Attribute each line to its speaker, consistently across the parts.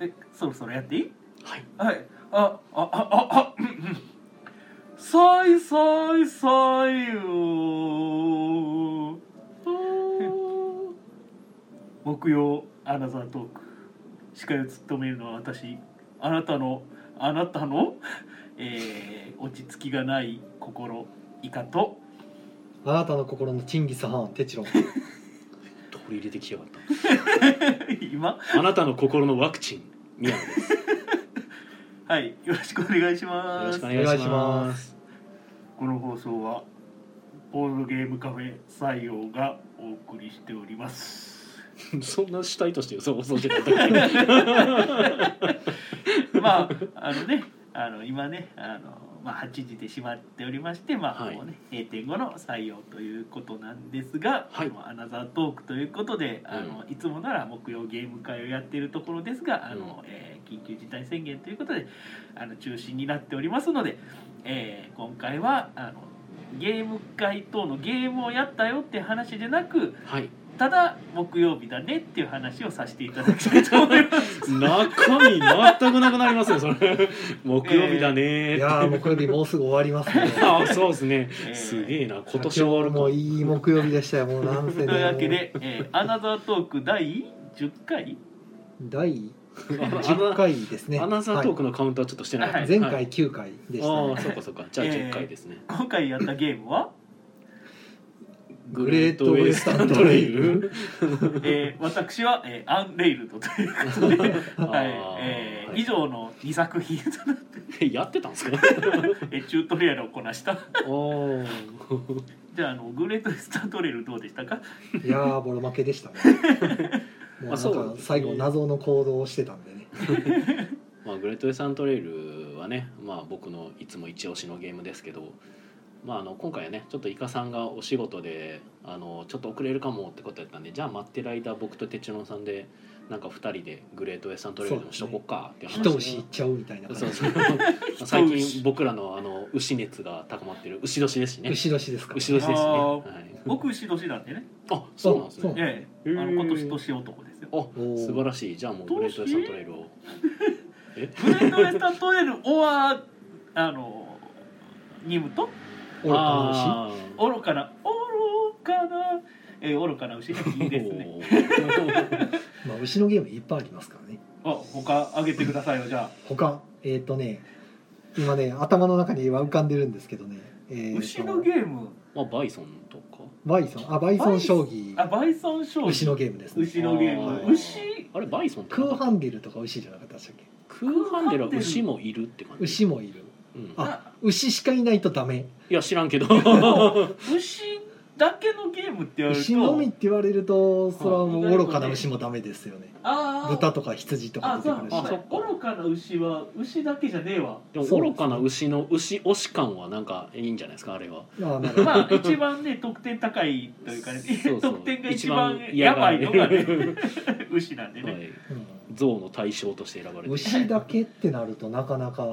Speaker 1: えそろそろやっていい
Speaker 2: はい
Speaker 1: はいあああああうんうんさいさいさいよ木曜アナザートーク司会を務めるのは私あなたのあなたの、えー落ち着きがない心イカと
Speaker 3: あなたの心のチンギスハンテチ ロン
Speaker 2: 取り入れてきやがっ
Speaker 1: 今
Speaker 2: たあなたの心のワクチン宮野です
Speaker 1: はいよろしくお願いし
Speaker 2: よろ
Speaker 1: ま
Speaker 2: し
Speaker 1: す
Speaker 2: くお願いし
Speaker 3: お願
Speaker 2: ま
Speaker 3: い
Speaker 2: す
Speaker 3: します
Speaker 1: この放送はボードゲームカフェ採用がお送りしております
Speaker 2: そんな主体としてそうそうじゃなかっ た
Speaker 1: まああのねあの今ねあの、まあ、8時で閉まっておりまして、まあ
Speaker 2: はい
Speaker 1: もうね、閉店後の採用ということなんですが、
Speaker 2: はい
Speaker 1: もうアナザートークということであの、いつもなら木曜ゲーム会をやっているところですがあの、えー緊急事態宣言ということであの中止になっておりますので、えー今回はあのゲーム会等のゲームをやったよって話じゃなく
Speaker 2: はい
Speaker 1: ただ木曜日だねっていう話をさせていただきたいと思います。
Speaker 2: 中身全くなくなりますねそれ木曜日だ
Speaker 3: い
Speaker 2: ねー
Speaker 3: やー木曜日もうすぐ終わりますね
Speaker 2: あそうですね
Speaker 1: えー
Speaker 2: すげえな 今年終わるか
Speaker 3: もういい木曜日でしたよもうなんせね
Speaker 1: というわけで、えーアナザートーク第10回
Speaker 3: 第10
Speaker 2: あ
Speaker 3: 回ですね
Speaker 2: アナザートークのカウントはちょっとしてない、
Speaker 1: は
Speaker 3: はいい前
Speaker 2: はい
Speaker 3: 回9回でした
Speaker 2: あ
Speaker 3: ね
Speaker 2: あそうかそうかじゃあ
Speaker 1: えー
Speaker 2: 10回ですね、
Speaker 1: 今回やったゲームは、
Speaker 3: グレートウェスタントレイル
Speaker 1: えー私は、えーアンレイルドということで、はい
Speaker 2: あー
Speaker 1: えー
Speaker 2: はい
Speaker 1: 以上の2作品となって、
Speaker 2: やってたんですか
Speaker 1: えーチュートリアルをこなした
Speaker 2: おー
Speaker 1: じゃああのグレートスタートレールどうでしたか
Speaker 3: いやーボロ負けでした ねも
Speaker 2: あそう
Speaker 3: うなんか最後謎の行動をしてたんでね
Speaker 2: まあグレートウェスタントレイルはねまあ僕のいつも一押しのゲームですけどまああの今回はねちょっとイカさんがお仕事であのちょっと遅れるかもってことやったんでじゃあ待ってる間僕とテチロンさんでなんか2人でグレートウェスタントレイルでもしとこっかっていう話
Speaker 3: 一押しいっちゃうみたいな
Speaker 2: そ
Speaker 3: 感
Speaker 2: う
Speaker 3: じ
Speaker 2: そう最近僕らのあの牛熱が高まってる牛年ですしね牛
Speaker 3: 牛年ですから
Speaker 2: 年ですしね、
Speaker 1: あー
Speaker 2: はい、
Speaker 1: 僕牛年なんでね、
Speaker 2: あそうなんです
Speaker 3: そう
Speaker 2: ね
Speaker 1: ええあの
Speaker 2: へー
Speaker 1: 今年年男ですよ
Speaker 2: あ素晴
Speaker 3: ら
Speaker 2: らしいじゃあもうグレートウェスタントレイル を
Speaker 1: グレートスタートレールオアあのニムと
Speaker 3: 愚かな
Speaker 2: あー
Speaker 1: 愚かな愚かな、えー愚かな牛いいですね
Speaker 3: 牛まあ牛のゲームいっぱいありますからね
Speaker 1: あ他あげてくださいよじゃあ
Speaker 3: 他えっ、とね今ね頭の中には浮かんでるんですけどね、えーと
Speaker 1: 牛のゲーム
Speaker 2: まあバイソンとか
Speaker 3: バイソンあバイソン将棋
Speaker 1: あバイソン商
Speaker 3: 牛のゲームですね
Speaker 1: 牛のゲー
Speaker 2: あ
Speaker 1: ム
Speaker 2: ー
Speaker 1: 牛
Speaker 2: あれバイソンって
Speaker 3: ク
Speaker 2: なん
Speaker 3: ー
Speaker 2: だ
Speaker 3: ハンデルとか牛じゃなかったでしたっけ
Speaker 2: クーハンデルは牛もいるって感じ
Speaker 3: 牛もいる
Speaker 2: うん
Speaker 3: あ牛しかいないとダメ
Speaker 2: いや知らんけど
Speaker 1: 牛だけのゲームって言われる
Speaker 3: 牛のみっ
Speaker 1: と
Speaker 3: て言われるとそれはもう愚かな牛もダメですよね
Speaker 1: あー
Speaker 3: 豚とか羊とか
Speaker 1: あ
Speaker 3: 出
Speaker 1: そう
Speaker 3: てくるし
Speaker 2: あそ
Speaker 1: そ
Speaker 2: っ
Speaker 1: う
Speaker 2: か
Speaker 1: 愚かな牛は牛だけじゃねえ わ
Speaker 2: でも愚かな牛の牛推し感はなんかいいんじゃないですかあれは
Speaker 3: あなるほど
Speaker 1: まあ一番ね得点高いというかね
Speaker 2: そうそう
Speaker 1: 得点が一番やばいのがね牛なんで
Speaker 2: は
Speaker 1: ね
Speaker 2: い象の対象として選ばれてる
Speaker 3: うん牛だけってなるとなか なか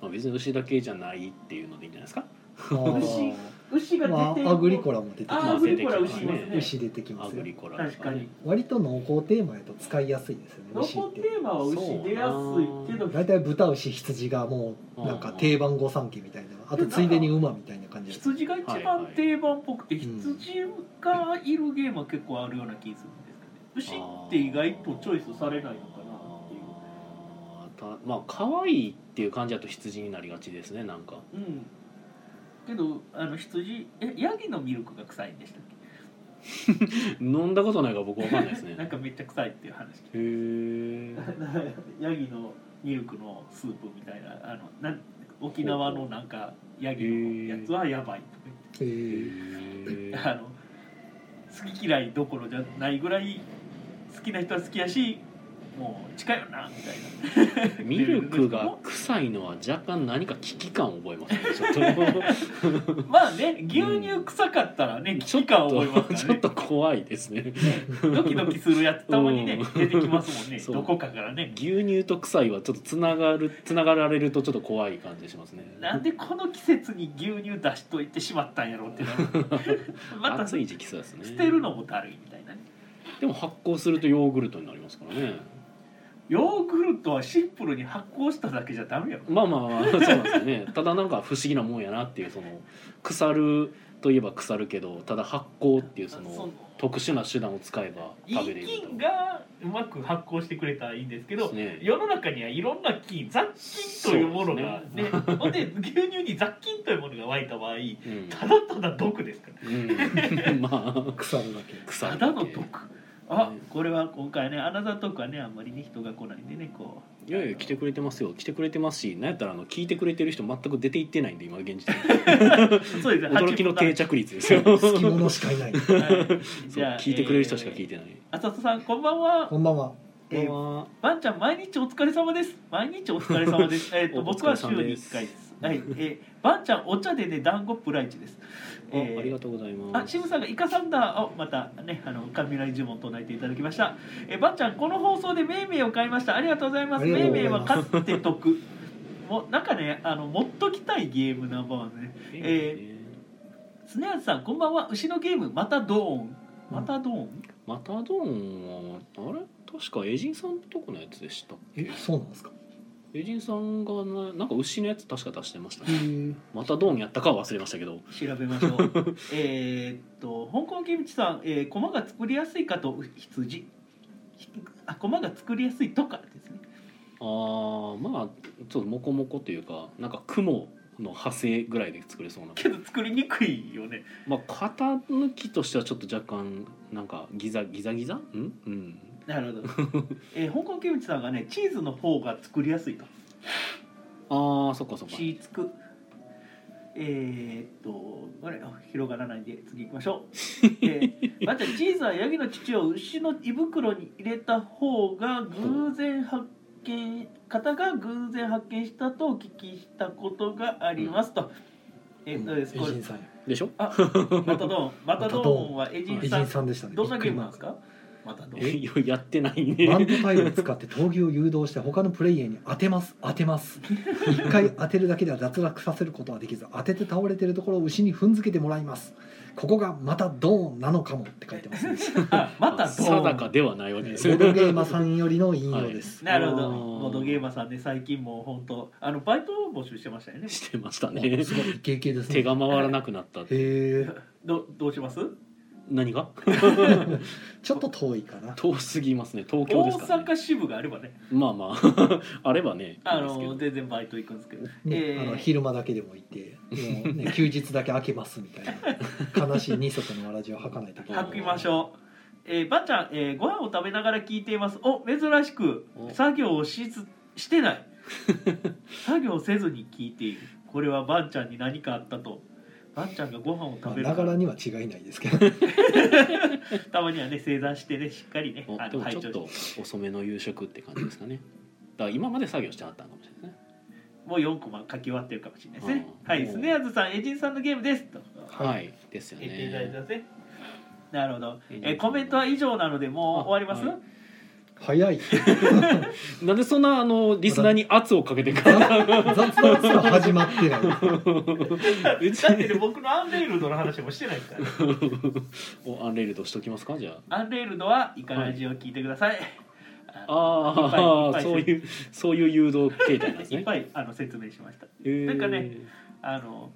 Speaker 2: まあ、別に牛だけじゃないっていうのでいいんじゃないですか
Speaker 3: あー
Speaker 1: 牛が
Speaker 3: ま
Speaker 1: 出て
Speaker 3: あアグリコ
Speaker 1: ラ
Speaker 3: ラも出てき
Speaker 1: あ
Speaker 3: ま
Speaker 1: ア
Speaker 3: す
Speaker 1: グリコラ牛いま
Speaker 2: あ
Speaker 1: すね
Speaker 3: 牛出てきま
Speaker 2: ア
Speaker 3: す
Speaker 2: グ
Speaker 3: よ
Speaker 2: リコラ
Speaker 1: 確かに
Speaker 3: 割と濃厚テーマやと使いやすいですよね
Speaker 1: ロ
Speaker 3: 牛
Speaker 1: コ
Speaker 3: っ
Speaker 1: テ
Speaker 3: て
Speaker 1: ーマは牛出やすいけど
Speaker 3: 大体豚牛羊がもうなんか定番御三家みたいなあとついでに馬みたいな感じです
Speaker 1: 羊が一番定番っぽくて、
Speaker 3: はいはい
Speaker 1: 羊がいるゲームは結構あるような気がするんですけど、ね、牛って意外とチョイスされないのかなっていう
Speaker 2: あーたまあ可愛いっていう感じだと羊になりがちですねなんか
Speaker 1: うんけどあの羊えヤギのミルクが臭いんでしたっ
Speaker 2: 飲んだことないから僕わかんないです
Speaker 1: け、
Speaker 2: ね
Speaker 1: なんかめっちゃ臭いっていう話聞い
Speaker 2: へー
Speaker 1: た ヤギのミルクのスープみたいなあのなん沖縄のなんかヤギのやつはやばいとか言って
Speaker 3: え
Speaker 2: へ
Speaker 3: ー
Speaker 2: ー
Speaker 1: あの好き嫌いどころじゃないぐらい好きな人は好きやしもう近いよなみたい な
Speaker 2: ミルクが臭いのは若干何か危機感を覚えますね ちょっと
Speaker 1: まあね牛乳臭かったらね、危機感を覚えます
Speaker 2: ち
Speaker 1: か
Speaker 2: ょ
Speaker 1: ら
Speaker 2: っ
Speaker 1: ね
Speaker 2: と怖いですね
Speaker 1: ドキドキするやつたまにね
Speaker 2: う
Speaker 1: 出てきますもんね
Speaker 2: そう
Speaker 1: どこかからね
Speaker 2: 牛乳と臭いはちょっとつながるつながられるとちょっと怖い感じしますね
Speaker 1: なんでこの季節に牛乳出しといてしまったんやろうってなる また
Speaker 2: 暑
Speaker 1: 捨
Speaker 2: い時期そうですね
Speaker 1: てるのもだるいみたいなね
Speaker 2: でも発酵するとヨーグルトになりますからね
Speaker 1: ヨーグルントはシンプルに発酵しただけじゃダメよ
Speaker 2: まあまあまあそうなんですよね ただなんか不思議なもんやなっていうその腐るといえば腐るけどただ発酵っていうその特殊な手段を使えば
Speaker 1: い
Speaker 2: 食べれ
Speaker 1: い
Speaker 2: る
Speaker 1: 菌がうまく発酵してくれたらいいんですけ
Speaker 2: と
Speaker 1: ど
Speaker 2: ね
Speaker 1: 世の中にはいろんな菌雑菌というものが
Speaker 2: そう
Speaker 1: ね
Speaker 2: です
Speaker 1: ほんで牛乳に雑菌というものが湧いた場合
Speaker 2: うん
Speaker 1: ただただ毒ですから
Speaker 2: うん まあ
Speaker 3: 腐るだけ
Speaker 2: 腐
Speaker 1: た
Speaker 2: る
Speaker 1: だ
Speaker 2: だ
Speaker 1: の
Speaker 2: け
Speaker 1: 毒あ
Speaker 2: ね
Speaker 1: これは今回ねアナザートークはねあんまりね人が来ないんでねこう
Speaker 2: いやいや来てくれてますよ来てくれてますしなんやったらあの聞いてくれてる人全く出ていってないんで今現 時点で
Speaker 1: そうですね
Speaker 2: 驚きの定
Speaker 1: 着
Speaker 2: 着率ですよ
Speaker 3: 好き者しかいな い
Speaker 2: そう聞いてくれる人しか聞い
Speaker 1: て
Speaker 2: てない、
Speaker 1: 浅田さんこんばんは
Speaker 3: こんばんは
Speaker 1: えー
Speaker 2: こんばんは
Speaker 1: ばんちゃん毎日お疲れ様です毎日お疲れ様 ですえっと
Speaker 2: お
Speaker 1: 僕
Speaker 2: 疲
Speaker 1: は
Speaker 2: れ
Speaker 1: 週
Speaker 2: 様
Speaker 1: に
Speaker 2: で
Speaker 1: 一
Speaker 2: す
Speaker 1: 回ですはいえーばんちゃんお茶でね団子プライチです
Speaker 2: あありが
Speaker 1: と
Speaker 2: とうござい
Speaker 1: あ
Speaker 2: ます
Speaker 1: シムさんがイカサンダーをまたねあの雷呪文唱えていただきましたえーばんちゃんこの放送でめいめいを買いましたありがとうございます
Speaker 3: ありが
Speaker 1: め
Speaker 3: と
Speaker 1: いうめ
Speaker 3: ござ
Speaker 1: い
Speaker 3: い
Speaker 1: は
Speaker 3: ます
Speaker 1: 勝って得もうなんかねあの持っときたいゲームナンバーワンですねえスネアズさんこんばんは牛のゲームまたドーンまたドーン、
Speaker 2: マタドーンはあれ確かエジンさんのとこのやつでしたっ
Speaker 3: え
Speaker 2: け
Speaker 3: そうなんですか
Speaker 2: エジンさんがななんか牛のやつ確か出してました
Speaker 3: へ
Speaker 2: ね
Speaker 3: え
Speaker 2: マタドーンやったかは忘れましたけど
Speaker 1: 調べましょうえーっと香港キムチさん、えー、駒が作りやすいかと羊ひあ駒が作りやすいとかですね
Speaker 2: あーまあちょっとモコモコというかなんか雲の派生ぐらいで作れそうな
Speaker 1: けど作りにくいよね
Speaker 2: まあ型抜きとしてはちょっと若干なんかギザギザギザんうん
Speaker 1: なるほど、えー、香港キムチさんがねチーズの方が作りやすいと
Speaker 2: ああそっかそっか
Speaker 1: チーズくえー、っとあれあ広がらないんで次行きまし ょう、えー、またチーズはヤギの乳を牛の胃袋に入れた方が偶然発見方が偶然発見したとお聞きしたことがありますと、えーっとですこれ
Speaker 3: 人さんや
Speaker 2: でしょ
Speaker 1: あまた ドンまたドンはエジン
Speaker 3: 美
Speaker 1: さ
Speaker 3: 人
Speaker 1: ん
Speaker 3: さんでしたね
Speaker 1: どんなゲームなんですかまたドン
Speaker 2: えいややってない
Speaker 3: びっくりマン
Speaker 2: ね
Speaker 3: トタイルを使って闘牛を誘導して他のプレイヤーに当てます当てます一回当てるだけでは脱落させることはできず当てて倒れてるところを牛に踏んづけてもらいますここがまたドーンなのかもって書いてますね
Speaker 1: あまたド
Speaker 2: 定
Speaker 1: ン
Speaker 2: かではないわけ
Speaker 3: え
Speaker 2: です
Speaker 3: ー
Speaker 2: よ
Speaker 3: ボドゲーマさんよりの引用です、
Speaker 1: なるほど
Speaker 2: あー
Speaker 1: ボードゲーマーさんね最近もう本当あのバイトを募集してましたよね
Speaker 2: してましたね
Speaker 3: すごいイケイケですね
Speaker 2: 手が回らなくな った
Speaker 3: へえ
Speaker 1: どどうします
Speaker 2: 何が
Speaker 3: ちょっと遠いかな
Speaker 2: 遠すぎますね東京
Speaker 1: 大
Speaker 2: ですから、ね、
Speaker 1: 阪支部があればね
Speaker 2: まあまあ あればね
Speaker 1: あ
Speaker 2: いい
Speaker 1: の
Speaker 2: んで
Speaker 1: 全
Speaker 2: す
Speaker 1: 然バイト行くんですけど、
Speaker 3: ね
Speaker 1: えー
Speaker 3: あの昼間だけでもいても う、ね、休日だけ開けますみたいな悲しい二足のわらじを履かないといけない
Speaker 1: 吐きましょうえーばんちゃん、えーご飯を食べながら聞いていますお珍しく
Speaker 2: お
Speaker 1: 作業をしずしてない作業せずに聞いているこれはばんちゃんに何かあったとばんちゃんがご飯を
Speaker 3: ま
Speaker 1: 食
Speaker 3: あ
Speaker 1: べる
Speaker 3: な
Speaker 1: か
Speaker 3: が
Speaker 1: ら
Speaker 3: らには違いないですけど
Speaker 1: たまにはね正座してねしっかりね
Speaker 2: けど
Speaker 1: あ
Speaker 2: おで
Speaker 1: の
Speaker 2: も
Speaker 1: 拝
Speaker 2: ちょっ
Speaker 1: 聴して
Speaker 2: と遅めの夕食って感じですかねだから今まで作業してはったんかもしれないですね
Speaker 1: もう4コマ書き終わってるかもしれないですね
Speaker 2: あー
Speaker 1: はい
Speaker 2: もう
Speaker 1: スネアズさんエジンさんのゲームですと
Speaker 2: はい、ですよ
Speaker 1: 言っていただいて
Speaker 2: ね
Speaker 1: ますねなるほど、
Speaker 2: エジンさ
Speaker 1: え
Speaker 2: ん
Speaker 1: コメントは以上なのでもう終わります、
Speaker 2: あはい
Speaker 3: 早い
Speaker 2: なんでそんなあのリスナーに圧をかけてから
Speaker 3: 雑談すら始まってない
Speaker 2: うち
Speaker 1: だってね僕のアンレールドの話もしてないですから、ね、
Speaker 2: おアンレールドしときますかじゃ
Speaker 1: アンレールドはイカラジを聞いてください、
Speaker 2: あああーそういうそういう誘導形態なんです
Speaker 1: いっ
Speaker 2: ね
Speaker 1: ぱいあの説明しました
Speaker 2: えー
Speaker 1: なんかねあの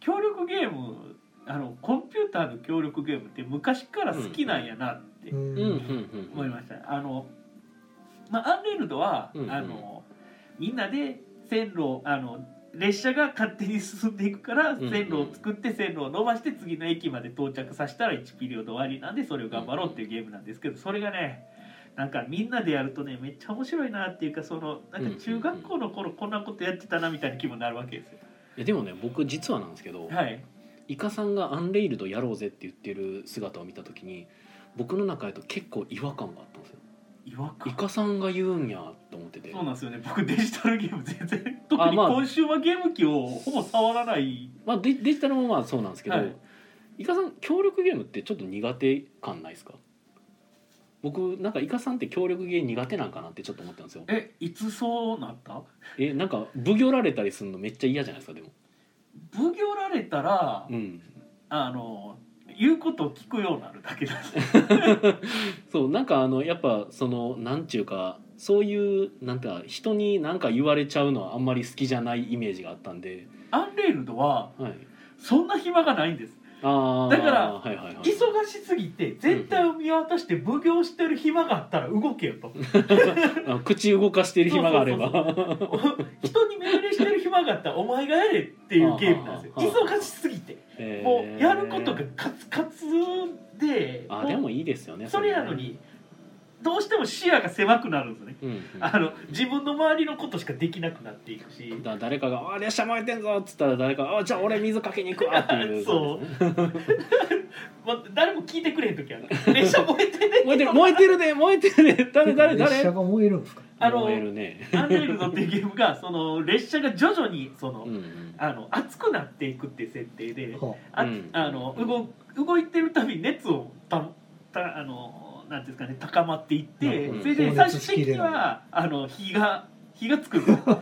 Speaker 1: 協力ゲームあのコンピューターの協力ゲームって昔から好きなんやなって
Speaker 3: うん
Speaker 2: うんうんうん
Speaker 1: 思いました、あのまあアンレールドは、
Speaker 2: うんうん
Speaker 1: あのみんなで線路をあの列車が勝手に進んでいくから
Speaker 2: んうん
Speaker 1: 線路を作って線路を伸ばして次の駅まで到着させたら1ピリオド終わりなんでそれを頑張ろうっていうゲームなんですけどそれがねなんかみんなでやるとねめっちゃ面白いなっていうかそのなんか中学校の頃こんなことやってたなみたいな気分になるわけですよ。
Speaker 2: いやでもね僕実はなんですけど、
Speaker 1: はい、
Speaker 2: イカさんが「アンレイルドやろうぜ」って言ってる姿を見た時に僕の中へと結構違和感があったんですよ
Speaker 1: 違和
Speaker 2: イ
Speaker 1: 感
Speaker 2: カさんが言うんやと思ってて
Speaker 1: そうなんですよね僕デジタルゲーム全然特に
Speaker 2: まあ
Speaker 1: 今週はゲーム機をほぼ触らない
Speaker 2: まあ、デデジタルもまあそうなんですけど、
Speaker 1: はい
Speaker 2: イカさん協力ゲームってちょっと苦手感ないですか僕なんかイカさんって協力ゲー苦手なんかなってちょっと思ったんですよ
Speaker 1: えいつそうなった
Speaker 2: えなんか奉行られたりするのめっちゃ嫌じゃないですかでも
Speaker 1: 奉行られたら、
Speaker 2: うん
Speaker 1: あの言うことを聞 くようになるだけだし
Speaker 2: そうなんかあのやっぱそのなんちゅうかそういうなんか人に何か言われちゃうのはあんまり好きじゃないイメージがあったんで、
Speaker 1: アンレールドは
Speaker 2: はい、
Speaker 1: そんな暇がないんです
Speaker 2: あー
Speaker 1: だから
Speaker 2: はいはいはい、
Speaker 1: 忙しすぎて全体を見渡して奉行してる暇があったら動けよ と
Speaker 2: あ口動かしてる暇があれば
Speaker 1: そう人に命令してる暇があったらお前がやれっていうゲームなんですよ
Speaker 2: はあはあはあ
Speaker 1: 忙しすぎて
Speaker 2: えー
Speaker 1: もうやることがカツカツで
Speaker 2: あでもいいですよね
Speaker 1: それやのにどうしても視野が狭くなるんですよね
Speaker 2: それねうんうん
Speaker 1: あの自分の周りのことしかできなくなっていくし
Speaker 2: だ誰かが「あ列車燃えてんぞ」っつったら誰かが「あじゃあ俺水かけに行くわ」ってい う
Speaker 1: そう
Speaker 2: 感じですね
Speaker 1: まあ、誰も聞いてくれへん時ある列車燃えてね
Speaker 2: 燃えてる燃えてるで燃えてるで誰誰
Speaker 3: 列車
Speaker 2: 誰
Speaker 3: が燃えるんですか
Speaker 1: あの
Speaker 2: 燃えるね、
Speaker 1: アンレールドっていうゲームがその列車が徐々にその、
Speaker 2: うんうん、
Speaker 1: あの熱くなっていくっていう設定で、
Speaker 3: は
Speaker 1: あ
Speaker 2: うん
Speaker 1: あの動動いてるたびに熱をたたあのなんていうんですかね高まっていって、
Speaker 2: うん
Speaker 1: それで
Speaker 3: 放
Speaker 1: 最
Speaker 3: 熱
Speaker 1: 終
Speaker 3: し
Speaker 1: 的
Speaker 3: きれ
Speaker 1: に
Speaker 3: ない
Speaker 1: はあの火が火がつくんです よ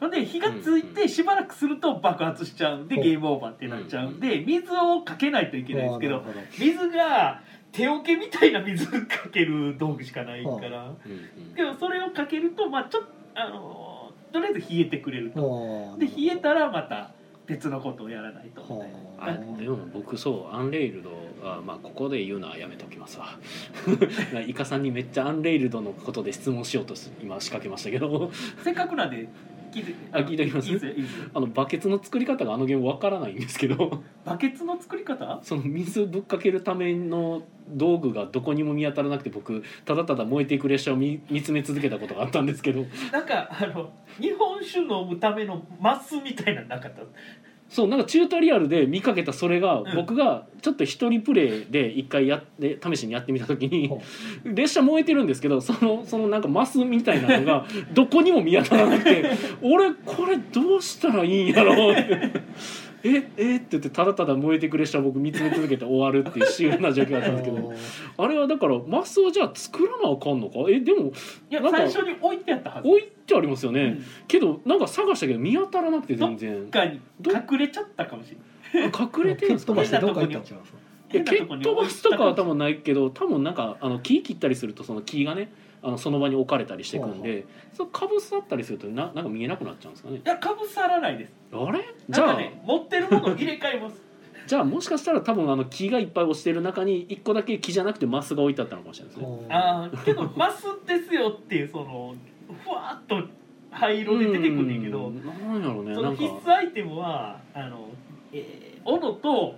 Speaker 1: ほんで火がつい
Speaker 2: うんう
Speaker 1: てしばらくすると爆発しちゃうんで
Speaker 3: ほう
Speaker 1: ゲームオーバーってなっちゃうんで水をかけないといけないんですけ
Speaker 3: は
Speaker 1: ど
Speaker 3: あなる
Speaker 1: 水が手桶みたいな水かける道具しかないから
Speaker 2: うん
Speaker 1: でもそれをかけるとまあちょっとあのとりあえず冷えてくれると。
Speaker 3: ほどあー
Speaker 1: で冷えたらまた別のことをやらないとみたいな。
Speaker 2: あでも僕そうアンレイルドあまあここで言うのはやめておきますわ イカさんにめっちゃアンレイルドのことで質問しようとし今仕掛けましたけど
Speaker 1: せっかくなんで聞いて
Speaker 2: あ聞いてきます
Speaker 1: いいですよいいですよ
Speaker 2: あのバケツの作り方があのゲームわからないんですけど
Speaker 1: バケツの作り方
Speaker 2: その水ぶっかけるための道具がどこにも見当たらなくて僕ただただ燃えていく列車を見見つめ続けたことがあったんですけど
Speaker 1: なんかあの日本酒飲むためのマスみたいなのなかった
Speaker 2: そうなんかチュートリアルで見かけたそれが
Speaker 1: うん
Speaker 2: 僕がちょっと一人プレイで一回やって試しにやってみた時に
Speaker 3: ほ
Speaker 2: 列車燃えてるんですけどそのそのなんかマスみたいなのがどこにも見当たらなくて俺これどうしたらいいんやろ うって。ええって言ってただただ燃えてく列車を僕見つめ続けて終わるっていうシュールな状況だったんですけどあれはだからマスをじゃあ作らなあかんのかえでも
Speaker 1: いや
Speaker 2: なんか
Speaker 1: 最初に置いてあったはず
Speaker 2: 置いてありますよね、
Speaker 1: うん
Speaker 2: けどなんか探したけど見当たらなくて全然
Speaker 1: 中に
Speaker 2: ど
Speaker 1: 隠れちゃったかもしれない
Speaker 2: 隠れてるんで
Speaker 3: 蹴っ
Speaker 2: す
Speaker 3: 飛
Speaker 2: か
Speaker 3: ば
Speaker 2: ね
Speaker 3: してどっか行ったんちゃいます
Speaker 2: いや
Speaker 1: 変な
Speaker 2: 蹴っ
Speaker 1: とこに
Speaker 2: 飛
Speaker 1: 置い
Speaker 2: ば
Speaker 1: て
Speaker 2: すとかは多
Speaker 1: たかもし
Speaker 2: 分ないけど多分なんかあの木切ったりするとその木がねあのその場に置かれたりしていくん
Speaker 3: は
Speaker 2: でそうかぶさったりするとななんか見えなくなっちゃうんですかね
Speaker 1: れないいやかぶさらないです
Speaker 2: あれじ
Speaker 1: なんか
Speaker 2: ゃあ、
Speaker 1: ね持ってるものを入れ替えます
Speaker 2: じゃあもしかしたら多分あの木がいっぱい落ちてる中に一個だけ木じゃなくてマスが置いてあったのかもしれないですね
Speaker 3: あ
Speaker 1: ああけどマスですよっていうそのふわっと灰色で出てくるんだけど
Speaker 2: うんなんやろうね
Speaker 1: そ
Speaker 2: な
Speaker 1: の
Speaker 2: ん
Speaker 1: 必
Speaker 2: か
Speaker 1: 須アイテムはあの、えー、斧と、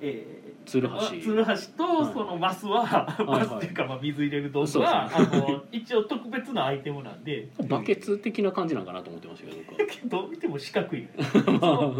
Speaker 1: えー、
Speaker 2: ツルハ
Speaker 1: まあ
Speaker 2: シ
Speaker 1: ツルハシと、
Speaker 2: はい
Speaker 1: そのマスは、
Speaker 2: いはい
Speaker 1: マスっていうか、まあ、水入れる道具は、あの一応特別なアイテムなんで
Speaker 2: バケツ的な感じなんかなと思ってましたけど僕は
Speaker 1: どう見ても四角い、
Speaker 2: まあ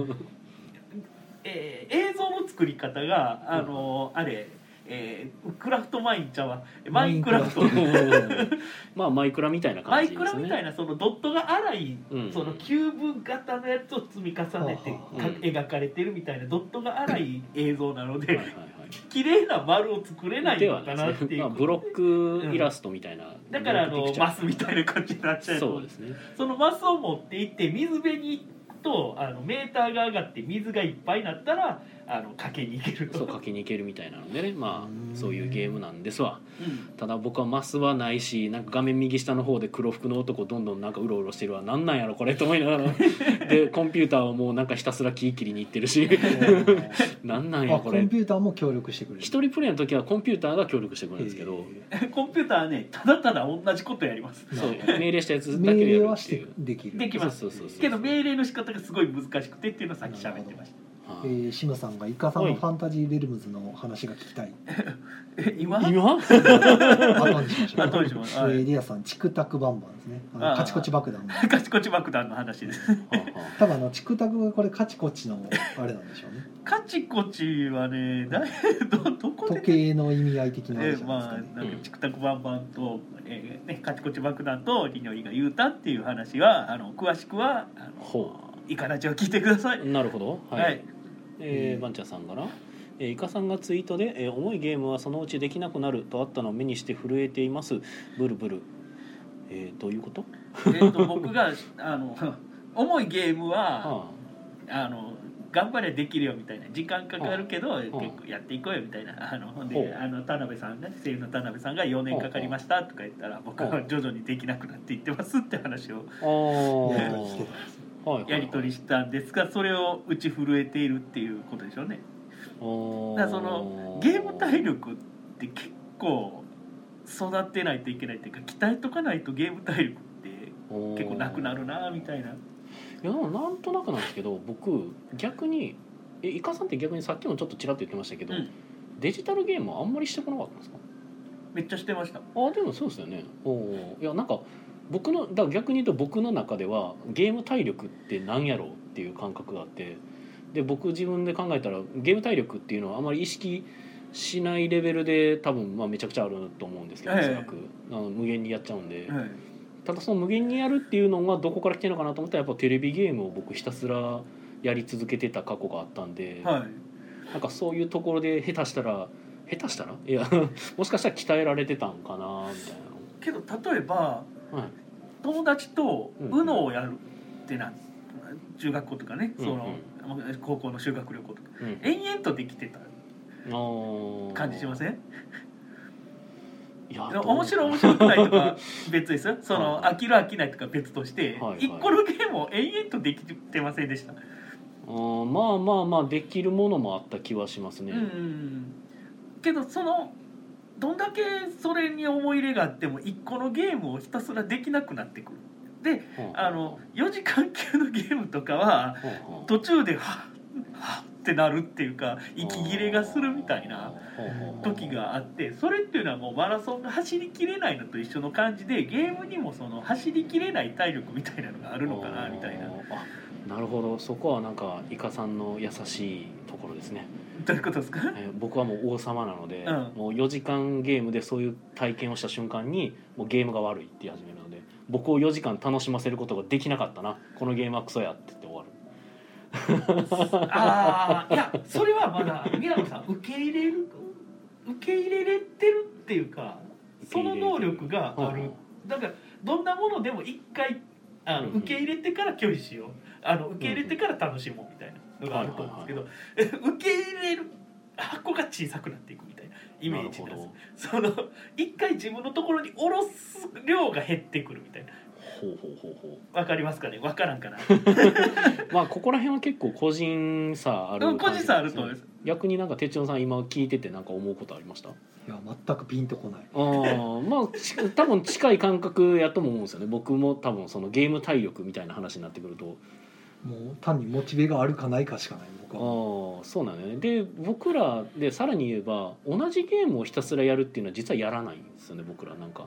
Speaker 1: えー、映像の作り方があの、あれ、えー、クラフトマインちゃうわマインクラフト
Speaker 3: マインクラフ
Speaker 2: まあマイクラみたいな
Speaker 1: マ
Speaker 2: 感
Speaker 1: イ
Speaker 2: じですね
Speaker 1: クラみたいなそのドットが荒い
Speaker 2: うん
Speaker 1: そのキューブ型のやつを積み重ねて
Speaker 3: は
Speaker 2: あ
Speaker 1: か
Speaker 2: うん
Speaker 1: 描かれてるみたいなドットが荒 い映像なので
Speaker 2: はいはいはい
Speaker 1: 綺麗な丸を作れないのかなって
Speaker 2: で
Speaker 1: い
Speaker 2: は
Speaker 1: う
Speaker 2: ね、ブロックイラストみたいな、
Speaker 1: だからあ
Speaker 2: ブロッ
Speaker 1: の
Speaker 2: クピクチャー
Speaker 1: マスみたいな感じになっちゃう
Speaker 2: そう
Speaker 1: そ
Speaker 2: ですね
Speaker 1: そのマスを持って行って水辺に行くとあのメーターが上がって水がいっぱいになったらあのかけに行ける
Speaker 2: そう
Speaker 1: と
Speaker 2: 書きに行けるみたいなのでねま
Speaker 3: う
Speaker 2: あ
Speaker 3: ん
Speaker 2: そういうゲームなんですわ
Speaker 1: うん
Speaker 2: ただ僕はマスはないしなんか画面右下の方で黒服の男どんどんなんかうろうろしてるわなんなんやろこれと思いながらでコンピューターはもうなんかひたすら木切りに行ってるし なんなんや
Speaker 3: あ
Speaker 2: こ
Speaker 3: コ
Speaker 2: れ
Speaker 3: ンピューターも協力してくれる
Speaker 2: 一人プレイの時はコンピューターが協力してくれるんですけど
Speaker 1: コンピューターはねただただ同じことやります
Speaker 3: へー
Speaker 2: そう命令したやつだけ
Speaker 3: 命
Speaker 2: でや
Speaker 3: 令
Speaker 2: る
Speaker 3: は
Speaker 2: っ
Speaker 3: して
Speaker 2: い
Speaker 3: て
Speaker 2: う
Speaker 3: できる
Speaker 1: できます
Speaker 2: そうそうそう
Speaker 1: けど命令の仕方がすごい難しくてっていうのをさっき喋ってました
Speaker 2: はい
Speaker 3: えー、シムさんがイカさん
Speaker 2: はい
Speaker 3: のファンタジーレルムズの話が聞きたい。
Speaker 1: え今
Speaker 2: 今
Speaker 3: 後にしましょう。
Speaker 1: 後にしましょうは
Speaker 3: えー
Speaker 1: い
Speaker 3: リアさん、チクタクバンバンですね。あ
Speaker 1: あ
Speaker 3: の
Speaker 1: ー
Speaker 3: カチコチ爆弾の。
Speaker 1: カチコチ爆弾の話です
Speaker 3: 多分あのチクタクがこれカチコチのあれなんでしょ うね。
Speaker 1: カチコチはねだいどどこで
Speaker 3: 時計の意味合い的なあ
Speaker 1: え
Speaker 3: れ
Speaker 1: ー
Speaker 3: じゃない
Speaker 1: ま
Speaker 3: ですか
Speaker 1: あ
Speaker 3: ね。
Speaker 1: なんかチクタクバンバンと、えーね、カチコチ爆弾とリノリが言うたっていう話はあの詳しくはあの
Speaker 2: ほ
Speaker 1: イカラジを聞いてください。
Speaker 2: うなるほど
Speaker 1: はい、
Speaker 2: え
Speaker 3: う
Speaker 2: ー、
Speaker 3: ん
Speaker 2: バンチャさんから、えー、イカさんがツイートで、えー重いゲームはそのうちできなくなるとあったのを目にして震えていますブルブル」えー、どういうこと
Speaker 1: えっ、と僕があの重いゲームは
Speaker 2: あ
Speaker 1: あの頑張ればできるよみたいな時間かかるけど、結
Speaker 2: ん
Speaker 1: 構やっていこうよみたいなあのほん
Speaker 2: ほう
Speaker 1: であの田辺さんね声優の田辺さんが4年かかりましたとか言ったら僕
Speaker 2: ほ
Speaker 1: は
Speaker 2: う
Speaker 1: 徐々にできなくなっていってますって話を
Speaker 2: あー
Speaker 3: やり取りしてたん
Speaker 1: やり取り
Speaker 2: はいはいはい
Speaker 3: です
Speaker 1: したんですがそれを打ち震えているっていうことでしょうね。
Speaker 2: あー
Speaker 1: だからそのゲーム体力って結構育てないといけないっていうか鍛えとかないとゲーム体力って結構なくなるなみたいな。
Speaker 2: いやでもなんとなくなんですけど僕逆にえイカさんって逆にさっきもちょっとちらっと言ってましたけど、
Speaker 1: うん
Speaker 2: デジタルゲームはあんまりしてこなかったんですか
Speaker 1: めっちゃしてました。
Speaker 2: あでもそうですよねおーいやなんか僕のだから逆に言うと僕の中ではゲーム体力ってなんやろうっていう感覚があってで僕自分で考えたらゲーム体力っていうのはあまり意識しないレベルで多分まあめちゃくちゃあると思うんですけどお
Speaker 1: ええ
Speaker 2: そらく、あの無限にやっちゃうんで、
Speaker 1: はい
Speaker 2: ただその無限にやるっていうのがどこから来てるのかなと思ったらやっぱテレビゲームを僕ひたすらやり続けてた過去があったんで、
Speaker 1: はい
Speaker 2: なんかそういうところで下手したら下手したらいやもしかしたら鍛えられてたんかなみたいな。
Speaker 1: けど例えば、
Speaker 2: はい
Speaker 1: 友達と
Speaker 2: うん
Speaker 1: UNO をやるってな、中学校とかねその、高校の修学旅行とか
Speaker 2: うん
Speaker 1: 延々とできてた感じしま
Speaker 2: せ
Speaker 1: せん
Speaker 2: いや
Speaker 1: 面白い面
Speaker 2: い
Speaker 1: 白くないとか別ですよその、
Speaker 2: はいはい
Speaker 1: 飽きる飽きないとか別として、
Speaker 2: はいはい
Speaker 1: 一個のゲームを延々とできてませんでした、
Speaker 2: まあまあまあできるものもあった気はしますね、
Speaker 1: うんけどそのどんだけそれに思い入れがあっても一個のゲームをひたすらできなくなってくるで
Speaker 2: はは
Speaker 1: あの4時間級のゲームとかは
Speaker 2: はは
Speaker 1: 途中ではっはっってなるっていうか息切れがするみたいな時があってそれっていうのはもうマラソンが走りきれないのと一緒の感じでゲームにもその走りきれない体力みたいなのがあ
Speaker 2: あ
Speaker 1: るのかなみたいな。
Speaker 2: あなるほどそこはなんかイカさんの優しいところですね、
Speaker 1: どういうことですか
Speaker 2: えー僕はもう王様なので、
Speaker 1: うん
Speaker 2: もう4時間ゲームでそういう体験をした瞬間にもうゲームが悪いって言い始めるので僕を4時間楽しませることができなかったなこのゲームはクソやって言って終わる
Speaker 1: ああいやそれはまだ宮野さん受け入れる受け入れれてるっていうかその能力があるだからどんなものでも一回あの
Speaker 2: うんうん
Speaker 1: 受け入れてから拒否しようあの受け入れてから楽しもうみたいなのがあると思うんですけど 受け入れる箱が小さくなっていくみたいなイメージなん
Speaker 2: な
Speaker 1: で
Speaker 2: る
Speaker 1: すその一回自分のところに下ろす量が減ってくるみたいな
Speaker 2: ほどほうほうほうほう
Speaker 1: わかりますかねわからんかな
Speaker 2: まあここら辺は結構個人差ある
Speaker 1: 個人差あると思います
Speaker 2: 感じですね逆になんか哲夫さん今聞いててなんか思うことありましたあ
Speaker 3: いや全くピンとこない
Speaker 2: あまあち 多分近い感覚やとも思うんですよね僕も多分そのゲーム体力みたいな話になってくると
Speaker 3: もう単にモチベがあるかないかしかない僕は
Speaker 2: ああそうなんだよねで僕らでさらに言えば同じゲームをひたすらやるっていうのは実はやらないんですよね僕らなんか、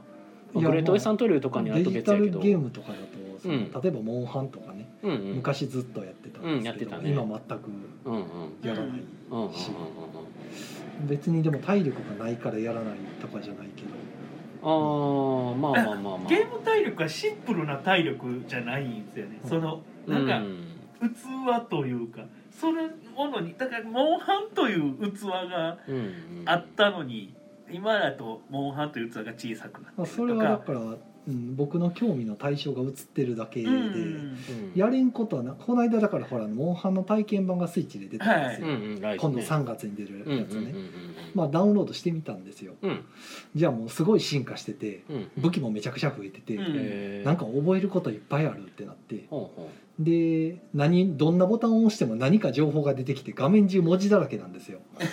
Speaker 2: まあ
Speaker 3: いや
Speaker 2: グレートエサントリューとかになる
Speaker 3: デ
Speaker 2: と
Speaker 3: ジ
Speaker 2: 別
Speaker 3: タ
Speaker 2: やけ
Speaker 3: ル
Speaker 2: ど
Speaker 3: ゲームとかだとその、
Speaker 2: うん
Speaker 3: 例えばモンハンとかね、
Speaker 2: うんうん
Speaker 3: 昔ずっとやってたんですけど、
Speaker 2: うんやってたね
Speaker 3: 今全く
Speaker 2: うんうん
Speaker 3: やらない、
Speaker 2: うんうんうんうん
Speaker 3: 別にでも体力がないからやらないとかじゃないけど
Speaker 2: ああまあまあまあまあ
Speaker 1: ゲーム体力はシンプルな体力じゃないんですよねそのなんか、
Speaker 2: うん
Speaker 1: 器というかそれものにだからモンハンという器が
Speaker 2: うんうん
Speaker 1: あったのに、今だとモンハンという器が小さくなって
Speaker 3: まあ
Speaker 1: る
Speaker 3: それ
Speaker 1: と
Speaker 3: はだ
Speaker 1: か。
Speaker 3: から、うん、僕の興味の対象が映ってるだけで、
Speaker 1: うん
Speaker 2: うん
Speaker 3: やれんことはなこの間だからほらモンハンの体験版がスイッチで出たんです
Speaker 2: う
Speaker 3: よ、
Speaker 2: んうんライト
Speaker 3: 今度
Speaker 2: ね
Speaker 3: 3月に出るやつ
Speaker 2: う
Speaker 3: ね、
Speaker 2: んうんうんうん
Speaker 3: まあダウンロードしてみたんですよ
Speaker 2: うん
Speaker 3: じゃあもうすごい進化してて
Speaker 2: うん
Speaker 3: 武器もめちゃくちゃ増えてて、
Speaker 1: うん
Speaker 2: へー
Speaker 3: なんか覚えることいっぱいあるってなって
Speaker 2: ほうほ
Speaker 3: で何どんなボタンを押しても何か情報が出てきて画面中文字だらけなんですよ
Speaker 2: うへ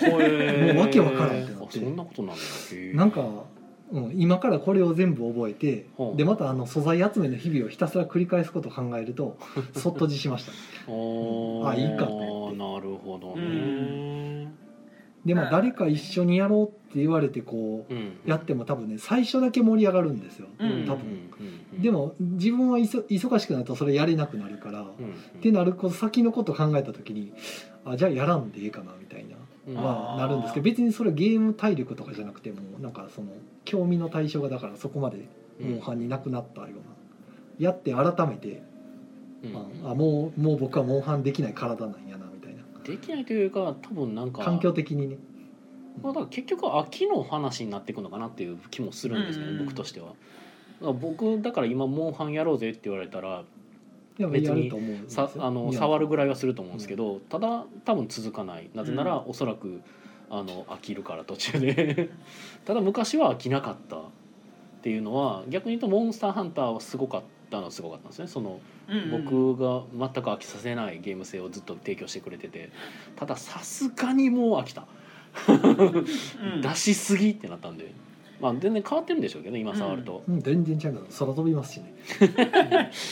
Speaker 2: ー
Speaker 3: もうわけわからんってなって
Speaker 2: あそんなことなんだへー
Speaker 3: なんか、うん、今からこれを全部覚えて
Speaker 2: ほう
Speaker 3: でまたあの素材集めの日々をひたすら繰り返すことを考え るとそっと自しました
Speaker 2: おー
Speaker 3: あいいかって
Speaker 2: なるほど
Speaker 1: う
Speaker 2: ね
Speaker 3: でまあ誰か一緒にやろうって言われてこ
Speaker 2: うん
Speaker 3: うやっても多分ね最初だけ盛り上がるんですよ
Speaker 1: うん
Speaker 3: 多
Speaker 2: う
Speaker 3: 分
Speaker 2: んうん
Speaker 3: でも自分はいそ忙しくなるとそれやれなくなるからっ
Speaker 2: うん
Speaker 3: てなるこう先のこと考えた時にあじゃあやらんでいいかなみたいな
Speaker 2: うん
Speaker 3: まあ
Speaker 1: あー
Speaker 3: なるんですけど別にそれゲーム体力とかじゃなくてもなんかその興味の対象がだからそこまで
Speaker 2: うん
Speaker 3: モンハンになくなったようなやって改めて
Speaker 2: うん
Speaker 3: ああもうもう僕はモンハンできない体なんやなみたいな
Speaker 2: できないというか多分なんか
Speaker 3: 環境的にね
Speaker 2: まあ、だから結局は秋の話になっていくのかなっていう気もするんですけど、
Speaker 1: うん
Speaker 2: 僕としては。だから僕だから今モンハンやろうぜって言われたら
Speaker 3: でも
Speaker 2: 別
Speaker 3: や
Speaker 2: に
Speaker 3: ると思うんですよ
Speaker 2: さあの触るぐらいはすると思うんですけど、ただ多分続かないなぜなら、おそらくあの飽きるから途中で ただ昔は飽きなかったっていうのは逆に言うと「モンスターハンター」はすごかったのはすごかったんですねその僕が全く飽きさせないゲーム性をずっと提供してくれててたださすがにもう飽きた、出しすぎってなったんで。まあ、全然変わってるんでしょうけどね今触ると、
Speaker 3: うん全然違うから空飛びますし ね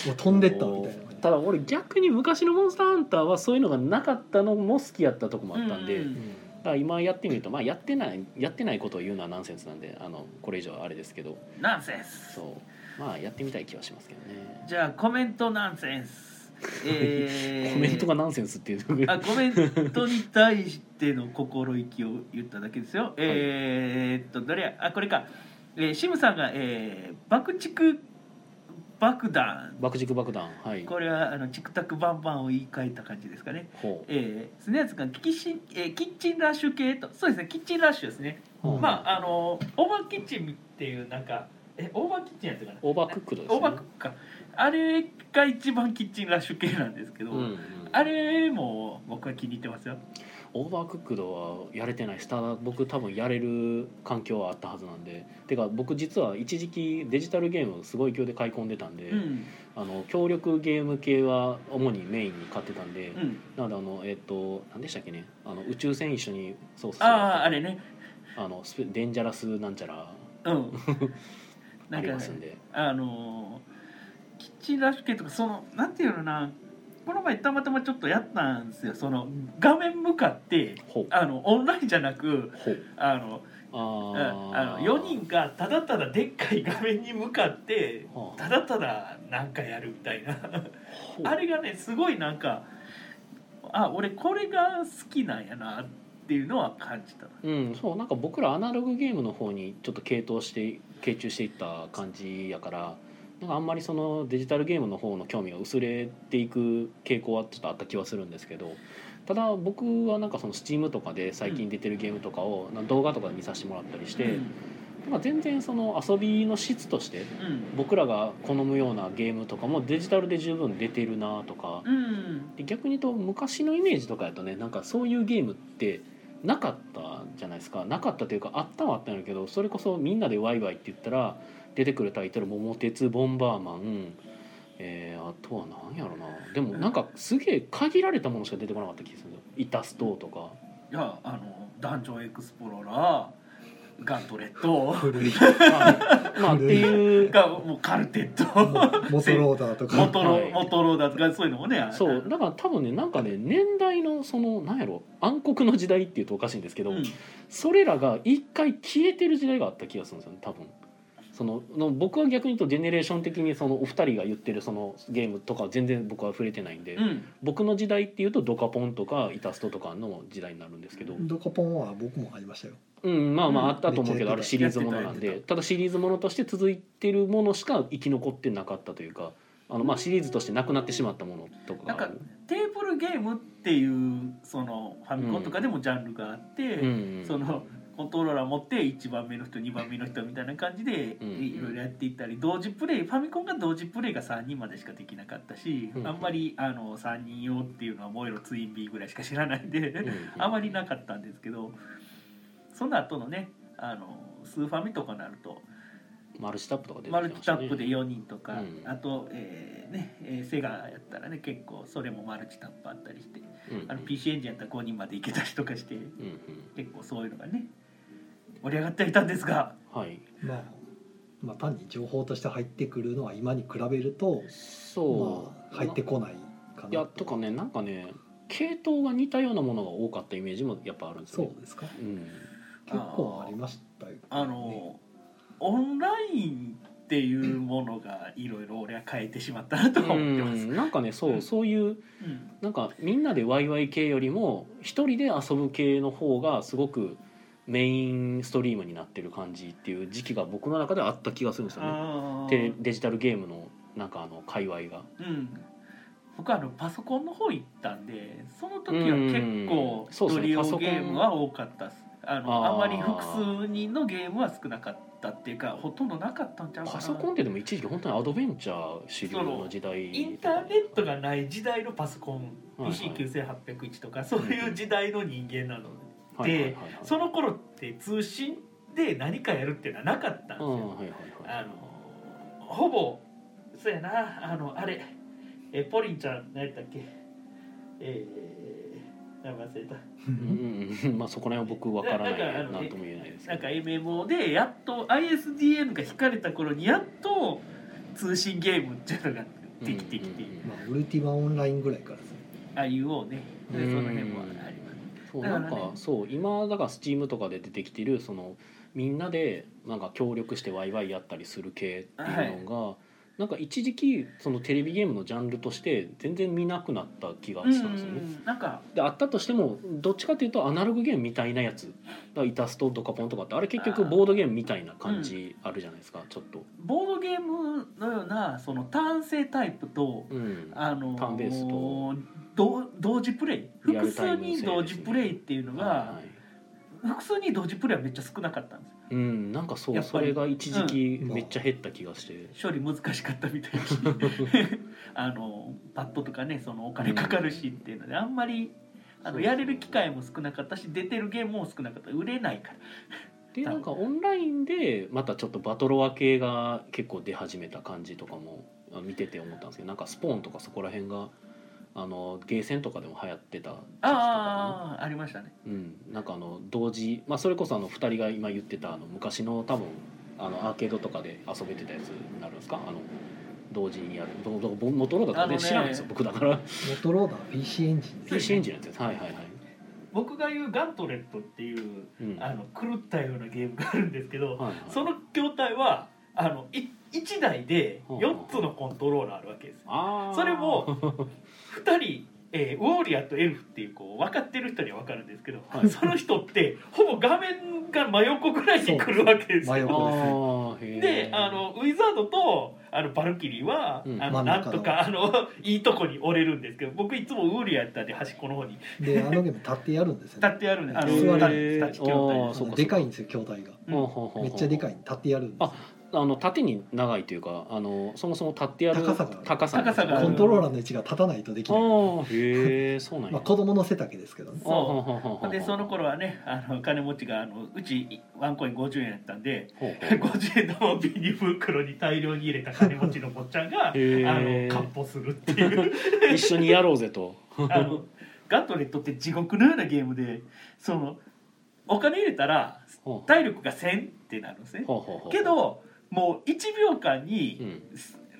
Speaker 3: もう飛んでったみたいな感じ
Speaker 2: ただ俺逆に昔の「モンスターハンター」はそういうのがなかったのも好きやったとこもあったんで、
Speaker 1: うん
Speaker 3: うん
Speaker 2: だから今やってみると、まあ、やってないやってないことを言うのはナンセンスなんであのこれ以上はあれですけど
Speaker 1: ナンセンス
Speaker 2: そうまあやってみたい気はしますけどね、
Speaker 1: じゃあコメントナンセンス、えー
Speaker 2: コメントがナンセンスっていうの が
Speaker 1: あコメントに対しての心意気を言っただけですよ、えーっとどれやあこれか、えーシムさんが、えー爆竹爆弾
Speaker 2: 爆竹爆弾はい
Speaker 1: これはあのチクタクバンバンを言い換えた感じですかね
Speaker 2: ほう
Speaker 1: えー、スネアツがキッシン、えーキッチンラッシュ系とそうですねキッチンラッシュですね、
Speaker 3: うん
Speaker 1: まああのオーバーキッチンっていうなんかえオーバーキッチンやつかな
Speaker 2: オーバークックドですね
Speaker 1: オーバークックかあれが一番キッチンラッシュ系なんですけど、
Speaker 2: うんうん
Speaker 1: あれも僕は気に入ってますよ
Speaker 2: オーバークックドはやれてないスター僕多分やれる環境はあったはずなんでてか僕実は一時期デジタルゲームすごい勢いで買い込んでたんで、
Speaker 1: うん
Speaker 2: あの協力ゲーム系は主にメインに買ってたんで、
Speaker 1: うん
Speaker 2: なのであのえっ、と何でしたっけねあの宇宙船一緒に操作す
Speaker 1: あ
Speaker 2: る
Speaker 1: ああれね
Speaker 2: あのスペデンジャラスなんちゃら
Speaker 1: うん な
Speaker 2: あ
Speaker 1: ん
Speaker 2: り
Speaker 1: か
Speaker 2: ますんで
Speaker 1: あのーキッチンラッシュ系とかそのなんていうのなこの前たまたまちょっとやったんですよその画面向かって
Speaker 2: ほう
Speaker 1: あのオンラインじゃなく
Speaker 2: ほう
Speaker 1: あのうんあ
Speaker 2: あ
Speaker 1: の
Speaker 2: あ
Speaker 1: 4人がただただでっかい画面に向かって
Speaker 2: はあ
Speaker 1: ただただなんかやるみた いな
Speaker 2: ほう
Speaker 1: あれがねすごいなんかあ俺これが好きなんやなっていうのは感じた
Speaker 2: うんそうなんか僕らアナログゲームの方にちょっと傾倒して傾注していった感じやからなんかあんまりそのデジタルゲームの方の興味が薄れていく傾向はちょっとあった気はするんですけどただ僕はなんかその Steam とかで最近出てるゲームとかをなんか動画とかで見させてもらったりして、
Speaker 1: うん
Speaker 2: まあ、全然その遊びの質として僕らが好むようなゲームとかもデジタルで十分出てるなとか
Speaker 1: うん、うん
Speaker 2: で逆に言うと昔のイメージとかやとねなんかそういうゲームってなかったじゃないですかなかったというかあったはあったんやけどそれこそみんなでワイワイって言ったら出てくるタイトル「桃鉄ボンバーマン」えーあとは何やろなでもなんかすげえ限られたものしか出てこなかった気がするんですよ「イタスト」とか
Speaker 1: いやあのダンジョンエクスプローラーガントレッ ト
Speaker 3: 古い
Speaker 2: まあ、まあ、っていう
Speaker 1: がもうカルテット
Speaker 3: もうモトローダーと
Speaker 1: モ
Speaker 3: か
Speaker 1: トロ、
Speaker 2: はい
Speaker 1: モトローダとかそういうのもね
Speaker 2: そうだから多分ねなんかね年代のそのなんやろ暗黒の時代っていうとおかしいんですけど、
Speaker 1: うん
Speaker 2: それらが一回消えてる時代があった気がするんですよね多分そのの僕は逆に言うとジェネレーション的にそのお二人が言ってるそのゲームとかは全然僕は触れてないんで、
Speaker 1: うん
Speaker 2: 僕の時代っていうとドカポンとかイタストとかの時代になるんですけど、
Speaker 3: ドコポンは僕もありましたよ
Speaker 2: うん、まあま
Speaker 1: うん
Speaker 2: ああったと思うけど、
Speaker 3: め
Speaker 2: あ
Speaker 3: っちゃやっ
Speaker 2: れシリ
Speaker 3: てた
Speaker 2: ーズものなん
Speaker 3: やって
Speaker 2: でただシリーズものとして続いてるものしか生き残ってなかったというかあのまあシリーズとしてなくなってしまったものとか
Speaker 1: なん
Speaker 2: があ
Speaker 1: か
Speaker 2: る。
Speaker 1: テーブルゲームっていうそのファミコンとかでもジャンルがあって、
Speaker 2: うんうん
Speaker 1: そのコントローラー持って1番目の人2番目の人みたいな感じで
Speaker 2: うん
Speaker 1: いろいろやっていったり同時プレイファミコンが同時プレイが3人までしかできなかったし
Speaker 2: うん
Speaker 1: あんまりあの3人用っていうのはモエロツインビーぐらいしか知らないん
Speaker 2: うんう
Speaker 1: で
Speaker 2: ん
Speaker 1: あまりなかったんですけどその後のねあのスーファミとかになると
Speaker 2: マルチタップとか出
Speaker 1: マルチタップで
Speaker 2: よ
Speaker 1: 4人とか、
Speaker 2: うん
Speaker 1: あと、えーねえーセガやったらね結構それもマルチタップあったりしてあの PC エンジンやったら5人までいけたりとかして
Speaker 2: うんうん
Speaker 1: 結構そういうのがね盛り上がってはいたんですが、
Speaker 2: はい
Speaker 3: まあまあ単に情報として入ってくるのは今に比べると
Speaker 2: そ
Speaker 3: ま
Speaker 2: う、
Speaker 3: あ入ってこないか
Speaker 2: いや
Speaker 3: な
Speaker 2: とかねなんかね系統が似たようなものが多かったイメージもやっぱあるんです
Speaker 3: そ
Speaker 2: よ、ね、
Speaker 3: うですか
Speaker 2: う、ん、
Speaker 3: 結構ありましたよね
Speaker 1: あのオンラインっていうものがいろいろ俺は変えてしまったなとは
Speaker 2: う
Speaker 1: 思ってます。
Speaker 2: ん、なんかねそう、
Speaker 1: うん
Speaker 2: そういう
Speaker 1: うん
Speaker 2: なんかみんなでワイワイ系よりも一人で遊ぶ系の方がすごくメインストリームになってる感じっていう時期が僕の中ではあった気がするんですよね
Speaker 1: あー
Speaker 2: でデジタルゲームのなんかあの界隈が
Speaker 1: うん僕はあのパソコンの方行ったんでその時は結
Speaker 2: う
Speaker 1: 構
Speaker 2: んそう
Speaker 1: ド
Speaker 2: ですね
Speaker 1: リオ
Speaker 2: パソコン
Speaker 1: ゲームは多かったです。あ
Speaker 2: あ
Speaker 1: の
Speaker 2: ー
Speaker 1: あんまり複数人のゲームは少なかったっていうかほとんどなかったんちゃうかな
Speaker 2: パソコンってでも一時期本当にアドベンチャー主流の時代
Speaker 1: インターネットがない時代のパソコン
Speaker 2: はいはい
Speaker 1: PC9801 とかそういう時代の人間なので、
Speaker 2: はいはいはいはい
Speaker 1: その頃って通信で何かやるっていうのはなかったんです
Speaker 2: う
Speaker 1: よ、
Speaker 2: んはいはいはい
Speaker 1: あのほぼそうやなあのあれえポリンちゃん何やったっけえー、名前忘れた
Speaker 2: うんうんうんまあそこら辺は僕わからな
Speaker 1: な
Speaker 2: い
Speaker 1: なんかあの
Speaker 2: なんとも言えないです
Speaker 1: な
Speaker 2: け
Speaker 1: んか
Speaker 2: ど
Speaker 1: MMO でやっと ISDN が引かれた頃にやっと通信ゲームっていうのができてきて、
Speaker 2: うんうんうん
Speaker 3: まあ、ウルティマオンラインぐらいからですね
Speaker 1: あいうをねでその辺も
Speaker 2: うん
Speaker 1: あります
Speaker 2: そう
Speaker 1: だか
Speaker 2: な
Speaker 1: ら
Speaker 2: んか
Speaker 1: ね
Speaker 2: そう今だから Steam とかで出てきてるそのみんなでなんか協力してワイワイやったりする系っていうのが、なんか一時期そのテレビゲームのジャンルとして全然見なくなった気が
Speaker 1: うん
Speaker 2: したんですよね。
Speaker 1: なんか
Speaker 2: であったとしてもどっちかというとアナログゲームみたいなやつだからイタストとかポンとかってあれ結局ボードゲームみたいな感じあるじゃないですか、ちょっと。
Speaker 1: ボードゲームのようなその単性タイプと
Speaker 2: うん
Speaker 1: あの
Speaker 2: ターンベースと
Speaker 1: 同同時プレイ
Speaker 2: リア
Speaker 1: 複
Speaker 2: ルタ
Speaker 1: 数
Speaker 2: イム制で
Speaker 1: に
Speaker 2: すね
Speaker 1: 同時プレイっていうのが、
Speaker 2: はいはい
Speaker 1: 複数に同時プレイはめっちゃ少なかったんで
Speaker 2: うん、なんかそう
Speaker 1: やっ
Speaker 2: そ
Speaker 1: ぱり
Speaker 2: れが一時期
Speaker 3: うん
Speaker 2: めっちゃ減った気がして、
Speaker 1: す処理難しかったみた いだしあのパッドとかねそのお金かかるしっていうのであんまりあ
Speaker 2: そ
Speaker 1: の
Speaker 2: う
Speaker 1: やれる機会も少なかったし出てるゲームも少なかった売れないから
Speaker 2: でなんかオンラインでまたちょっとバトロワ系が結構出始めた感じとかもあ見てて思ったんですけどなんかスポーンとかそこら辺があのゲーセンとかでも流行ってた時期とかな
Speaker 1: ああありましたね
Speaker 2: うん、なんかあの同時、まあ、それこそあの2人が今言ってたあの昔の多分あのアーケードとかで遊べてたやつになるんですかあの同時にやるどどどモトローラとか
Speaker 1: あの
Speaker 2: ね
Speaker 1: ね
Speaker 2: 知らないですよ僕 だから
Speaker 3: モトローダ PC エンジン
Speaker 1: そうですね
Speaker 2: PC エンジンのやつですはいはいはい、
Speaker 1: 僕が言うガントレットっていう
Speaker 2: うん
Speaker 1: あの狂ったようなゲームがあるんですけど、
Speaker 2: はいはい、
Speaker 1: その筐体はあのい1台で
Speaker 2: ほう
Speaker 1: 4つのコントローラーあるわけです
Speaker 2: あー
Speaker 1: それも2人、えーウォーリアーとエルフっていうこう分かってる人には分かるんですけど、
Speaker 2: はい
Speaker 1: その人ってほぼ画面が真横ぐらいに来るわけです
Speaker 3: 真
Speaker 1: よ
Speaker 3: 横
Speaker 2: あーへー
Speaker 1: であのウィザードとあのバルキリーは、
Speaker 2: うん
Speaker 1: あの
Speaker 3: 真ん
Speaker 1: な
Speaker 3: 中
Speaker 1: ん
Speaker 3: の
Speaker 1: とかあの いいとこに折れるんですけど僕いつもウォーリアーやったんで端っこの方に
Speaker 3: であのゲーム立ってやるんですよ
Speaker 1: 立
Speaker 3: ね
Speaker 1: ってやるんですあ
Speaker 3: へー
Speaker 1: の立ち立ち筐体
Speaker 2: あ
Speaker 1: で
Speaker 2: そうかそうか
Speaker 3: でかいんですよ筐体が
Speaker 1: うん
Speaker 2: ほうほうほうほう
Speaker 3: めっちゃでかい立ってやるんですよ
Speaker 2: あの縦に長いというかあのそもそも立ってやる
Speaker 3: 高さがある
Speaker 2: 高さ
Speaker 1: 高さがある
Speaker 3: コントローラーの位置が立たないとでき
Speaker 2: あ
Speaker 3: ない
Speaker 2: ー へえそうなんや、
Speaker 3: まあ子供の背丈ですけどね
Speaker 1: そう
Speaker 2: あーほうほうほうほう
Speaker 1: でその頃はねあの金持ちがあのうちワンコイン50円やったんで
Speaker 2: ほうほう
Speaker 1: 50円のビニ袋に大量に入れた金持ちの坊ちゃんがあ
Speaker 2: へ
Speaker 1: の
Speaker 2: ー
Speaker 1: か歩するっていう
Speaker 2: 一緒にやろうぜと。
Speaker 1: あのガントレットって地獄のようなゲームでそのお金入れたら
Speaker 2: ほう
Speaker 1: 体力が1000ってなるんですね
Speaker 2: ほうほうほう
Speaker 1: け、どもう1秒間
Speaker 2: う
Speaker 1: に、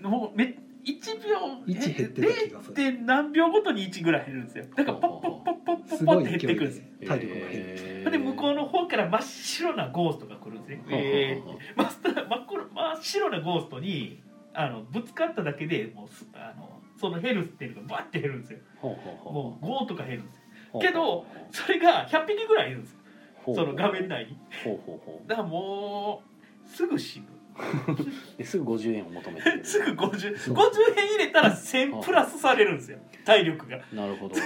Speaker 2: ん、
Speaker 1: もうめ1秒
Speaker 3: 1減ってた気がする
Speaker 1: 0. 何秒ごとに1ぐらい減るんですよだからポッポッポッポッポ
Speaker 3: す
Speaker 1: ッポ
Speaker 3: ご
Speaker 1: ッ
Speaker 3: い
Speaker 1: って減ってくるん
Speaker 3: 勢いで
Speaker 1: ですよ
Speaker 3: 体力が減る
Speaker 2: へー
Speaker 1: で向こうの方から真っ白なゴーストが来るんですね、
Speaker 2: ほうほう
Speaker 1: えー
Speaker 2: ほうほう
Speaker 1: マスター真っ黒真っ白なゴーストにあのぶつかっただけでもうすあのそのヘルスっていうのがバッて減るんですよ
Speaker 2: ほうほうほう
Speaker 1: もう5とか減るんですよ
Speaker 2: ほう
Speaker 1: けどそれが100匹ぐらいいるんですよ
Speaker 2: ほう
Speaker 1: その画面内に
Speaker 2: ほうほうほ
Speaker 1: だからもうすぐ死ぬ
Speaker 2: うですぐ50円を求めてく る
Speaker 1: すぐ5050
Speaker 3: そう
Speaker 1: 円入れたら1000プラスされるんですよ体力が
Speaker 2: なるほど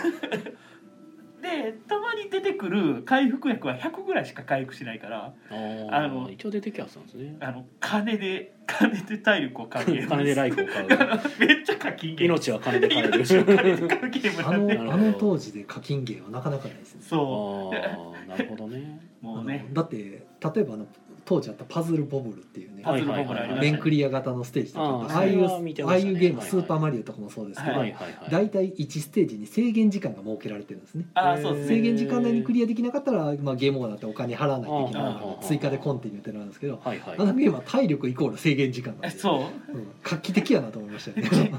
Speaker 1: でたまに出てくる回復薬は100ぐらいしか回復しないから
Speaker 2: あー
Speaker 1: あの
Speaker 2: 一応出てきはったんですね
Speaker 1: あの金で金で体力を稼げるんす
Speaker 2: 金でライフを買う
Speaker 1: めっちゃ課金ゲーム
Speaker 2: 命は金で買え る
Speaker 1: 命を金で買うゲーム
Speaker 3: あ
Speaker 1: なん
Speaker 3: の
Speaker 1: で
Speaker 2: ほど
Speaker 3: あの当時で課金芸はなかなかないですね
Speaker 2: あ
Speaker 1: そ
Speaker 2: ーなるほどね
Speaker 1: うも
Speaker 3: あ
Speaker 1: う
Speaker 3: の
Speaker 1: ね
Speaker 3: だって例えばあの当時あったパズルボブルっていうね
Speaker 1: パズルボブルありま
Speaker 3: 面
Speaker 1: した
Speaker 3: クリア型のステージと
Speaker 2: あ
Speaker 3: か
Speaker 2: ー
Speaker 3: ああい
Speaker 2: そ
Speaker 3: う
Speaker 2: れは見て
Speaker 3: ああ
Speaker 2: ま
Speaker 3: い
Speaker 2: したね
Speaker 3: うゲームは
Speaker 2: はい
Speaker 3: スーパーマリオとかもそうですけ
Speaker 2: はい
Speaker 3: ど
Speaker 2: はいはい
Speaker 3: 大体1ステージに制限時間が設けられてるんですね
Speaker 1: ああそうです
Speaker 3: 制
Speaker 1: ね
Speaker 3: 限時間内にクリアできなかったら、まあ、ゲームオーバーになってお金払わないといけない
Speaker 1: あ
Speaker 3: か
Speaker 2: ー
Speaker 3: ら追加でコンティニューってなるんですけど
Speaker 2: はいはい
Speaker 3: あのゲームは体力イコール制限時間なんで、
Speaker 1: そう
Speaker 3: うん画期的やなと思いましたよね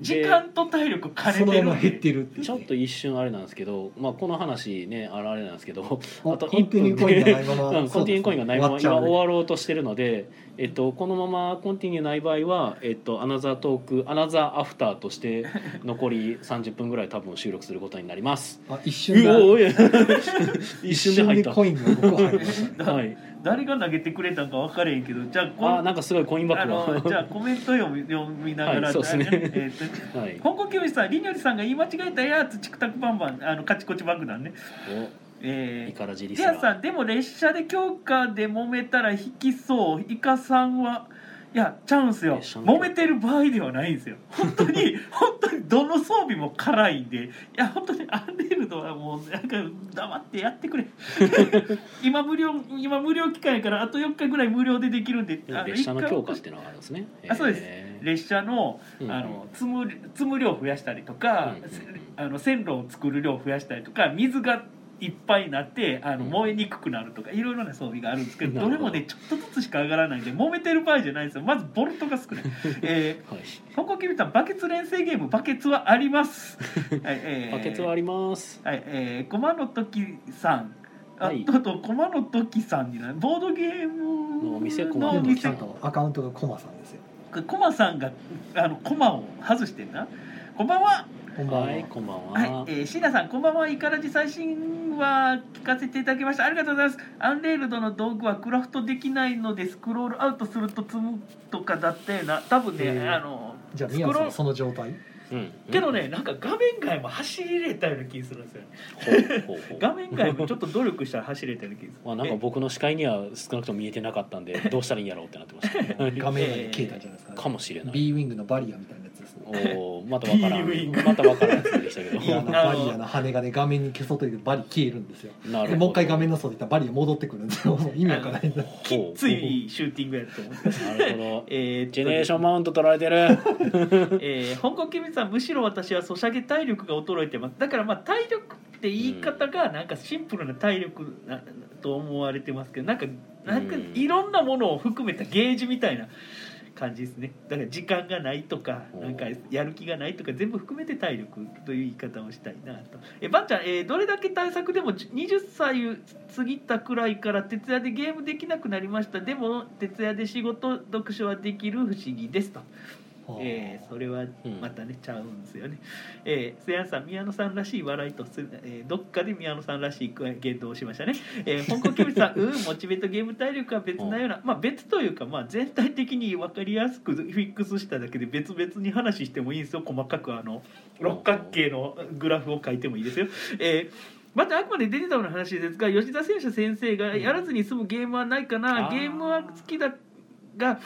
Speaker 1: 時間と体力兼
Speaker 3: そ
Speaker 1: ね
Speaker 3: の
Speaker 1: て
Speaker 3: ま
Speaker 1: る
Speaker 3: ま
Speaker 1: ん
Speaker 3: 減っ
Speaker 1: で
Speaker 3: てるっていうね
Speaker 2: ちょっと一瞬あれなんですけど、まあ、この話ねああれなんですけど
Speaker 3: あ
Speaker 2: あと
Speaker 3: コンティニューコインがないまま、
Speaker 2: うん、コンティニューコインがないまま
Speaker 3: 終
Speaker 2: 今
Speaker 3: わっちゃう
Speaker 2: 終わろうとしてるので、えっと、このままコンティニューない場合は、えっと、アナザートークアナザーアフターとして残り30分ぐらい多分収録することになります。
Speaker 3: あ一
Speaker 2: う
Speaker 3: 瞬だ
Speaker 2: おー いや一瞬で入っ
Speaker 3: コ
Speaker 2: た。
Speaker 3: インが僕は入りましたね
Speaker 2: はい、
Speaker 1: 誰が投げてくれたんか分かれへんけどじゃあこ
Speaker 2: あ
Speaker 1: ん
Speaker 2: なんかすごい コインバ
Speaker 1: あ
Speaker 2: ッグ
Speaker 1: のじゃあ
Speaker 2: が。
Speaker 1: コメント読み読みながら、
Speaker 2: はいそうですね
Speaker 1: えーと
Speaker 2: はい、
Speaker 1: 本郷清さんりにょりさんが言い間違えたやつチクタクバンバンあのカチコチ爆弾ね
Speaker 2: お
Speaker 1: え
Speaker 2: イ
Speaker 1: ー
Speaker 2: カラジリス
Speaker 1: リアさ
Speaker 2: ラー
Speaker 1: んでも列車で強化で揉めたら引きそうイカさんはいやちゃうんすよ
Speaker 2: 列車の強
Speaker 1: 揉
Speaker 2: 化
Speaker 1: めてる場合ではないんですよ本当に 本当にどの装備も辛いんでいや本当にアンレールドはもうなんか黙ってやってく れ今無料今無料期間やからあと4日ぐらい無料でできるんであの
Speaker 2: 列車の
Speaker 1: 一回
Speaker 2: 強化っていうのがあるんですね
Speaker 1: あそうです
Speaker 2: へー
Speaker 1: 列車の
Speaker 2: うんうん
Speaker 1: あの積む積む量を増やしたりとか、
Speaker 2: うんうんうん
Speaker 1: せあの線路を作る量を増やしたりとか水がいっぱいになってあの
Speaker 2: うん
Speaker 1: 燃えにくくなるとかいろいろな装備があるんですけど
Speaker 2: な
Speaker 1: ど
Speaker 2: る
Speaker 1: れ
Speaker 2: ほど
Speaker 1: もねちょっとずつしか上がらないんで揉めてる場合じゃないんですよまずボルトが少 ない。え
Speaker 2: はい
Speaker 1: ー、香港キビさんバケツ連成ゲームバケツはあり ます。はいえー
Speaker 2: バケツはあります
Speaker 1: はい、えー、駒の時さん。あ、
Speaker 2: はい
Speaker 1: とと駒の時さんになるボードゲーム
Speaker 2: のお店駒
Speaker 1: の
Speaker 2: の
Speaker 1: お
Speaker 2: 時
Speaker 3: ち
Speaker 1: 店
Speaker 2: さ
Speaker 3: ゃ
Speaker 2: ん
Speaker 3: んとアカウントがコマさんですよ
Speaker 1: コマさんがあのコマを外してんな。こんばんは。
Speaker 3: こんばんは、
Speaker 2: はいこんばんは、
Speaker 1: はい、えー、シーナさんこんばんは。イカラジ最新は聞かせていただきました。ありがとうございます。アンレールドの道具はクラフトできないのでスクロールアウトすると積むとかだったよな。多分
Speaker 3: へ
Speaker 1: ね、
Speaker 3: ー
Speaker 1: あの
Speaker 3: じゃあ宮
Speaker 1: スクロー
Speaker 3: 野さ
Speaker 1: ル
Speaker 3: んその状態
Speaker 2: うん
Speaker 1: けどね、なんか画面外も走れたような気がするんですよ。
Speaker 2: ほうほうほう
Speaker 1: 画面外もちょっと努力したら走れたような気がする。
Speaker 2: まあ、なんか僕の視界には少なくとも見えてなかったんでどうしたらいいんやろうってなってました、ね、
Speaker 3: 画面内に消えたんじゃないですか,、
Speaker 2: かもしれない
Speaker 3: B ウィングのバリアみたいなやつですね
Speaker 2: おーまたわから
Speaker 1: ビールウィング
Speaker 2: んまたわからんやつでしたけど
Speaker 1: いや
Speaker 3: 嫌なバリアの羽がね画面に消そうというバリ消えるんですよ
Speaker 2: なるほ
Speaker 3: で
Speaker 2: ど
Speaker 3: もう一回画面の外に行ったらバリア戻ってくるんですよもう意味わかんないんだ
Speaker 1: きっついシューティングやと思 うんです。
Speaker 2: ほうなるほど
Speaker 1: えーっと
Speaker 2: ジェネレーションマウント取られてる
Speaker 1: えー、香港ケミさんむしろ私はソシャゲ体力が衰えてますだからまあ体力って言い方がなんかシンプルな体力ななと思われてますけどなんかなんか
Speaker 2: うん
Speaker 1: いろんなものを含めたゲージみたいな感じですねだから時間がないとか
Speaker 2: おー
Speaker 1: なんかやる気がないとか全部含めて体力という言い方をしたいなとえばんちゃん、えーどれだけ対策でもじ20歳を過ぎたくらいから徹夜でゲームできなくなりましたでも徹夜で仕事読書はできる不思議ですと。えーそれはまたね、ちゃうんですよね。えー、せやんさん、宮野さんらしい笑いとする、えーどっかで宮野さんらしい言動をしましたね。えー、香港キムチさん、うん、モチベとゲーム体力は別なような、まあ別というか、まあ全体的に分かりやすくフィックスしただけで別々に話してもいいんですよ。細かくあの、六角形のグラフを書いてもいいですよ。えーまたあくまでデジタルの話ですが吉田選手先生がやらずに済むゲームはないかな、
Speaker 2: あー
Speaker 1: ゲームは好きだが、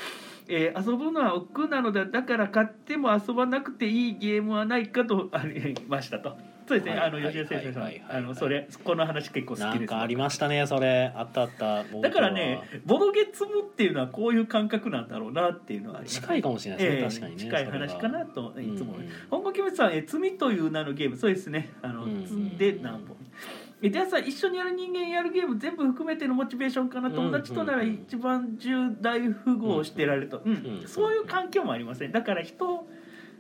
Speaker 1: えー遊ぶのは億劫なのだだから買っても遊ばなくていいゲームはないかとありましたとそうですね、
Speaker 2: はい
Speaker 1: あの吉田選手
Speaker 2: は
Speaker 1: さん
Speaker 2: いはいはいはい
Speaker 1: あのそれこの話結構好
Speaker 2: な
Speaker 1: きで
Speaker 2: ん
Speaker 1: す
Speaker 2: かありましたねそれあったあった僕は
Speaker 1: だからねボドゲ積むっていうのはこういう感覚なんだろうなっていうのはあります
Speaker 2: 近いかもしれないですね、
Speaker 1: えー
Speaker 2: 確かにね
Speaker 1: 近い話かなと
Speaker 2: それ
Speaker 1: い
Speaker 2: は
Speaker 1: つも
Speaker 2: うんうん
Speaker 1: 本郷キムチさん、えー、罪という名のゲーム、そうですね。あの、
Speaker 2: うん
Speaker 1: 積んで何本。え、で、さん、一緒にやる人間やるゲーム、全部含めてのモチベーションかな、
Speaker 2: うん
Speaker 1: 友達となら一番重大富豪をしてられると。うん、
Speaker 2: うん
Speaker 1: そういう環境もありません。だから、人。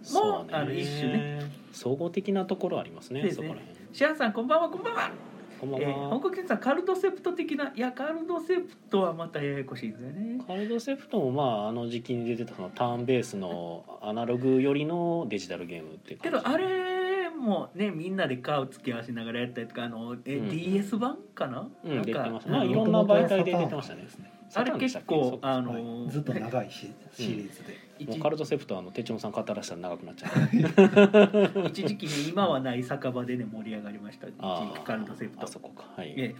Speaker 2: そうね
Speaker 1: あの一種
Speaker 2: 総合的なところありますね
Speaker 1: そうです
Speaker 2: そ
Speaker 1: ね
Speaker 2: こら
Speaker 1: シアンさん、こんばんは、こんばんは。
Speaker 2: 辺こん
Speaker 1: え
Speaker 2: ばん
Speaker 1: ー、
Speaker 2: は、
Speaker 1: 本郷キムチさん、カルドセプト的な、いや、カルドセプトはまたややこしいですよね。
Speaker 2: カルドセプトもまああの時期に出てたそのターンベースのアナログ寄りのデジタルゲームっていう
Speaker 1: け
Speaker 2: 感じ
Speaker 1: ど、あれもね、みんなで顔付き合わせながらやったりとか、あの、え、
Speaker 2: うん
Speaker 1: DS 版かな。
Speaker 2: うん
Speaker 1: なん
Speaker 2: 出てま
Speaker 1: か
Speaker 2: し、たまあ
Speaker 1: う
Speaker 2: い
Speaker 1: ん
Speaker 2: ろんな媒体で出てましたね
Speaker 3: ですね
Speaker 1: あれ結構、あ
Speaker 3: は
Speaker 1: の
Speaker 3: い、ずっと長いしシリーズ で、
Speaker 1: 一
Speaker 2: もうカルドセプトはあの手帳さん語らしたら長くな っちゃう
Speaker 1: 一時期ね今はない酒場でね盛り上がりました一時期
Speaker 2: ー
Speaker 1: カルドセプト
Speaker 2: あそこかはい、
Speaker 1: え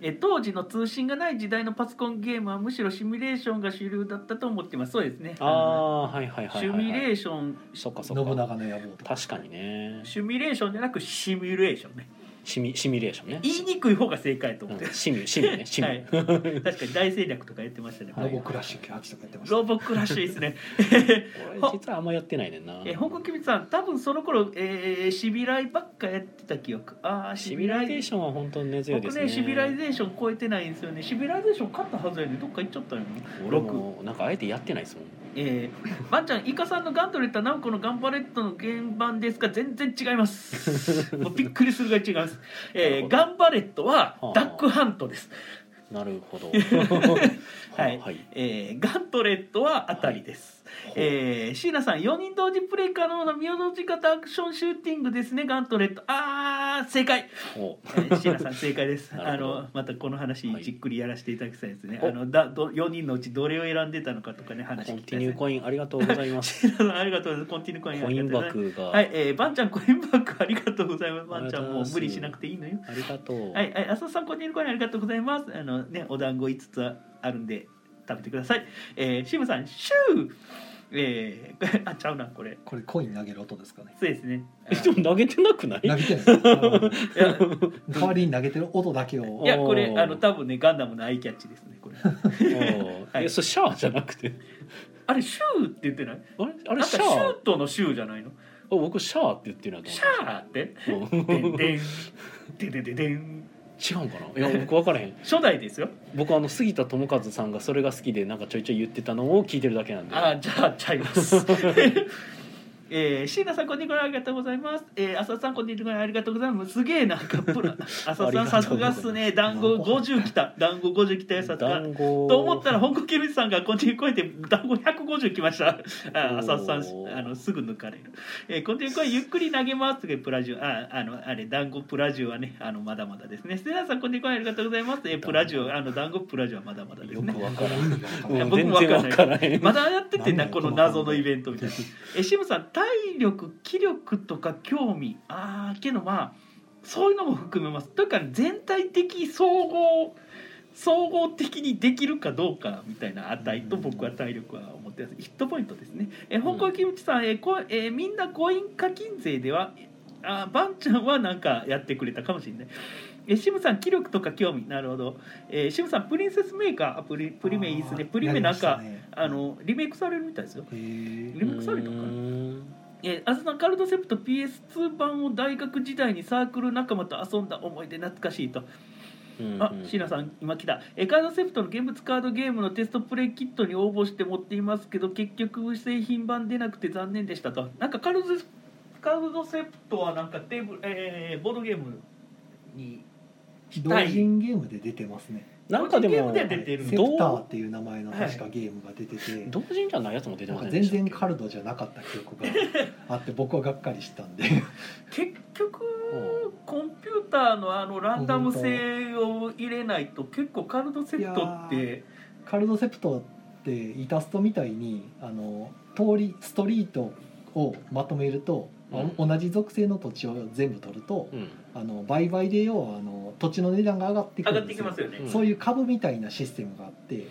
Speaker 1: え当時の通信がない時代のパソコンゲームはむしろシミュレーションが主流だったと思ってますそうですねの
Speaker 2: ああーはいはいはい
Speaker 1: シ
Speaker 2: はい、
Speaker 1: ミュレ
Speaker 2: ー
Speaker 1: ーション
Speaker 2: そっかそ
Speaker 3: 信
Speaker 2: っか
Speaker 3: 長の野望とか
Speaker 2: 確かにね
Speaker 1: シミュレーションじゃなくシミュレーションね
Speaker 2: シミシミュレーションね
Speaker 1: 言いにくい方が正解と思って
Speaker 2: うん、シミュシミュねシミュ、
Speaker 1: はい、確かに大戦略とかやってましたね、
Speaker 2: はい
Speaker 3: ロボクラッシュ98とかやってました
Speaker 1: ロボクラッシュいいで すね
Speaker 2: 俺実はあんまやってないねんな
Speaker 1: え香港キムチさん多分その頃、えー、シビライばっかやってた記憶ああ
Speaker 2: シビライゼーションは本当に根強いで
Speaker 1: 僕
Speaker 2: すね
Speaker 1: ねシビライゼーション超えてないんですよねシビライゼーション勝ったはずやねどっか行っちゃったのよ
Speaker 2: 俺もなんかあえてやってないですもん
Speaker 1: えー、まんちゃんイカさんのガントレットはナオコのガンバレットの原版ですか全然違います もうびっくりするぐらい違います、えー、
Speaker 2: なるほど
Speaker 1: ガンバレットは
Speaker 2: はあ
Speaker 1: ダックハントです、
Speaker 2: なるほど
Speaker 1: はい
Speaker 2: はい
Speaker 1: えー、ガントレットは当たりです、えー、シーラさん4人同時プレイ可能な妙の字型アクションシューティングですねガントレットあー正解、
Speaker 2: ほ
Speaker 1: えー、シーラさん正解です
Speaker 2: な
Speaker 1: あ
Speaker 2: るほど
Speaker 1: のまたこの話じっくりやらせていただきたいですね、
Speaker 2: はい
Speaker 1: あのだど4人のうちどれを選んでたのかとかね
Speaker 2: う
Speaker 1: 話
Speaker 2: コ
Speaker 1: 聞
Speaker 2: ン
Speaker 1: きた
Speaker 2: テ
Speaker 1: い
Speaker 2: ィ
Speaker 1: です
Speaker 2: ニュー
Speaker 1: ね
Speaker 2: コインありがとうございます
Speaker 1: シーラさん ありがとうございますコンティニューコインあ
Speaker 2: コ
Speaker 1: り
Speaker 2: イ
Speaker 1: がとうござい
Speaker 2: ン
Speaker 1: ます
Speaker 2: バッグが、
Speaker 1: はい、えー、バンちゃんコインバッグありがとうございます。バンちゃんもう無理しなくていいのよ。
Speaker 2: ありがとう、
Speaker 1: はい、はい、浅田さん、こんにちは、ありがとうございます。あのね、お団子5つあるんで、食べてください。えー、シムさん、シュー。えー、 あ、ちゃうな、これ。
Speaker 3: これコイン投げる音ですかね
Speaker 1: そうですね。
Speaker 2: でも投げてなく ない
Speaker 3: 投げてるうん
Speaker 1: いや、
Speaker 3: 代わりに投げてる音だけを
Speaker 1: いやこれ
Speaker 2: お、ー
Speaker 1: あの、多分ね、ガンダムのアイキャッチですね、これ。
Speaker 2: おー
Speaker 1: はい
Speaker 2: えそれシャワーじゃなくて
Speaker 1: あれ、シューって言ってない。
Speaker 2: あれあ
Speaker 1: なん
Speaker 2: れ
Speaker 1: か
Speaker 2: シ
Speaker 1: シ
Speaker 2: ャ
Speaker 1: ュ
Speaker 2: ワーあ
Speaker 1: ートのシューじゃないの。
Speaker 2: 僕シャワーって言ってるなと
Speaker 1: シャーって。
Speaker 2: 思って
Speaker 1: でんでん。ででででん。
Speaker 2: 違うんかないや僕分からへん
Speaker 1: 初代ですよ。
Speaker 2: 僕あの杉田智和さんがそれが好きでなんかちょいちょい言ってたのを聞いてるだけなんで
Speaker 1: あーじゃあちゃい ます。えー、椎名さんこんにちはありがとうございます。えー、浅田さんこんにちはありがとうございます。すげえなんか プロ浅田さんさすがっすね。団子50きた団子50きたよさすが。
Speaker 2: 団子
Speaker 1: と思ったら本郷ケミスさんがこっちに超えて団子150きました。あ浅田さん
Speaker 2: おー
Speaker 1: あのすぐ抜かれる。えー、こっちに来いゆっくり投げますとかプラジュああのあれ団子プラジュはねあのまだまだですね。椎名さんこんにちはありがとうございます。えー、プラジュあの団子プラジュはまだまだです
Speaker 2: よく
Speaker 1: ね。
Speaker 2: 分からん
Speaker 1: いや
Speaker 2: うん
Speaker 1: 僕
Speaker 2: 全
Speaker 1: もわかん
Speaker 2: 然
Speaker 1: ない
Speaker 2: 分からへん
Speaker 1: まだやっててな
Speaker 3: 何
Speaker 1: この謎のイベントみたいな。えシムさん体力気力とか興味ああけどまあそういうのも含めますというか全体的総合総合的にできるかどうかみたいな値と僕は体力は思ってますヒットポイントですねえ香港キムチさん、えこえみんなコイン課金税ではあバンちゃんはなんかやってくれたかもしれないえシムさん気力とか興味なるほど、えシムさんプリンセスメーカーあプリプリメいいですねプリメなんか、あのリメイクされるみたいですよ
Speaker 3: へー
Speaker 1: リメイクされたのかな
Speaker 2: うん
Speaker 1: えー、アズナカルドセプト PS2 版を大学時代にサークル仲間と遊んだ思い出懐かしいと、
Speaker 2: うん
Speaker 1: あシーナさん今来た、えーカルドセプトの現物カードゲームのテストプレイキットに応募して持っていますけど結局製品版出なくて残念でしたとなんかカルドセカルドセプトはなんかテーブル、えーボードゲームに
Speaker 3: 同人ゲームで出てますね。
Speaker 2: なんかで
Speaker 1: ゲーム
Speaker 2: も
Speaker 1: では出てる
Speaker 3: セプターっていう名前の確かゲームが出てて、
Speaker 2: 同人じゃないやつも出て
Speaker 3: なん
Speaker 2: ま
Speaker 3: か
Speaker 2: せんでし
Speaker 3: 全
Speaker 2: たっけ
Speaker 3: 然カルドじゃなかった記憶 があって僕はがっかりしたんで
Speaker 1: 結局コンピューターのあのランダム性を入れないと結構カルドセプトっ
Speaker 3: いや
Speaker 1: て
Speaker 3: カルドセプトってイタストみたいにあの通りストリートをまとめると、
Speaker 2: うん
Speaker 3: 同じ属性の土地を全部取ると、
Speaker 2: うん
Speaker 3: あの売買で要はあの土地の値段が上がってく
Speaker 1: 上が
Speaker 3: る
Speaker 1: っ
Speaker 3: ん
Speaker 1: てき
Speaker 3: ですよ
Speaker 1: ますよね、
Speaker 2: うん
Speaker 3: そういう株みたいなシステムがあって、
Speaker 2: う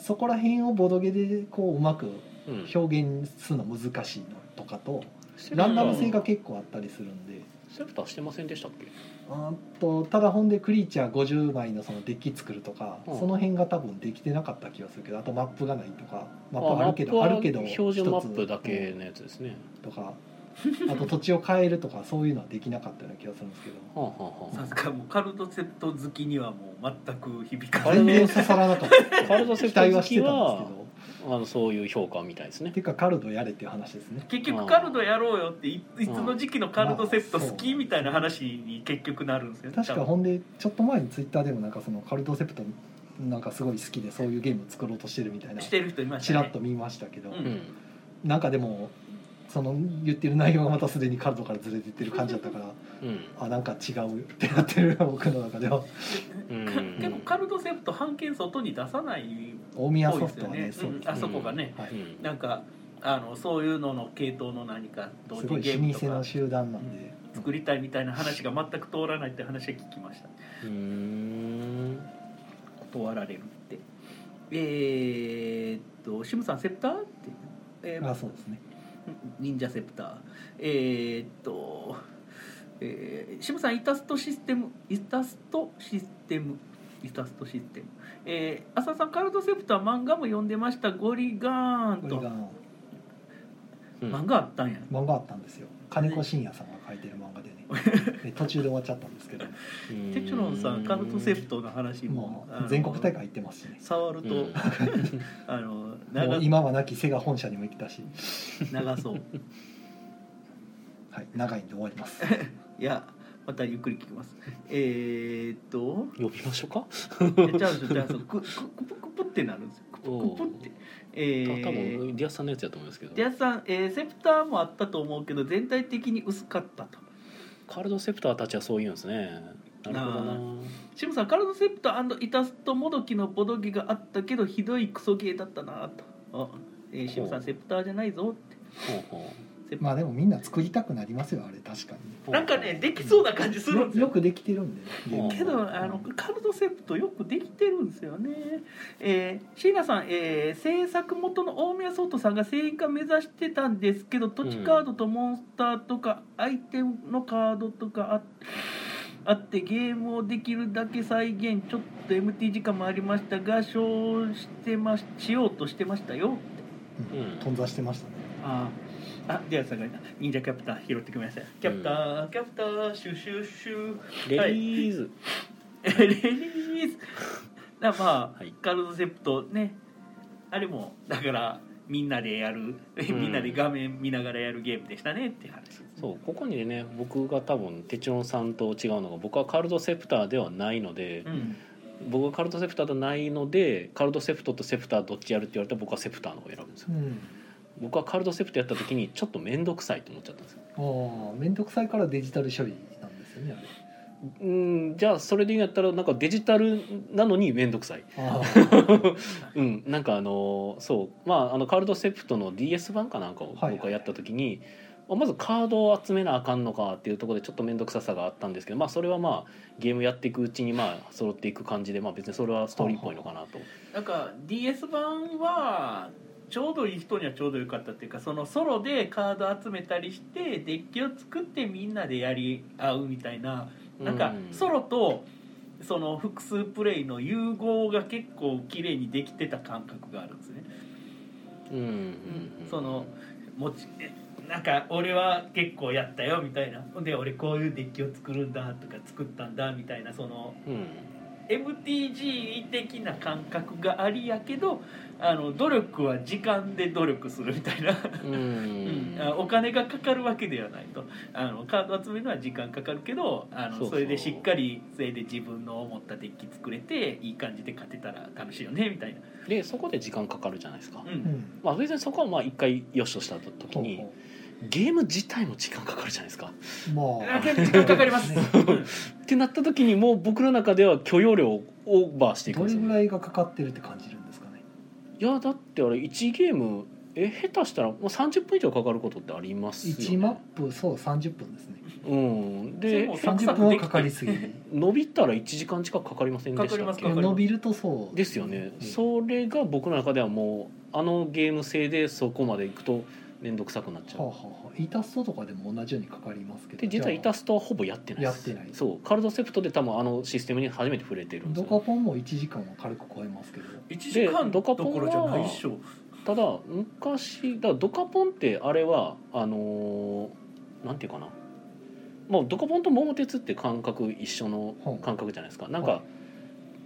Speaker 3: そこら辺をボドゲでこううまく
Speaker 2: んうん
Speaker 3: 表現するの難しいのとかとランダム性が結構あったりするんで。
Speaker 2: セプターしてませんでしたっけ
Speaker 3: あーっとただほんでクリーチャー50枚のそのデッキ作るとか、
Speaker 2: うん
Speaker 3: その辺が多分できてなかった気がするけどあとマップがないとかマ
Speaker 2: あ
Speaker 3: ップあるけ
Speaker 2: マップ
Speaker 3: ど
Speaker 2: は
Speaker 3: あるけど
Speaker 2: 標準マップ
Speaker 3: 一つ
Speaker 2: だけのやつですね
Speaker 3: うんとかあと土地を変えるとかそういうのはできなかったような気がするんですけど
Speaker 2: はあはあ
Speaker 1: さ
Speaker 2: は
Speaker 1: すがもうカルトセプト好きにはもう全く響かない
Speaker 3: 全然刺さらなかった
Speaker 2: あカルドセプ
Speaker 3: 期
Speaker 2: タ
Speaker 3: 待
Speaker 2: ー好
Speaker 3: はし
Speaker 2: き
Speaker 3: てたんです
Speaker 2: は
Speaker 3: けど
Speaker 2: あのそういう評価みたいですね
Speaker 3: ていうかカルドやれっていう話ですね
Speaker 1: 結局カルドやろうよっていいつの時期のカルトセプト好き
Speaker 3: うん
Speaker 1: みたいな話に結局なるんですよね
Speaker 3: 確か
Speaker 1: 多分
Speaker 3: ほんでちょっと前にツイッターでもなんかそのカルドセプトなんかすごい好きでそういうゲームを作ろうとしてるみたいな
Speaker 1: してる人いまし
Speaker 3: ち
Speaker 1: た
Speaker 3: ら
Speaker 1: ね
Speaker 3: っと見ましたけど、
Speaker 1: う
Speaker 2: うん
Speaker 3: なんかでもその言ってる内容がまたすでにカルドからずれてってる感じだった から
Speaker 2: うん
Speaker 3: あなんか違うってなってるな僕の中では
Speaker 2: うん
Speaker 1: か結構カルトセプト半券外に出さない
Speaker 3: 大宮
Speaker 1: 多い
Speaker 3: ソ
Speaker 1: で
Speaker 3: フ
Speaker 1: す
Speaker 3: ト
Speaker 1: よ
Speaker 3: は
Speaker 1: ね
Speaker 3: ねそう
Speaker 1: う
Speaker 3: で
Speaker 1: ん
Speaker 3: す
Speaker 1: あ
Speaker 3: ね、
Speaker 1: そこがね
Speaker 3: はい、
Speaker 2: うん
Speaker 1: なんかあのそういうのの系統の何か同
Speaker 3: すご
Speaker 1: 時ゲー
Speaker 3: い
Speaker 1: ム
Speaker 3: 老
Speaker 1: と
Speaker 3: 舗の
Speaker 1: か
Speaker 3: 集団なんで、
Speaker 1: 作りたいみたいな話が全く通らないって話は聞きました
Speaker 2: うーん
Speaker 1: 断られるってえー、っとシムさんセプターって、えー
Speaker 3: あそうですね
Speaker 1: 忍者セプターえー、っと、えー、渋さんイタストシステムイタストシステムイタストシステムえー、浅田さんカルドセプター漫画も読んでましたゴリガーン
Speaker 3: ことれが
Speaker 2: うん
Speaker 1: 漫画あったんや
Speaker 3: 漫画あったんですよ金子真也さんが書いてる漫画でね で途中で終わっちゃったんですけど
Speaker 1: テチュロンさんカルドセプトの話も
Speaker 3: も
Speaker 1: あの
Speaker 3: う全国大会行ってますしね
Speaker 1: 触ると、
Speaker 2: うん
Speaker 1: あの
Speaker 3: も
Speaker 1: 長
Speaker 3: う今はなきセガ本社にも行ったし、
Speaker 1: 長そう
Speaker 3: はい、長いんで終わり ます
Speaker 1: いやまたゆっくり聞きますえー、っと
Speaker 2: 呼びましょうか
Speaker 1: えちゃうでしょちゃうでしょくくくぷくぷってなるんですよくポンポンって、え
Speaker 2: た
Speaker 1: ー
Speaker 2: 多分ディアスさんのやつやと思うんですけど
Speaker 1: デアスさん、えーセプターもあったと思うけど全体的に薄かったと
Speaker 2: カルドセプターたちはそう言うんですねなるほど
Speaker 1: あ
Speaker 2: な
Speaker 1: シムさんカルドセプターイタストもどきのボドギがあったけどひどいクソゲーだったなとあ、えーシムさんセプターじゃないぞって
Speaker 2: ほうほ
Speaker 1: セプ
Speaker 3: まあでもみんな作りたくなりますよあれ確かに
Speaker 2: う
Speaker 1: なんかねできそうな感じするん
Speaker 3: よ
Speaker 1: ですよ
Speaker 3: よくできてるんでゲーム
Speaker 2: うん
Speaker 1: けどあのカルドセプトよくできてるんですよね。えー、椎名さん、えー制作元の大宮聡人さんが正義化目指してたんですけど土地カードとモンスターとかアイテムのカードとかああってゲームをできるだけ再現ちょっと MT 時間もありましたが賞してまししようとしてましたよ。
Speaker 2: う
Speaker 3: うん
Speaker 2: ん
Speaker 3: 頓挫してましたね
Speaker 1: あーあ、ディアスさんがいた忍者キャプター拾ってください。キャプター、キャプター、シュシュシュ。
Speaker 2: レリーズ
Speaker 1: レリースだからまあ、
Speaker 2: はい
Speaker 1: カルドセプトねあれもだからみんなでやる、
Speaker 2: ん
Speaker 1: みんなで画面見ながらやるゲームでしたねっていう話ですね
Speaker 2: そうここにね僕が多分テチロンさんと違うのが僕はカルドセプターではないので、
Speaker 1: うん、
Speaker 2: 僕はカルトセプターとないのでカルトセプトとセプターどっちやるって言われたら僕はセプターの方を選ぶんですよ
Speaker 3: うん
Speaker 2: 僕はカルトセプトやった時にちょっと面倒くさいと思っちゃったんですよ
Speaker 3: ああ面倒くさいからデジタル処理なんですよねあれ
Speaker 2: うんじゃあそれでいいんやったらなんかデジタルなのに面倒くさい
Speaker 3: あ
Speaker 2: うんなんかあのそうまああのカルトセプトの DS 版かなんかを
Speaker 3: はい
Speaker 2: 僕はやった時に、まずカードを集めなあかんのかっていうところでちょっと面倒くささがあったんですけどまあそれはまあゲームやっていくうちにまあ揃っていく感じでまあ別にそれはストーリーっぽいのかなと
Speaker 1: なんか DS 版はちょうどいい人にはちょうどよかったっていうかそのソロでカード集めたりしてデッキを作ってみんなでやり合うみたいななんか
Speaker 2: うん
Speaker 1: ソロとその複数プレイの融合が結構綺麗にできてた感覚があるんですね
Speaker 2: うんうんうん
Speaker 1: その持ちえなんか俺は結構やったよみたいなほんで俺こういうデッキを作るんだとか作ったんだみたいなその
Speaker 2: うん
Speaker 1: MTG 的な感覚がありやけどあの努力は時間で努力するみたいな、
Speaker 2: うん
Speaker 1: うん あお金がかかるわけではないとあのカード集めるのは時間かかるけどあの
Speaker 2: そうそう
Speaker 1: それでしっかりそれで自分の思ったデッキ作れていい感じで勝てたら楽しいよねみたいな。
Speaker 2: でそこで時間かかるじゃないですか、
Speaker 1: う
Speaker 3: あ
Speaker 1: ん
Speaker 3: うん
Speaker 2: まあ別にそこはまあ一回よしとした時
Speaker 3: ほう
Speaker 2: にゲーム自体も時間かかるじゃないですか
Speaker 3: ほうま
Speaker 1: あ
Speaker 3: あ
Speaker 1: 結構時間かかり ます。
Speaker 3: ね
Speaker 1: うん
Speaker 2: ってなった時にもう僕の中では許容量をオーバーしていくん
Speaker 3: ど
Speaker 2: で
Speaker 3: れ
Speaker 2: すよ
Speaker 3: ぐ
Speaker 2: ね、
Speaker 3: らいがかかってるって感じるんですかね
Speaker 2: いやだってあれ1ゲームえ下手したらもう30分以上かかることってありますよ、ね、
Speaker 3: 1マップそう30分ですね
Speaker 2: うん
Speaker 1: そう
Speaker 2: で
Speaker 1: もう
Speaker 3: 30分はかかりすぎい
Speaker 2: 伸びたら1時間近くかかりませんでした
Speaker 1: かかりま
Speaker 2: っ
Speaker 1: す
Speaker 2: け
Speaker 1: か
Speaker 3: や伸びるとそう
Speaker 2: ですよね、
Speaker 3: うん
Speaker 2: それが僕の中ではもうあのゲーム性でそこまでいくと面倒くさくなっちゃう
Speaker 3: はあ、はあはあ、イタストとかでも同じようにかかりますけど
Speaker 2: で実はイ
Speaker 3: じゃ
Speaker 2: タストはほぼやってないです
Speaker 3: やってない
Speaker 2: そうカルドセプトで多分あのシステムに初めて触れてる
Speaker 3: あ
Speaker 2: んで
Speaker 3: ド
Speaker 2: す
Speaker 3: カ
Speaker 2: よ
Speaker 3: ポンも1時間は軽く超えますけど
Speaker 1: 一時間ど
Speaker 2: ドカポンは
Speaker 1: ころじゃないっしょ。
Speaker 2: ただ昔だからドカポンってあれはあのーなんていうかなもうドカポンと桃鉄って感覚一緒の
Speaker 3: ほう
Speaker 2: 感覚じゃないですかなん
Speaker 3: は
Speaker 2: か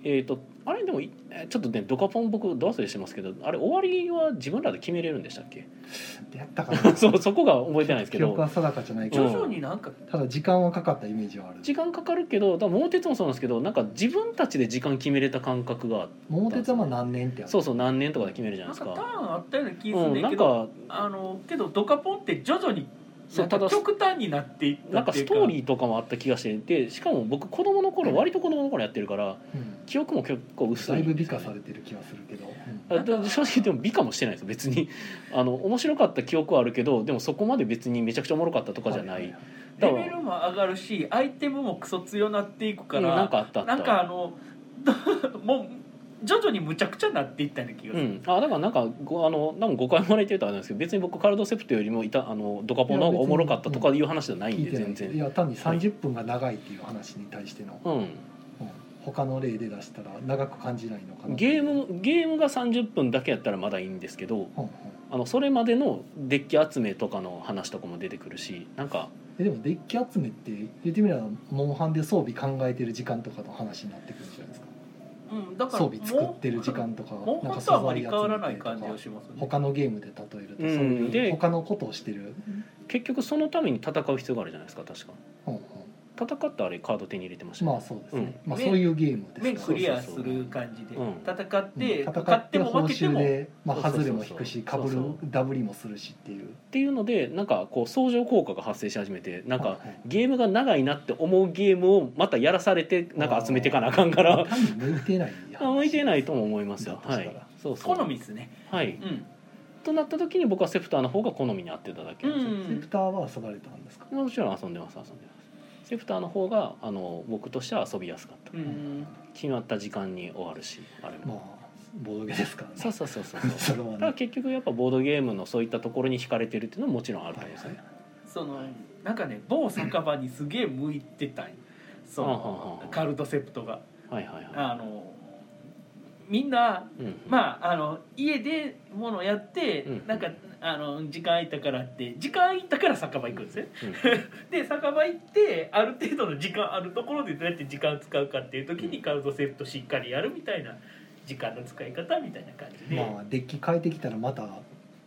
Speaker 2: えっ、とあれでもいえちょっとねドカポン僕どう忘れしてますけどあれ終わりは自分らで決めれるんでしたっけ
Speaker 3: やったかな
Speaker 2: そうそこが覚えてないですけ
Speaker 3: 記憶
Speaker 2: ど
Speaker 3: は定かじゃないけ
Speaker 1: 徐
Speaker 3: ど、
Speaker 1: 々になんか
Speaker 3: ただ時間はかかったイメージはある
Speaker 2: 時間かかるけどだから桃鉄もそうなんですけどなんか自分たちで時間決めれた感覚があって
Speaker 3: 桃鉄はまあ何年ってやつ
Speaker 2: そうそう何年とかで決めるじゃな
Speaker 1: ないん
Speaker 2: で
Speaker 1: か
Speaker 2: す
Speaker 1: ター
Speaker 2: か。
Speaker 1: ンあったような気する
Speaker 2: うんん、
Speaker 1: だ
Speaker 2: な
Speaker 1: け
Speaker 2: ん
Speaker 1: ど、
Speaker 2: か
Speaker 1: あのけどドカポンって徐々に
Speaker 2: そ
Speaker 1: な
Speaker 2: うんた
Speaker 1: か
Speaker 2: だ
Speaker 1: 極端になっていった
Speaker 2: なんか
Speaker 1: ってい
Speaker 2: ス
Speaker 1: うか
Speaker 2: トーリーとかもあった気がしてでしかも僕子供の頃割と子供の頃やってるから
Speaker 3: うん
Speaker 2: 記憶も結構薄い
Speaker 3: だいぶ美化
Speaker 2: です
Speaker 3: さ
Speaker 2: よね
Speaker 3: れてる気はするけど、
Speaker 2: あだから正直でも美化もしてないです別に あの面白かった記憶はあるけどでもそこまで別にめちゃくちゃおもろかったとかじゃない、
Speaker 1: レベルも上がるしアイテムもクソ強なっていくから、
Speaker 2: うん
Speaker 1: な
Speaker 2: なん
Speaker 1: んか
Speaker 2: かあったあった
Speaker 1: あの もう徐々にむちゃくちゃになっていったような気が
Speaker 2: う
Speaker 1: する、
Speaker 2: ん、あだからなんかごあの多分誤解もらえてるとあれなんですけど別に僕カルドセプトよりもいたあのドカポンの方がおもろかったとかいう話じゃないん
Speaker 3: 聞
Speaker 2: で
Speaker 3: いてな
Speaker 2: 全
Speaker 3: いけど
Speaker 2: 然
Speaker 3: いや単に30分が長いっていう話に対しての、
Speaker 2: うん
Speaker 3: うん他の例で出したら長く感じないのかな
Speaker 2: ゲームゲームが30分だけやったらまだいいんですけど
Speaker 3: うんうん
Speaker 2: あのそれまでのデッキ集めとかの話とかも出てくるしなんか
Speaker 3: えでもデッキ集めって言ってみればモンハンで装備考えてる時間とかの話になってくるじゃないですか
Speaker 1: うんだから
Speaker 3: 装備作ってる時間とか
Speaker 1: もう
Speaker 3: な
Speaker 1: 本
Speaker 3: んか
Speaker 1: 当はあまり
Speaker 3: 集
Speaker 1: 変
Speaker 3: め
Speaker 1: わらない
Speaker 3: てと
Speaker 1: 感じ
Speaker 3: か
Speaker 1: がしますね
Speaker 3: 他のゲームで例えるとそう
Speaker 2: うん
Speaker 3: いう
Speaker 2: で
Speaker 3: 他のことをしてる、
Speaker 2: 結局そのために戦う必要があるじゃないですか確か
Speaker 3: うんうん
Speaker 2: 戦ったあれカード手に入れてましたね、
Speaker 3: まあそうですね、まあそういうゲームです
Speaker 1: 面クリアす
Speaker 2: そうそうそ
Speaker 1: る感じで
Speaker 2: うん
Speaker 1: 戦って
Speaker 3: うん
Speaker 1: 勝っても
Speaker 3: 報
Speaker 1: 負けて
Speaker 3: 酬
Speaker 1: も
Speaker 3: で、まあ、
Speaker 2: そうそうそう
Speaker 3: 外れも引くしかぶる
Speaker 2: そうそ
Speaker 3: ダブりもするしってい
Speaker 2: っ
Speaker 3: う
Speaker 2: ていうのでなんかこう相乗効果が発生し始めてなん
Speaker 3: は
Speaker 2: か
Speaker 3: いはい
Speaker 2: ゲームが長いなって思うゲームをまたやらされてなんか集めていかなあかんから
Speaker 3: 単に向いてない
Speaker 2: あ向いてないとも思いますよ
Speaker 3: だと
Speaker 2: は
Speaker 3: したら
Speaker 2: いそうそう
Speaker 1: 好みですね
Speaker 2: はい
Speaker 1: うん
Speaker 2: となった時に僕はセプターの方が好みに合ってただけ
Speaker 1: う
Speaker 2: なんですよ
Speaker 3: セプ
Speaker 1: ん
Speaker 3: ターは遊ばれたんですか
Speaker 2: もちろん遊んでます遊んでますセプターの方があの僕としては遊びやすかった
Speaker 1: うん
Speaker 2: 決まった時間に終わるしあれ
Speaker 3: まあ
Speaker 2: も
Speaker 3: ボードゲームですから
Speaker 2: そうそ
Speaker 3: ね
Speaker 2: うそう そう
Speaker 3: それ
Speaker 2: ただ
Speaker 3: はね
Speaker 2: 結局やっぱボードゲームのそういったところに惹かれてるっていうのはもちろんあると思うんですよね
Speaker 1: そのなんかね某酒場にすげえ向いてたんよそ
Speaker 2: うんうんう
Speaker 1: の
Speaker 2: ん
Speaker 1: カルトセプトが
Speaker 2: はいはいはい
Speaker 1: あのみんな
Speaker 2: うんうん
Speaker 1: まああの家でものやって、
Speaker 2: うん
Speaker 1: なんかあの時間空いたからって時間空いたから酒場行くんですね
Speaker 2: うん
Speaker 1: で酒場行ってある程度の時間あるところでどうやって時間使うかっていう時にカルトセプトしっかりやるみたいな時間の使い方みたいな感じで、
Speaker 3: まあデッキ変えてきたらまた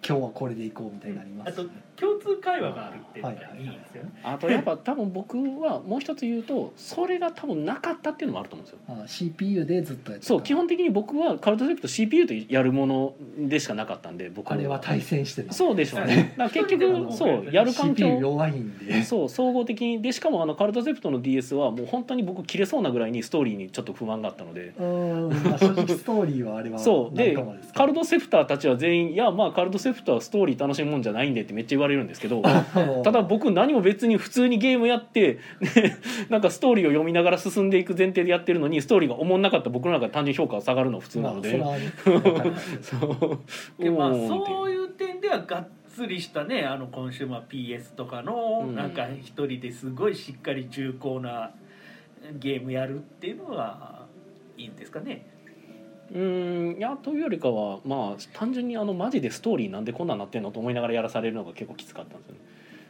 Speaker 3: 今日はこれでいこうみたいになります
Speaker 1: う
Speaker 3: ね
Speaker 1: んあ共通会話があるっていうのがいいんですよね、
Speaker 2: あとやっぱ多分僕はもう一つ言うとそれが多分なかったっていうのもあると思うんですよ
Speaker 3: あ CPU でずっとやってた
Speaker 2: そう基本的に僕はカルトセプト CPU とやるものでしかなかったんで僕
Speaker 3: あれは対戦してる
Speaker 2: そうでしょうねだから結局そうやる環
Speaker 3: CPU
Speaker 2: 境
Speaker 3: 弱いんで
Speaker 2: そう総合的にでしかもあのカルトセプトの DS はもう本当に僕切れそうなぐらいにストーリーにちょっと不満があったので
Speaker 3: うーんまあ正直ストーリーはあれは
Speaker 2: そうで
Speaker 3: なんかもですけど
Speaker 2: カルトセプターたちは全員「いやまあカルトセプターはストーリー楽しむもんじゃないんで」ってめっちゃ言われるんですけどただ僕何も別に普通にゲームやって、 ね、なんかストーリーを読みながら進んでいく前提でやってるのにストーリーがおもんなかったら僕の中で単純に評価が下がるのは普通なので、
Speaker 3: まあ、それはわかります
Speaker 2: そう
Speaker 1: でまあ
Speaker 2: おーって
Speaker 1: そういう点ではがっつりしたねあのコンシューマー PS とかの
Speaker 2: うん
Speaker 1: なんか一人ですごいしっかり重厚なゲームやるっていうのがいいんですかね。
Speaker 2: うーんいやというよりかはまあ単純にあのマジでストーリーなんでこんなんなってんのと思いながらやらされるのが結構きつかったんですよね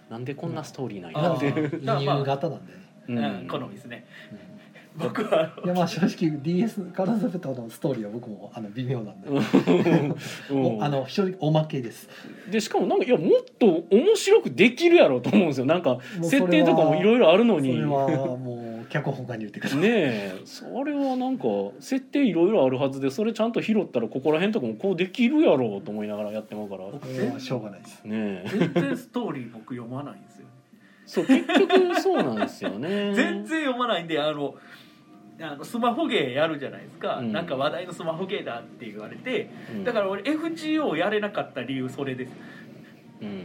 Speaker 2: なんでこんなストーリーなんや
Speaker 3: あ
Speaker 2: っていう、
Speaker 3: ー輸入型なんでね、
Speaker 1: う、
Speaker 2: うんん
Speaker 1: 好みですね。
Speaker 3: うん
Speaker 1: 僕はあ
Speaker 3: いやまあ正直 DS カラーセプトのストーリーは僕もあの微妙なんで、
Speaker 2: うん
Speaker 3: おあの正直おまけです
Speaker 2: でしかもなんかいやもっと面白くできるやろうと思うんですよなんか
Speaker 3: もうそれ
Speaker 2: 設
Speaker 3: は
Speaker 2: 定とかもいろいろある
Speaker 3: そ
Speaker 2: のに
Speaker 3: れはもう脚本家に言ってください、
Speaker 2: ねえそれはなんか設定いろいろあるはずでそれちゃんと拾ったらここら辺とかもこうできるやろうと思いながらやってまうからね
Speaker 3: 僕はしょうがないです
Speaker 2: え
Speaker 1: 全然ストーリー僕読まないんですよ。
Speaker 2: そう結局そうなんですよ ね
Speaker 1: 全然読まないんであのあのスマホゲーやるじゃないですか、
Speaker 2: うん
Speaker 1: なんか話題のスマホゲーだって言われて
Speaker 2: うん
Speaker 1: だから俺 FGO やれなかった理由それです
Speaker 2: うん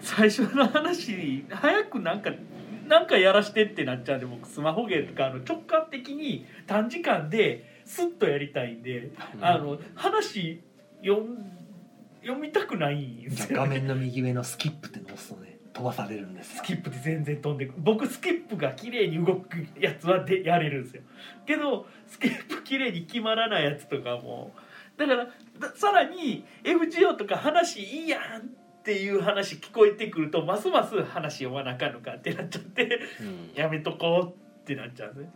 Speaker 1: 最初の話早くなんかなんかやらしてってなっちゃうんで僕スマホゲーとかあの直感的に短時間でスッとやりたいんで、あの話読ん読みたくないんですよ
Speaker 3: 画面の右上のスキップってのを押すとね飛ばされるんです
Speaker 1: スキップで全然飛んでく僕スキップが綺麗に動くやつはでやれるんですよけどスキップ綺麗に決まらないやつとかもだからださらに FGO とか話いいやんっていう話聞こえてくるとますます話読まなあかんのかってなっちゃって
Speaker 2: うん
Speaker 1: やめとこうってなっちゃうんですね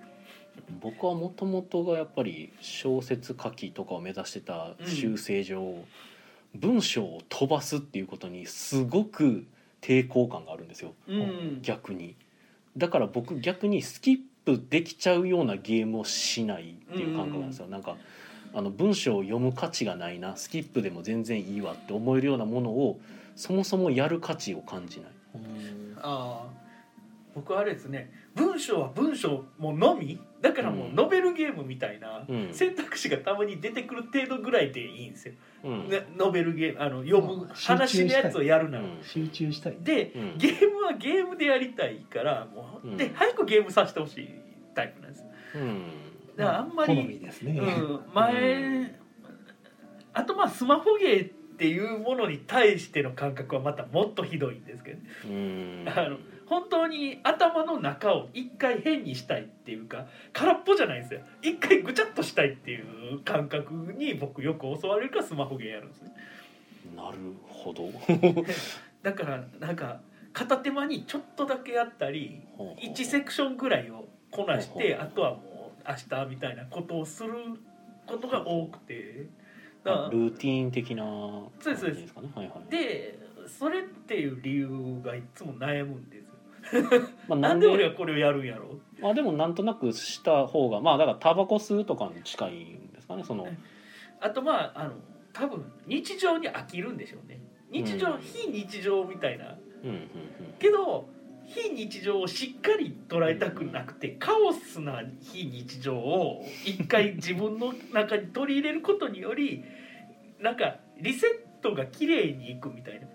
Speaker 2: 僕はもともとがやっぱり小説書きとかを目指してた修正上、文章を飛ばすっていうことにすごく抵抗感があるんですよ
Speaker 1: うん
Speaker 2: 逆にだから僕逆にスキップできちゃうようなゲームをしないっていう感覚なんですよ、なんかあの文章を読む価値がないなスキップでも全然いいわって思えるようなものをそもそもやる価値を感じない
Speaker 3: うん
Speaker 1: ああ僕あれですね文章は文章ものみだからもうノベルゲームみたいな
Speaker 2: うん
Speaker 1: 選択肢がたまに出てくる程度ぐらいでいいんですよ、
Speaker 2: うん
Speaker 1: ねノベルゲームあの読む
Speaker 3: まあ
Speaker 1: 話のやつをやるなら、
Speaker 2: うん
Speaker 3: 集中したいね
Speaker 1: で、
Speaker 2: うん
Speaker 1: ゲームはゲームでやりたいからもう、
Speaker 2: うん
Speaker 1: で早くゲームさせてほしいタイプなんです
Speaker 2: うん
Speaker 1: だからあんまり
Speaker 3: 好みですね、
Speaker 1: うん、前、
Speaker 2: うん
Speaker 1: あとまあスマホゲーっていうものに対しての感覚はまたもっとひどいんですけどね
Speaker 2: うん
Speaker 1: あの本当に頭の中を一回変にしたいっていうか空っぽじゃないんですよ一回ぐちゃっとしたいっていう感覚に僕よく襲われるからスマホゲーやるんですね
Speaker 2: なる ほど
Speaker 1: だからなんか片手間にちょっとだけやったり1セクションぐらいをこなして
Speaker 2: ほうほう
Speaker 1: あとはもう明日みたいなことをすることが多くてだから
Speaker 2: ルーティーン的な
Speaker 1: そうですそうです
Speaker 2: 感じかねはいはい
Speaker 1: でそれっていう理由がいつも悩むんですよ
Speaker 2: まあ、
Speaker 1: な
Speaker 2: なんん
Speaker 1: で俺は
Speaker 2: で
Speaker 1: これをやるんやろ
Speaker 2: まあでもなんとなくした方がまあだからタバコ吸うとかに近いんですかねその
Speaker 1: あとまああの多分日常に飽きるんでしょうね日常、
Speaker 2: うん
Speaker 1: 非日常みたいな
Speaker 2: うんうん
Speaker 1: けど非日常をしっかり捉えたくなくて、カオスな非日常を一回自分の中に取り入れることによりなんかリセットが綺麗にいくみたいな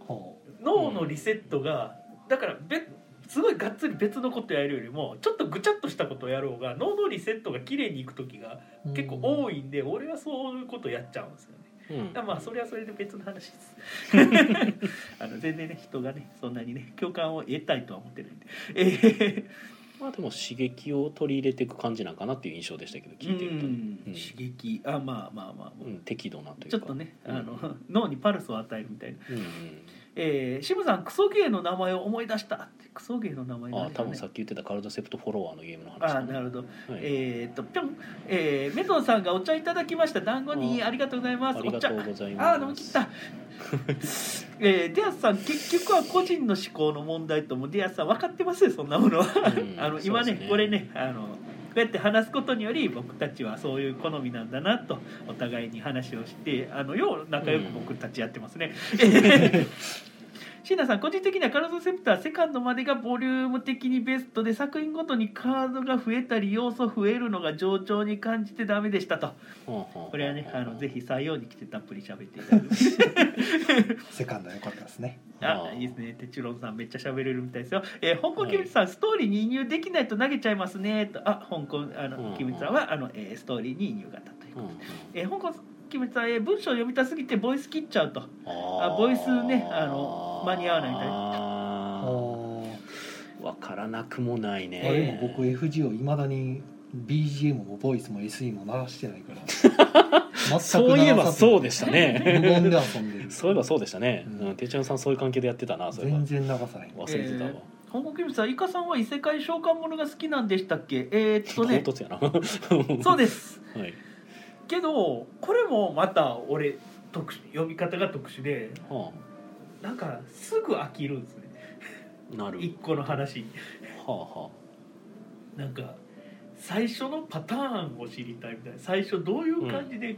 Speaker 3: ほ
Speaker 1: 脳のリセットがだから別すごいがっつり別のことやるよりもちょっとぐちゃっとしたことをやろうが脳のリセットが綺麗にいく時が
Speaker 3: う
Speaker 1: 結構
Speaker 3: い
Speaker 1: 多いんで、俺はそういうことやっちゃうんですよね。
Speaker 2: うんうん
Speaker 1: だからまあそれはそれで別の話です あの全然ね人がねそんなにね共感を得たいとは思ってないんで、え
Speaker 2: まあでも刺激を取り入れていく感じなんかなっていう印象でしたけど
Speaker 1: ー
Speaker 2: 聞いてると、ね
Speaker 1: うん刺激あまあまあまあ、
Speaker 2: うん、適度なとい
Speaker 1: ち
Speaker 2: うか
Speaker 1: ょっとね、
Speaker 2: うん
Speaker 1: あの脳にパルスを与えるみたいな
Speaker 2: うん
Speaker 1: 「えー、シムさんクソゲーの名前を思い出した」ってクソゲーの名
Speaker 2: う
Speaker 1: 前
Speaker 2: ん、
Speaker 1: 何
Speaker 2: あ
Speaker 1: で
Speaker 2: あ
Speaker 1: し
Speaker 2: 多
Speaker 1: ょうね
Speaker 2: 分さっき言ってたカルドセプトフォロワーのゲームの話
Speaker 1: あ
Speaker 2: か
Speaker 1: ーなるほど、
Speaker 2: はい
Speaker 1: えーっとぴょん、えー、メトンさんがお茶いただきました団子に
Speaker 2: あ
Speaker 1: ありがとうございます
Speaker 2: あ
Speaker 1: お
Speaker 2: りが
Speaker 1: 茶
Speaker 2: とうございます
Speaker 1: あー飲み切っ たえー、デアスさん結局は個人の思考の問題ともデアスさん分かってますよそんなものは、
Speaker 2: うん
Speaker 1: あの今
Speaker 2: そ
Speaker 1: ね
Speaker 2: うですね
Speaker 1: これねあのこうやって話すことにより僕たちはそういう好みなんだなとお互いに話をしてあのよう仲良く僕たちやってますね。 シーナさん個人的にはカルドセプターセカンドまでがボリューム的にベストで作品ごとにカードが増えたり要素増えるのが上調に感じてダメでしたとこ
Speaker 2: こ
Speaker 1: れはねあのぜひ採用に来てたっぷり喋っていただく
Speaker 3: セカンド良かったですね
Speaker 1: あいいですねテチロンさんめっちゃ喋れるみたいですよ、えー、香港キムチさん、ストーリーに移入できないと投げちゃいますねとあ香港あ
Speaker 2: うんう
Speaker 1: の
Speaker 2: ん
Speaker 1: キムチさんはあの、えーストーリーに移入型という
Speaker 2: う
Speaker 1: こ
Speaker 2: ん
Speaker 1: と
Speaker 2: う
Speaker 1: で、
Speaker 2: ん
Speaker 1: えー香港キムチさん、えー文章読みたすぎてボイス切っちゃうと
Speaker 2: あ
Speaker 1: あボイスねあの間に合わないみたい
Speaker 3: あ
Speaker 2: な
Speaker 3: ー
Speaker 2: わからなくもないね
Speaker 3: あでも僕 FG をいまだに BGM もボイスも SE も鳴らしてないから全
Speaker 2: そういえばそう
Speaker 3: で
Speaker 2: でした
Speaker 3: 無言
Speaker 2: ね
Speaker 3: で遊んでる
Speaker 2: そういえばそうでしたね
Speaker 3: うん
Speaker 2: うんてちゃんさんそういう関係でやってたなそういえば
Speaker 3: 全然流さない
Speaker 2: 忘れてたわ
Speaker 1: 香港キムチさんイカさんは異世界召喚ものが好きなんでしたっけえー、っ
Speaker 2: 唐
Speaker 1: とね
Speaker 2: 突やな は
Speaker 1: そうです
Speaker 2: い
Speaker 1: け どこれもまた俺特殊読み方が特殊で
Speaker 2: は
Speaker 1: なんかすぐ飽きるんですね
Speaker 2: あなる
Speaker 1: 一個の話
Speaker 2: はあは
Speaker 1: なんか最初のパターンを知りたいみたいな最初どういう感じで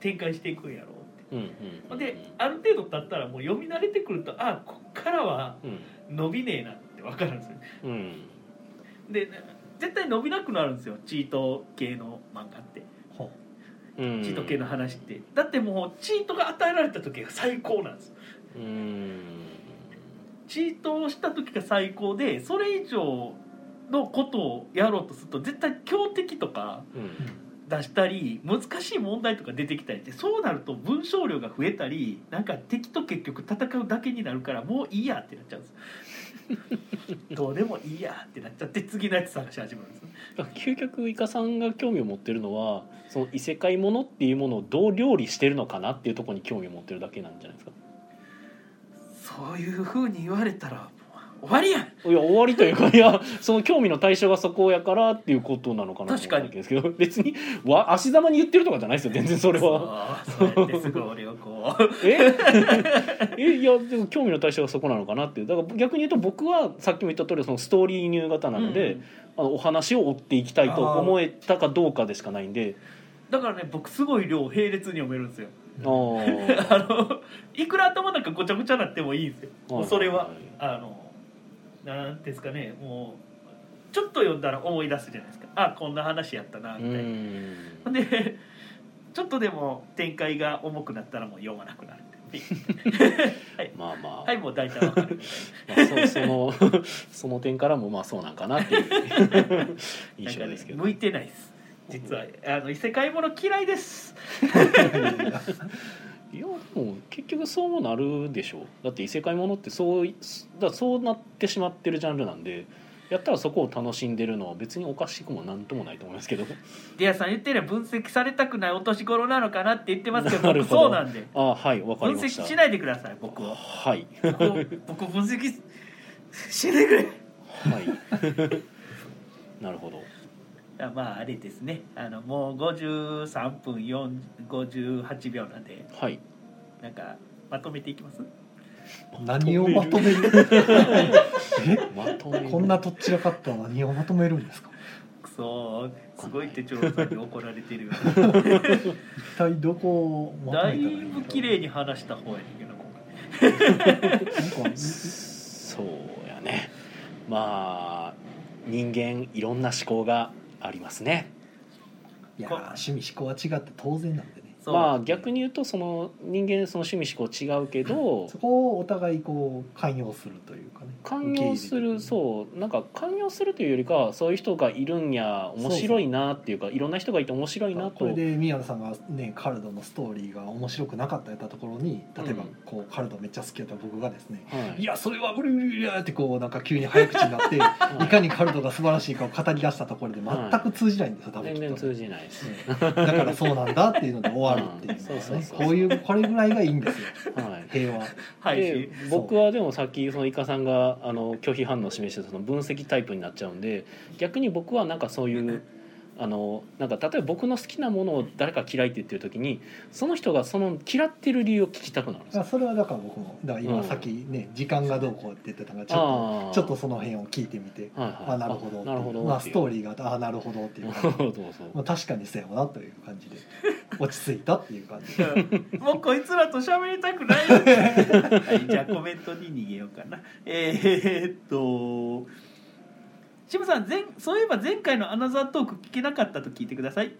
Speaker 1: 展開していくんやろうって、
Speaker 2: あうんうんうんうん
Speaker 1: である程度経ったらもう読み慣れてくるとあこっからは
Speaker 2: うん
Speaker 1: 伸びねえなって分かるんですよ
Speaker 2: うん
Speaker 1: で絶対伸びなくなるんですよチート系の漫画って
Speaker 3: ほ
Speaker 2: うん
Speaker 1: チート系の話って、だってもうチートが与えられた時が最高なんですよ
Speaker 2: うん
Speaker 1: チートをした時が最高でそれ以上のことをやろうとすると絶対強敵とか
Speaker 2: うん
Speaker 1: 出したり難しい問題とか出てきたりってそうなると文章量が増えたりなんか敵と結局戦うだけになるからもういいやってなっちゃうんです どうでもいいやってなっちゃって次のやつ探し始めるんです
Speaker 2: だから究極イカさんが興味を持ってるのはその異世界ものっていうものをどう料理してるのかなっていうところに興味を持ってるだけなんじゃないですか
Speaker 1: そういうふうに言われたらもう終わりやん
Speaker 2: いや終わりというかいやその興味の対象がそこやからっていうことなのかなと思ったわけですけど別にわ足ざまに言ってるとかじゃないですよ全然それは
Speaker 1: そうそうやってすぐ俺をこう
Speaker 2: え えいやでも興味の対象がそこなのかなっていうだから逆に言うと僕はさっきも言った通りそのストーリー入型なので、
Speaker 1: うん
Speaker 2: あのお話を追っていきたいと思えたかどうかでしかないんで
Speaker 1: だからね僕すごい量を並列に読めるんですよ
Speaker 2: あー
Speaker 1: あのいくら頭なんかごちゃごちゃなってもいいんですよもうそれは、
Speaker 2: いいい
Speaker 1: あのなんですかねもうちょっと読んだら思い出すじゃないですかあこんな話やったなみたいな、ほん、でちょっとでも展開が重くなったらもう読まなくなるっていう
Speaker 2: まあまあ、
Speaker 1: はいもう大体わかる
Speaker 2: まあ、そその その点からもまあそうなんかなっていう 印象ですけ
Speaker 1: なんかね
Speaker 2: ど、
Speaker 1: 向いてないです実はあの異世界もの嫌いです
Speaker 2: いやでも結局そうなるでしょうだって異世界ものってそういだからそうなってしまってるジャンルなんでやったらそこを楽しんでるのは別におかしくもなんともないと思いますけど
Speaker 1: ディアさん言ってる分析されたくないお年頃なのかなって言ってますけど
Speaker 2: なる
Speaker 1: 僕
Speaker 2: ほど
Speaker 1: そうなんで
Speaker 2: ああはいわか
Speaker 1: 分
Speaker 2: りま
Speaker 1: 析
Speaker 2: した
Speaker 1: しないでください僕を
Speaker 2: はい
Speaker 1: 僕を僕を分析し ないでくれ
Speaker 2: はい なるほど
Speaker 1: あまああれですねあのもう53分4 58秒なんで
Speaker 2: はい
Speaker 1: なんかまとめていきます
Speaker 3: 何をまとめる
Speaker 2: まとめる
Speaker 3: こんなとっちらかった何をまとめるんですか
Speaker 1: くそーすごい手帳さんに怒られてるよ
Speaker 3: 一体どこをまと
Speaker 1: だ
Speaker 3: めたら
Speaker 1: い
Speaker 3: いいんだろ
Speaker 1: ぶ
Speaker 3: う
Speaker 1: 綺麗に話した方やねんけど今回
Speaker 3: なんか
Speaker 2: そうやねまあ人間いろんな思考がありますね
Speaker 3: いやー趣味思考は違って当然なんでね
Speaker 1: そう、
Speaker 2: まあ逆に言うとその人間その趣味思考違うけ ど
Speaker 3: そこをお互いこう寛容するというかね
Speaker 2: 寛容する
Speaker 3: う
Speaker 2: そうなんか寛容するというよりかはそういう人がいるんや面白いなっていうかいろんな人がいて面白いな
Speaker 3: ことれで宮野さんがねカルドのストーリーが面白くなかったやったところに例えば
Speaker 2: うん
Speaker 3: こうカルドめっちゃ好きやった僕がですね
Speaker 2: はい
Speaker 3: いやそれはブリブリブリってこうなんか急に早口に なってい
Speaker 2: はい
Speaker 3: かにカルドが素晴らしいかを語り出したところで全く通じないんですよ多分
Speaker 2: 全
Speaker 3: きっ
Speaker 2: 然
Speaker 3: と
Speaker 2: 通じないです、
Speaker 3: ねだからそうなんだっていうので終わるっていう
Speaker 2: うん
Speaker 3: の
Speaker 2: そうそ
Speaker 3: は
Speaker 2: う
Speaker 3: ね
Speaker 2: そう
Speaker 3: こういうこれぐらいがいいんですよ
Speaker 2: はい、
Speaker 3: 平和
Speaker 1: はい
Speaker 2: で
Speaker 1: し
Speaker 2: 僕はでもさっきそのイカさんがあの拒否反応を示してその分析タイプになっちゃうんで逆に僕はなんかそういうあのなんか例えば僕の好きなものを誰か嫌いって言ってる時にその人がその嫌ってる理由を聞きたくなるんですよ。
Speaker 3: あそれはだから僕もだから今さっきね時間がどうこうって言ってたからちょっ
Speaker 2: あー
Speaker 3: とちょっとその辺を聞いてみて
Speaker 2: はいはい、
Speaker 3: あなるほどっていう
Speaker 2: なるほど
Speaker 3: まあ、ストー
Speaker 2: リ
Speaker 3: リーがああなるほどっていう
Speaker 2: なる
Speaker 3: か
Speaker 2: ほど そう
Speaker 3: まあ、確かにそうやわなという感じで 落ち着いたっていう感じで
Speaker 1: うんもうこいつらと喋りたくない、 はい、じゃあコメントに逃げようかなえー、っとシムさん前そういえば前回のアナザートーク聞けなかったと聞いてください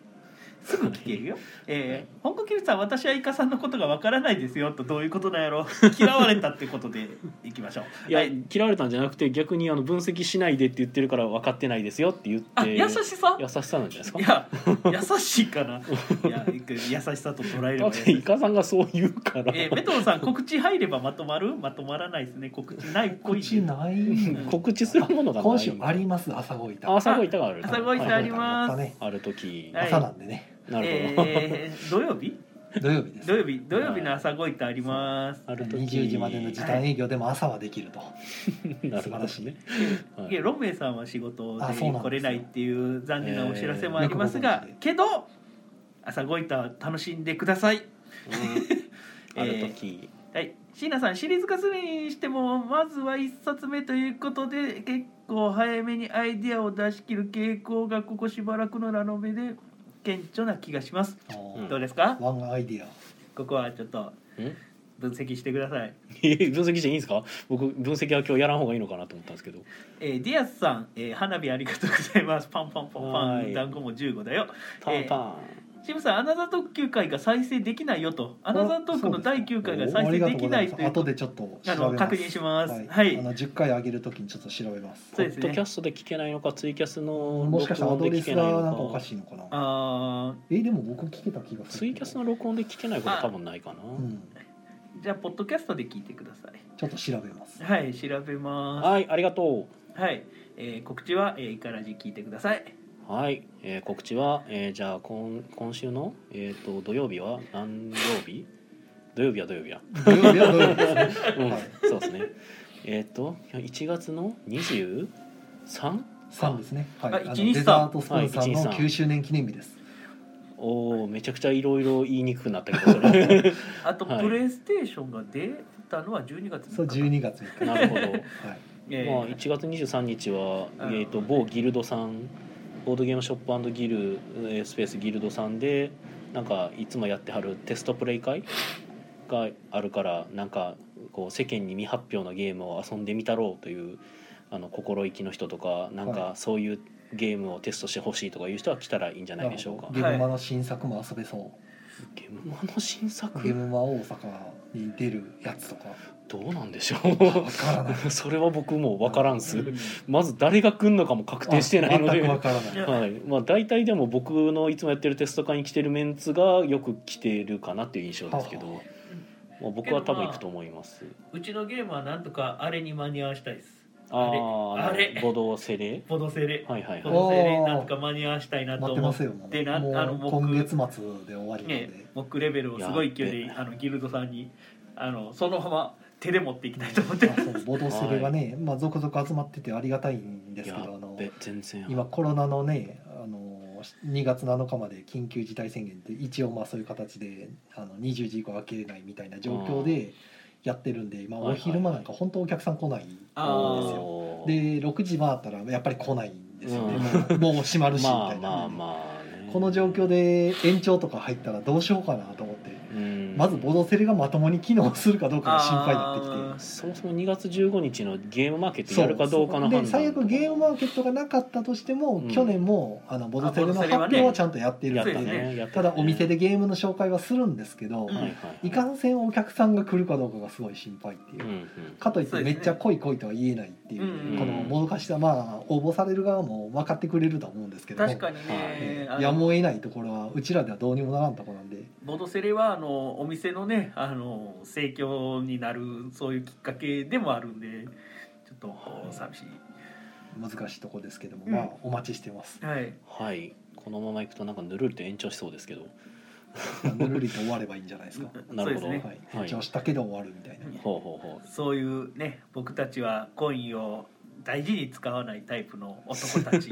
Speaker 1: すぐ聞けるよ、えー、本国キルさん私はイカさんのことがわからないですよとどういうことなんや ろ嫌われたってことでいきましょう
Speaker 2: いや、
Speaker 1: はい、
Speaker 2: 嫌われたんじゃなくて逆にあの分析しないでって言ってるから分かってないですよって言って
Speaker 1: あ優しさ
Speaker 2: 優しさなんじゃないですか
Speaker 1: いや優しいかないや優しさと捉えれば優
Speaker 2: だっ
Speaker 1: しい
Speaker 2: てイカさんがそう言うから、
Speaker 1: えー、ベトンさん告知入ればまとまるまとまらないですね告知ないっぽ
Speaker 3: 告
Speaker 1: い
Speaker 3: 知ない
Speaker 2: 告知するものがない
Speaker 3: 今週あります朝ごいた
Speaker 2: あ朝ごいたがある
Speaker 1: 朝ごいたあります
Speaker 3: やったね
Speaker 2: ある時
Speaker 1: はい
Speaker 3: 朝なんでね
Speaker 2: なるほど、
Speaker 1: えー土曜日
Speaker 3: 土曜日です
Speaker 1: 土曜日土曜日の朝ごいたあります、
Speaker 2: ある時
Speaker 3: 20時までの時短営業でも朝はできると、
Speaker 2: なるほ
Speaker 3: 素晴
Speaker 2: ど
Speaker 3: らしい
Speaker 2: ね、はい
Speaker 1: いやロンメイさんは仕事で
Speaker 3: あそうなんです
Speaker 1: 来
Speaker 3: よ
Speaker 1: れないっていう残念なお知らせもありますが、
Speaker 3: えーよくご存知
Speaker 1: けど朝ごいた楽しんでください
Speaker 2: うんある時、
Speaker 1: はい椎名さんシリーズ化するにしてもまずは1冊目ということで結構早めにアイディアを出し切る傾向がここしばらくのラノベで顕著な気がします、
Speaker 2: うん
Speaker 1: どうですか
Speaker 3: ワンアイディア
Speaker 1: ここはちょっと
Speaker 2: うん
Speaker 1: 分析してください
Speaker 2: え分析していいんです か僕分析は今日やらん方がいいのかなと思ったんですけど
Speaker 1: えー、ディアスさん、えー花火ありがとうございますパンパンパンパ
Speaker 2: は
Speaker 1: ン
Speaker 2: い
Speaker 1: 団子も15だよ
Speaker 2: パンパン、
Speaker 1: シムさんアナザートーク9回が再生できないよとアナザートークの第9回が再生できないと
Speaker 3: と
Speaker 1: いう
Speaker 3: 後でちょっと調べ
Speaker 1: あ
Speaker 3: ま
Speaker 1: の
Speaker 3: す
Speaker 1: 確認しますは、
Speaker 3: はいい、あの10回上げるときにちょっと調べます
Speaker 1: そうです
Speaker 2: ポ
Speaker 1: ね
Speaker 2: ッドキャストで聞けないのかツイキャスの
Speaker 3: もしかしたらアドレスがなんかおか
Speaker 2: い
Speaker 3: しいのかな
Speaker 1: あ
Speaker 3: えでも僕聞けた気がする
Speaker 2: ツイキャスの録音で聞けないこと多分ないかな
Speaker 3: うん
Speaker 1: ーじゃあポッドキャストで聞いてください
Speaker 3: ちょっと調べます
Speaker 1: はい調べま
Speaker 2: はいありがとう
Speaker 1: すはい、えー告知は、えー、イカラジ聞いてください
Speaker 2: はい、えー告知は、えーじゃあ今今週の、えー、と土曜日は何曜日土曜日は土曜日や、
Speaker 3: 土曜日は土曜日ですね
Speaker 2: うん
Speaker 3: はい
Speaker 2: そうですねえっ、と1月の 23?
Speaker 3: さんですね。はい。
Speaker 1: あ
Speaker 3: あの
Speaker 1: 一日さん
Speaker 3: デザートスポンサーの
Speaker 2: はい一日さん
Speaker 3: 9周年記念日です。
Speaker 2: おーめちゃくちゃいろいろ言いにくくなったけどそ れ
Speaker 1: あと、
Speaker 2: はい
Speaker 1: プレイステーションが出たのは12月
Speaker 3: そう12月3日。
Speaker 2: なるほど、ま
Speaker 3: はい。
Speaker 1: え
Speaker 2: あ、
Speaker 1: ー
Speaker 2: 1月23日は、
Speaker 1: うん
Speaker 2: えー、と某ギルドさんボードゲームショップギル、えースペースギルドさんでなんかいつもやってはるテストプレイ会があるからなんかこう世間に未発表のゲームを遊んでみたろうというあの心意気の人とかなん
Speaker 3: は
Speaker 2: かそういうゲームをテストしてほしいとかいう人は来たらいいんじゃないでしょうか。
Speaker 3: ゲームマの新作も遊べそう。
Speaker 2: ゲームマの新作
Speaker 3: ゲームマ大阪に出るやつとか。
Speaker 2: どうなんでしょ
Speaker 3: わからない。
Speaker 2: う それは僕も分からんす
Speaker 1: うん
Speaker 2: まず誰が来んのかも確定してないの
Speaker 3: あ
Speaker 2: で
Speaker 3: 全くわからな
Speaker 2: は
Speaker 3: い。
Speaker 2: いまあ、大体でも僕のいつもやってるテスト会に来てるメンツがよく来てるかなっていう印象ですけど、
Speaker 3: は
Speaker 2: まあ、僕は多分行くと思います。
Speaker 1: うちのゲームはなんとかあれに間に合わしたいです
Speaker 2: あ
Speaker 1: あれあれ
Speaker 2: あ、ボドセレ。
Speaker 1: ポドセレ
Speaker 2: はいはい
Speaker 1: ポ
Speaker 2: はい。
Speaker 1: ドセレなんとか間に合わしたいなと
Speaker 3: 待って
Speaker 1: 思
Speaker 3: ま
Speaker 1: っ
Speaker 3: すよもう。
Speaker 1: でなあの
Speaker 3: もう
Speaker 1: 僕
Speaker 3: 今月末で終わりなん
Speaker 1: ね
Speaker 3: で。
Speaker 1: モックレベルをすごい勢い
Speaker 2: い
Speaker 1: で
Speaker 2: や
Speaker 1: あのギルドさんにあのそのまま手で持っていきたいと思って
Speaker 3: あそうボードスレがね、まあ続々集まっててありがたいんですけ
Speaker 2: や
Speaker 3: ど、あの
Speaker 2: っべ、全然。
Speaker 3: 今コロナのねあの2月7日まで緊急事態宣言って一応まあそういう形であの20時以降開けないみたいな状況でやってるんで、まあ、
Speaker 2: はいはいは
Speaker 3: お
Speaker 2: い
Speaker 3: 昼間なんか本当お客さん来ないんですよ。
Speaker 2: おー
Speaker 3: で6時回ったらやっぱり来ないんですよね、
Speaker 2: う
Speaker 3: もうもう閉まるし
Speaker 2: ま
Speaker 3: みた
Speaker 2: あ
Speaker 3: いな、
Speaker 2: まあまあ、ね、
Speaker 3: この状況、で延長とか入ったらどうしようかなと思って、
Speaker 2: うん、
Speaker 3: まずボードセルがまともに機能するかどうかが心配になってきて
Speaker 1: あー
Speaker 2: そもそも2月15日のゲームマーケット
Speaker 3: そう
Speaker 2: やるかどうかの判断
Speaker 3: で最悪ゲームマ
Speaker 2: ー
Speaker 3: ーケットがなかったとしても、
Speaker 2: うん
Speaker 3: 去年もあのボドセルの
Speaker 1: あボドセ
Speaker 3: 発
Speaker 1: ルはね
Speaker 3: 表はちゃんとやってる
Speaker 2: や
Speaker 3: っ
Speaker 2: って
Speaker 3: い
Speaker 2: た
Speaker 3: う
Speaker 1: そうです
Speaker 2: ねやった
Speaker 3: ただお店でゲームの紹介はするんですけ
Speaker 1: うん
Speaker 3: ど、
Speaker 2: はいはい
Speaker 3: いかんせんお客さんが来るかどうかがすごい心配っていうう、
Speaker 2: ん
Speaker 3: かといって
Speaker 1: そうで
Speaker 3: め
Speaker 1: すね
Speaker 3: っちゃ来い来いとは言えないっていう、
Speaker 1: うん
Speaker 3: このもどかしたまあ応募される側も分かってくれるとは思うんですけども
Speaker 1: 確かにね、
Speaker 3: え
Speaker 1: あ
Speaker 3: え
Speaker 1: の
Speaker 3: やむを得ないところはうちらではどうにもならんところなんで
Speaker 1: ボドセレはあのお店のねあの盛況になるそういうきっかけでもあるんでちょっと寂しい
Speaker 3: 難しいところですけども、
Speaker 1: うん。
Speaker 3: まあお待ちしてます
Speaker 1: はい
Speaker 2: うん、はいこのままいくとなんかぬるりと延長しそうですけど
Speaker 3: ぬるりと終わればいいんじゃないですか。
Speaker 2: なるほど
Speaker 1: そうですね
Speaker 3: はい、延長したけど終わるみたいな。
Speaker 2: ほうほうほ
Speaker 1: そういうね僕たちはコインを大事に使わないタイプの男たち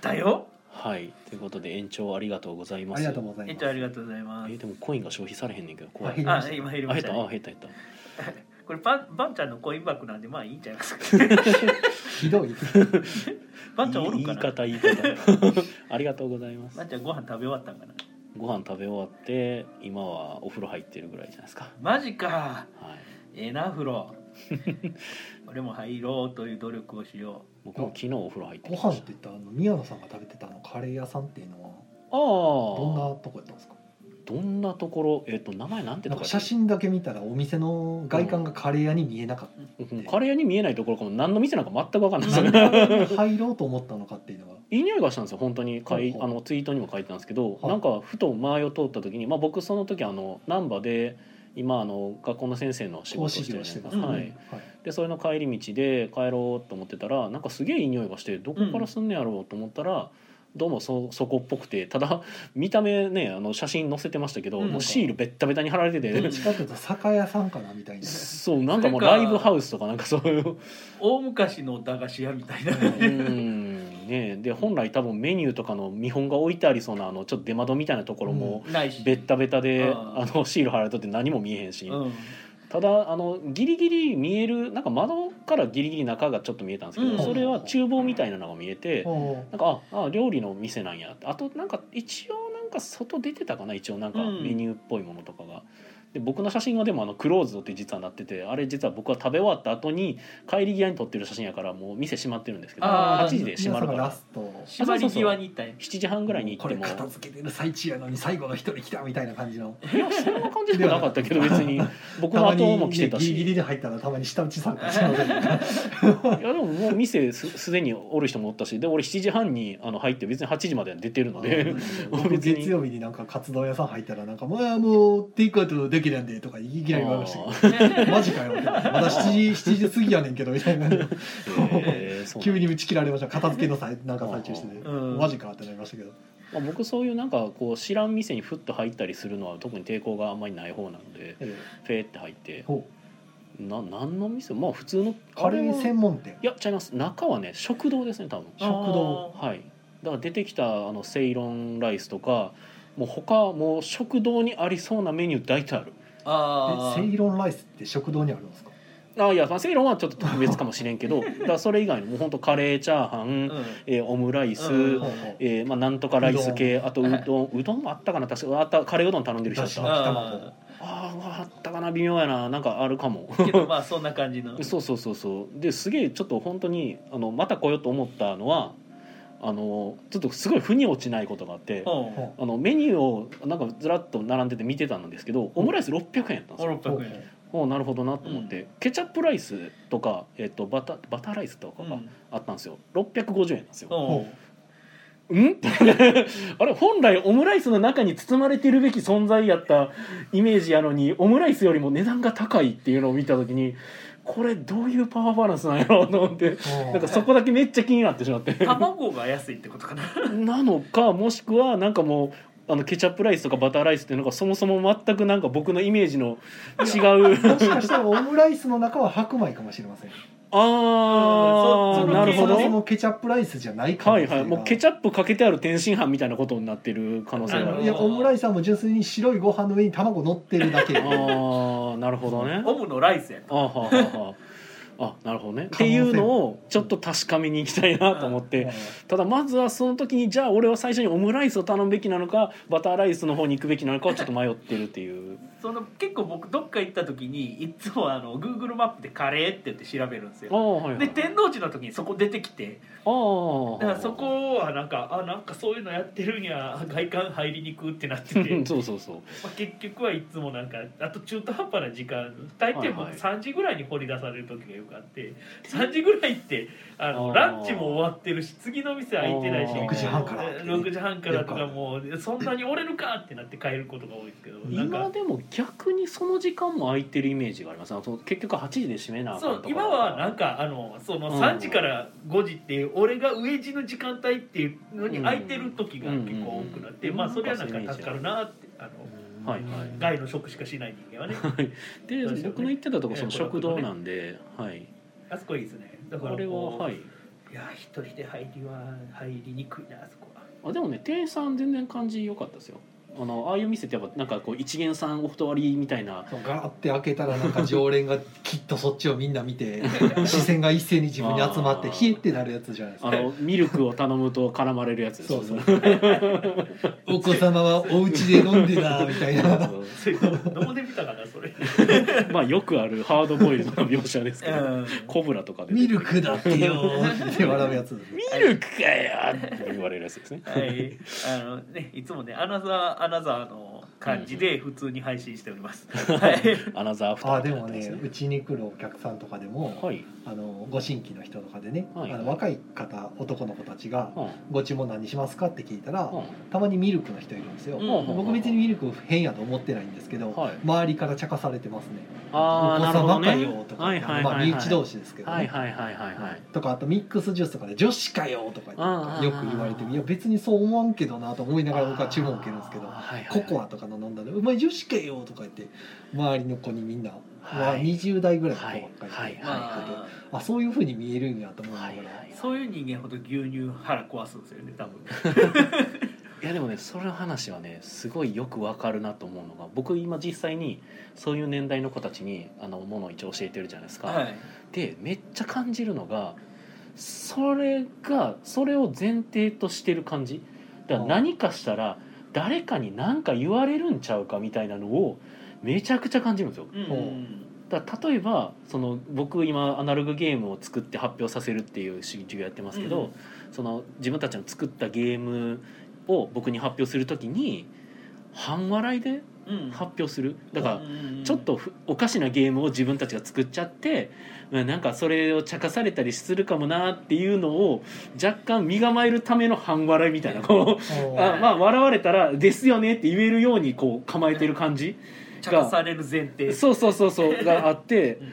Speaker 1: だよ
Speaker 2: うはいということで延長ありがとうございま
Speaker 3: あ
Speaker 2: す
Speaker 3: りがとうござい
Speaker 1: えっ
Speaker 3: ま
Speaker 1: とあり
Speaker 3: す。
Speaker 1: がとうございま
Speaker 2: え
Speaker 1: す
Speaker 2: ーでもコインが消費されへんねんけど怖
Speaker 3: あ
Speaker 2: い
Speaker 3: 減り
Speaker 1: あ
Speaker 3: ました
Speaker 1: 今減り
Speaker 2: あ
Speaker 1: ま
Speaker 2: 減
Speaker 1: し
Speaker 2: ったた
Speaker 1: ね
Speaker 2: あ減った減った
Speaker 1: これバンバンちゃんのコインバッグなんでまあいいんじゃないです か
Speaker 3: ひどい。
Speaker 1: バンちゃんおるんか
Speaker 2: 言い
Speaker 1: な
Speaker 2: 方言い方 ありがとうございます
Speaker 1: バンちゃんご飯食べ終わったんかな
Speaker 2: ご飯食べ終わって今はお風呂入ってるぐらいじゃないですか
Speaker 1: マジか
Speaker 2: はい
Speaker 1: ええな風呂 俺も入ろうという努力をしよ
Speaker 2: 僕も昨日お風呂入って
Speaker 3: ご
Speaker 2: きま
Speaker 3: 飯っ
Speaker 2: して
Speaker 3: 言ったらあの宮野さんが食べてたあのカレー屋さんっていうのは
Speaker 2: たああ
Speaker 3: どんなとこやったんですか。
Speaker 2: どんなところえっ、と名前なんて
Speaker 3: な
Speaker 2: と
Speaker 3: ん
Speaker 2: こ
Speaker 3: か
Speaker 2: やった
Speaker 3: 写真だけ見たらお店の外観がカレー屋に見えなか っ
Speaker 2: うんカレー屋に見えないところかも何の店なんか全く分かんないです
Speaker 3: た。
Speaker 2: よ
Speaker 3: な
Speaker 2: ね
Speaker 3: んであれに入ろうと思ったのかっていうのが。
Speaker 2: いい匂いがしたんですよ本当にかい
Speaker 3: ほうほ
Speaker 2: あ
Speaker 3: う
Speaker 2: のツイートにも書いてたんですけど、
Speaker 3: はい
Speaker 2: なんかふと前を通った時に、まあ、僕その時あの難波で今あの学校の先生の仕事を
Speaker 3: 講
Speaker 2: し
Speaker 3: 師
Speaker 2: てる
Speaker 3: 業
Speaker 2: じ
Speaker 3: し
Speaker 2: ゃないで
Speaker 3: てま
Speaker 2: か、
Speaker 3: すすね。
Speaker 2: は
Speaker 3: はいい、。
Speaker 2: でそれの帰り道で帰ろうと思ってたらなんかすげえいい匂いがしてどこからすんねやろうと思ったら、どうもそそこっぽくてただ 見た目ねあの写真載せてましたけど、
Speaker 1: うん
Speaker 2: もうシールベッタベタに貼られてて、
Speaker 1: うん
Speaker 3: 近くと酒屋さんかなみたいな。
Speaker 2: そうなんかもう
Speaker 1: それか
Speaker 2: ライブハウスとかなんかそういう
Speaker 1: う大昔の駄菓子屋みたいな
Speaker 2: うーんねえで本来多分メニューとかの見本が置いてありそうなあのちょっと出窓みたいなところも
Speaker 1: ないし
Speaker 2: ベッタベタで、
Speaker 1: うん
Speaker 2: あのシール貼られとって何も見えへんし、
Speaker 1: うん
Speaker 2: ただあのギリギリ見えるなんか窓からギリギリ中がちょっと見えたんですけど、
Speaker 1: うん
Speaker 2: それは厨房みたいなのが見えて、
Speaker 3: お
Speaker 2: なんかああ料理の店なんやあとなんか一応なんか外出てたかな一応なんか
Speaker 1: うん
Speaker 2: メニューっぽいものとかが。で僕の写真がでもあのクローズドって実はなっててあれ実は僕は食べ終わった後に帰り際に撮ってる写真やからもう店閉まってるんですけど
Speaker 1: あー
Speaker 2: 8時で閉まるか
Speaker 3: 皆様ラ
Speaker 2: ら
Speaker 3: スト。
Speaker 1: 縛り際に行ったんや
Speaker 2: 7時半ぐらいに行
Speaker 3: こ
Speaker 2: って
Speaker 3: れ
Speaker 2: も
Speaker 3: 片付けてる最中やのに最後の一人来たみたいな感じの。
Speaker 2: いやそんな感じでもなかったけど別に僕
Speaker 3: た
Speaker 2: の
Speaker 3: まに
Speaker 2: 後も来て
Speaker 3: ね
Speaker 2: た
Speaker 3: ギ
Speaker 2: し
Speaker 3: リギリで入ったらたまに下打ちさんかしませんか
Speaker 2: いやでももう店すすでにおる人もおったしで俺7時半にあの入って別に8時までは出てるので
Speaker 3: 僕
Speaker 2: 別に
Speaker 3: 月曜日になんか活動屋さん入ったらなんか「まあもうテイクアウトできるんで」とかいきなり言われましたけど「マジかよ」まだ7時7時過ぎやねんけど」みたいな感じで
Speaker 2: へえ そうなん
Speaker 3: 急
Speaker 2: や
Speaker 3: に打ち切られました片付けのさいなんか最中してて「
Speaker 1: うん
Speaker 3: マジか」ってなりましたけど
Speaker 2: まあ、僕そういうなんかこう知らん店にふっと入ったりするのは特に抵抗があんまりない方なので
Speaker 3: え
Speaker 2: フェーって入って
Speaker 3: えほ
Speaker 2: な何の店まあ普通の
Speaker 3: うカレー
Speaker 2: は
Speaker 3: 専門店
Speaker 2: いや違います中はね 食堂ですね多分
Speaker 3: 食堂
Speaker 1: あー
Speaker 2: はいだから出てきたあのセイロンライスとかもう他もう食堂にありそうなメニュー大体ある
Speaker 1: あ
Speaker 3: えセイロンライスって食堂にあるんですか
Speaker 2: あいや、まあ、セイロンはちょっと特別かもしれん けどだからそれ以外にもうほんとカレーチャーハン、
Speaker 1: ーうん
Speaker 2: えーオムライス、
Speaker 1: うん
Speaker 3: ほうほう
Speaker 2: えーまあ、なんとかライス系あとうどんうどんもあったかな確かあったカレーうどん頼んでる人だっ
Speaker 3: だ
Speaker 2: た
Speaker 3: し
Speaker 2: あ
Speaker 1: あ
Speaker 2: あーあったかな微妙やななんかあるかも
Speaker 1: ーけどまあそんな感じの
Speaker 2: そうそうそうそうですげえちょっと本当にあのまた来ようと思ったのはあのちょっとすごい腑に落ちないことがあって
Speaker 1: うん
Speaker 2: あのメニューをなんかずらっと並んでて見てたんですけどオムライス600円やったんですよ
Speaker 1: 600円
Speaker 2: おなるほどなと思って、ケチャップライスとか、えっとバタバターライスとか
Speaker 1: う
Speaker 2: が
Speaker 1: ん
Speaker 2: あったんですよ650円なんですよ、
Speaker 1: うん
Speaker 2: ん あれ本来オムライスの中に包まれてるべき存在やったイメージやのにオムライスよりも値段が高いっていうのを見た時にこれどういうパワーバランスなんやろうと思って
Speaker 3: ほう
Speaker 2: なんかそこ だけめっちゃ気になってしまって
Speaker 1: 卵が安いってことかな
Speaker 2: なのかもしくはなんかもうあのケチャップライスとかバターライスっていうのがそもそも全くなんか僕のイメージの違う
Speaker 3: もしかしたらオムライスの中は白米かもしれません
Speaker 2: あ
Speaker 1: そ
Speaker 2: あ
Speaker 1: その
Speaker 2: なるほ
Speaker 3: そもそ
Speaker 2: ど
Speaker 3: もケチャップライスじゃない可
Speaker 2: は
Speaker 3: 能性
Speaker 2: い
Speaker 3: が
Speaker 2: はいもうケチャップかけてある天津飯みたいなことになってる可能性があ
Speaker 1: あの
Speaker 2: る
Speaker 3: いやオムライスはもう純粋に白いご飯の上に卵乗ってるだけ
Speaker 2: あああなるほ どね
Speaker 1: オムのライスや
Speaker 2: あはははあなるほどねっていうのをちょっと確かめに行きたいなと思ってただまずはその時にじゃあ俺は最初にオムライスを頼むべきなのかバターライスの方に行くべきなのかをちょっと迷ってるっていう
Speaker 1: その結構僕どっか行った時にいつもあの Google マップでカレーって言って調べるんですよ
Speaker 2: ああはいはい
Speaker 1: で天王寺の時にそこ出てきて
Speaker 2: ああ
Speaker 1: だからそこはなんかあなんかそういうのやってるには外観入りにくってなってて
Speaker 2: うん そうそうそう
Speaker 1: まあ結局はいつもなんかあと中途半端な時間大抵も
Speaker 2: はいはい
Speaker 1: 3時ぐらいに掘り出される時がよくあって3時ぐらいってあの
Speaker 2: あー
Speaker 1: ランチも終わってるし次の店開いてないし
Speaker 2: あー
Speaker 1: みたいな
Speaker 2: 6時半から
Speaker 1: えー6時半からとかもうそんなに折れるかってなって帰ることが多いですけどなん
Speaker 2: 今
Speaker 1: か
Speaker 2: でも逆にその時間も空いてるイメージがありますあの結局8時で閉めなあか
Speaker 1: そ
Speaker 2: ん
Speaker 1: う
Speaker 2: とか
Speaker 1: 今はなんかあのその
Speaker 2: うん
Speaker 1: 3時から5時って俺が飢え死ぬ時間帯っていうのに空いてる時が結構多くなって
Speaker 2: うん
Speaker 1: まあそれはなん
Speaker 2: うん
Speaker 1: か助かるなってあの
Speaker 2: はいはい
Speaker 1: 外の食しかしない人間はね
Speaker 2: で
Speaker 1: そうですよね
Speaker 2: 僕の行ってたとこその
Speaker 1: ええ
Speaker 2: 食堂なんで、はい
Speaker 1: あそこいいですねだから
Speaker 2: これは
Speaker 1: こう
Speaker 2: はい
Speaker 1: いや一人で入りは入りにくいなあそこは
Speaker 2: あでもね店員さん全然感じ良かったですよあのああいう店ってやっぱなんかこう一元さんお断りみたいな
Speaker 3: そうガーって開けたらなんか常連がきっとそっちをみんな見 て視線が一斉に自分に集まって
Speaker 2: あー
Speaker 3: 冷えってなるやつじゃないです
Speaker 2: あ
Speaker 3: か
Speaker 2: のミルクを頼むと絡まれるやつです
Speaker 3: そう そうお子様はお家で飲んでなみたい な
Speaker 2: そう
Speaker 1: それどどこで見たかなそれ
Speaker 2: まあよくあるハードボイルドの描写ですけど、コブラとかで
Speaker 3: ミルクだってよーって笑うやつ
Speaker 2: ミルクかよって言われるやつですね
Speaker 1: はいあのねいつもねアナザーアナザーの感じで普通に配信しております、 はい
Speaker 2: アナザーアフター
Speaker 3: あで
Speaker 2: みたいな
Speaker 3: も
Speaker 2: やつ
Speaker 3: ねうちに来るお客さんとかでも、
Speaker 2: はい、
Speaker 3: あのご新規の人とかでね、
Speaker 2: はい
Speaker 3: あの若い方男の子たちが
Speaker 2: うんうん
Speaker 3: 「ご注文何にしますか?」って聞いたら、
Speaker 2: は
Speaker 3: たまにミルクの人いるんですよ、
Speaker 1: うん
Speaker 3: 僕別にミルク変やと思ってないんですけど、
Speaker 2: い、
Speaker 3: 周りから茶化されてますね
Speaker 2: ああなるほど
Speaker 3: か
Speaker 2: ね
Speaker 3: よ」とか、
Speaker 2: はいはいはいはい
Speaker 3: まあ身内同士ですけどね、
Speaker 2: はいはいはいはいはい
Speaker 3: とかあとミックスジュースとかで「女子かよ」とか
Speaker 2: うんうんうん
Speaker 3: よく言われて「いや別にそう思わんけどな」と思いながら僕は注文受けるんですけど
Speaker 2: あーはいはい
Speaker 3: ココアとかの飲んだら「うまい女子かよ」とか言って周りの子にみんな、ま
Speaker 2: は
Speaker 3: あ、
Speaker 2: い
Speaker 3: 20代ぐらいの子ば
Speaker 2: は
Speaker 3: っ
Speaker 2: い
Speaker 3: かりで、
Speaker 2: はいはい
Speaker 1: ま
Speaker 2: は
Speaker 1: あ
Speaker 3: あそういうふうに見えるんやと思
Speaker 2: い
Speaker 3: いなが
Speaker 2: は
Speaker 3: ら、
Speaker 2: いはい
Speaker 1: そういう人間ほど牛乳腹壊すんですよね多分
Speaker 2: いやでもねその話はねすごいよくわかるなと思うのが僕今実際にそういう年代の子たちにあのものを一応教えてるじゃないですか、
Speaker 1: はい
Speaker 2: でめっちゃ感じるのがそれがそれを前提としてる感じだから何かしたら誰かに何か言われるんちゃうかみたいなのをめちゃくちゃ感じるんですよ
Speaker 1: うん
Speaker 2: だから例えばその僕今アナログゲームを作って発表させるっていう授業やってますけど、
Speaker 1: うん
Speaker 2: その自分たちの作ったゲームを僕に発表するときに半笑いで
Speaker 1: うん
Speaker 2: 発表するだから
Speaker 1: うん
Speaker 2: ちょっとふおかしなゲームを自分たちが作っちゃってまあなんかそれを茶化されたりするかもなっていうのを若干身構えるための半笑いみたいなこう
Speaker 3: うん
Speaker 2: あまあ笑われたら「ですよね」って言えるようにこう構えてる感じ
Speaker 1: 茶化される前提
Speaker 2: そうそうそうそうがあって
Speaker 1: うん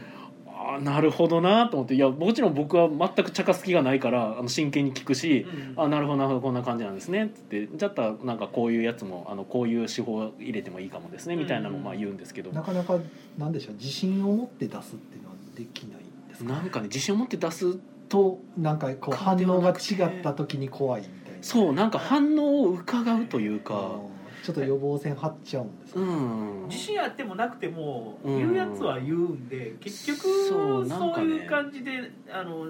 Speaker 2: あーなるほどなと思っていやもちろん僕は全く茶化す気がないからあの真剣に聞くし。
Speaker 1: うん
Speaker 2: あなるほどなるほどこんな感じなんですねっつってじゃったらなんかこういうやつもあのこういう手法入れてもいいかもですねみたいなのをまあ言うんですけど、
Speaker 3: なかなかなんでしょう自信を持って出すっていうのはできないんですか
Speaker 2: なんかね自信を持って出すと
Speaker 3: なんかこう反応が違った時に怖いみたいな
Speaker 2: そうなんか反応を伺うという
Speaker 3: うん
Speaker 2: か
Speaker 3: ちょっと予防線張っちゃうんです
Speaker 2: う
Speaker 3: ね
Speaker 2: ん
Speaker 1: 自信あってもなくても
Speaker 2: うん
Speaker 1: 言うやつは言うんで、結局
Speaker 2: そ
Speaker 1: そうう,、
Speaker 2: なんかね
Speaker 1: いう感じであの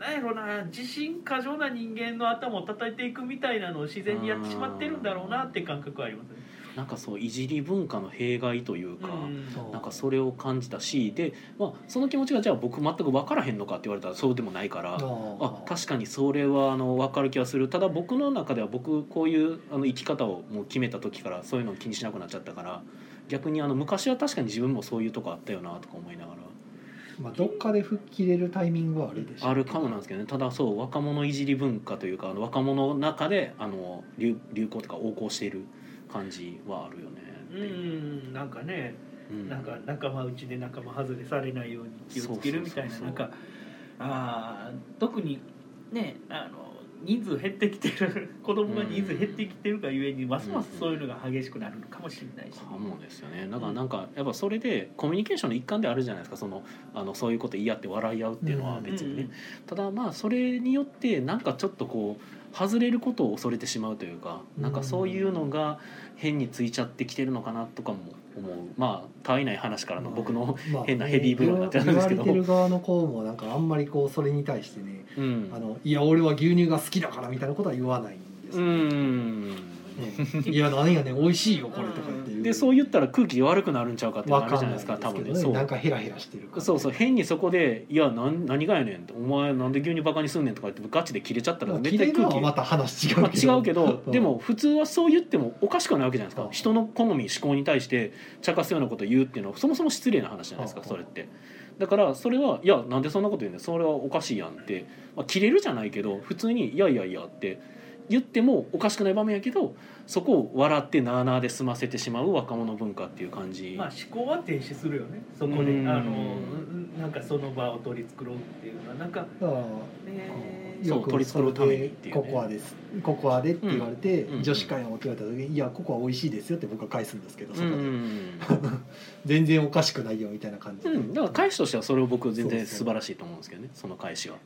Speaker 1: なんやろな自信過剰な人間の頭を叩いていくみたいなのを自然にやってしまってるんだろうなって感覚はありますね。
Speaker 2: なんかそういじり文化の弊害というか、
Speaker 1: うん
Speaker 3: そう
Speaker 2: なんかそれを感じたしで、まあ、その気持ちがじゃあ僕全く分からへんのかって言われたらそうでもないから。あ
Speaker 3: あ
Speaker 2: 確かにそれはあの分かる気がするただ僕の中では僕こういうあの生き方をもう決めた時からそういうのを気にしなくなっちゃったから逆にあの昔は確かに自分もそういうとこあったよなとか思いながら
Speaker 3: まあどっかで吹っ切れるタイミングはあるでしょう
Speaker 2: あるかもなんですけどねただそう若者いじり文化というかあの若者の中であの流流行とか横行している感じはあるよねって
Speaker 1: う
Speaker 2: いうん
Speaker 1: なんかね、
Speaker 2: うん
Speaker 1: なんか仲間内で仲間外れされないように気をつけるみたいな
Speaker 2: そうそうそうそう
Speaker 1: なんかあー特にねあの人数減ってきてる子供が人数減ってきてるがゆえにますますそういうのが激しくなるのかもしれないし、
Speaker 2: かもですよねだからなんかやっぱそれでコミュニケーションの一環であるじゃないですかそのあのそういうこと言い合って笑い合うっていうのは別にね、
Speaker 1: うん
Speaker 2: ただまあそれによってなんかちょっとこう外れることを恐れてしまうというか
Speaker 3: うん
Speaker 2: なんかそういうのが変についちゃってきてるのかなとかも思うまあたわいない話からの僕の、 変なヘビーブローになってるんですけど
Speaker 3: 言われてる側の方もなんかあんまりこうそれに対してね
Speaker 2: うん、
Speaker 3: あのいや俺は牛乳が好きだからみたいなことは言わないんです
Speaker 2: う
Speaker 3: よ、
Speaker 2: ん
Speaker 3: ねいや何やねん美味しいよこれとかっていう
Speaker 2: でそう言ったら空気悪くなるんちゃうかってな
Speaker 3: わ
Speaker 2: る
Speaker 3: か
Speaker 2: じゃ
Speaker 3: ん
Speaker 2: ない
Speaker 3: な
Speaker 2: で
Speaker 3: いですす
Speaker 2: か多
Speaker 3: けど
Speaker 2: 分ね
Speaker 3: ね
Speaker 2: そう
Speaker 3: なんかヘラヘラしてる感じ
Speaker 2: そうそう変にそこで「いやなん何がやねん」お前なんで牛乳バカにすんねん」とか言ってガチで切れちゃった
Speaker 3: ま
Speaker 2: ら
Speaker 3: あ
Speaker 2: 絶
Speaker 3: 切
Speaker 2: 対
Speaker 3: れる
Speaker 2: 空
Speaker 3: のは
Speaker 2: 気、
Speaker 3: また話違
Speaker 2: ま
Speaker 3: う
Speaker 2: あ
Speaker 3: けど、
Speaker 2: 違うけど
Speaker 3: うん
Speaker 2: でも普通はそう言ってもおかしくはないわけじゃないですか
Speaker 3: うん
Speaker 2: 人の好み思考に対して茶化すようなことを言うっていうのはそもそも失礼な話じゃないですか
Speaker 3: うん
Speaker 2: それってだからそれはいやなんでそんなこと言うんだよそれはおかしいやんって、まあ、切れるじゃないけど普通に「いやいやいや」って言ってもおかしくない場面やけどそこを笑ってなあなあで済ませてしまう若者文化っていう感じ、
Speaker 1: まあ思考は停止するよねそこで
Speaker 2: うん
Speaker 1: あのなんかその場を取り繕うっていうのはなんか、
Speaker 3: だから
Speaker 1: えー
Speaker 2: そう
Speaker 3: よく
Speaker 2: 取り繕うためにっていうね
Speaker 3: ココアですココアでって言われて、
Speaker 2: うん
Speaker 3: 女子会をって言われた時に「いやココア美味しいですよ」って僕は返すんですけどそこで、
Speaker 2: うん
Speaker 3: 全然おかしくないよみたいな感じ
Speaker 2: う
Speaker 3: で、
Speaker 2: ん、だから返しとしてはそれを僕全
Speaker 3: そ
Speaker 2: 然
Speaker 3: うそう
Speaker 2: 素晴らしいと思うんですけどねその返しは。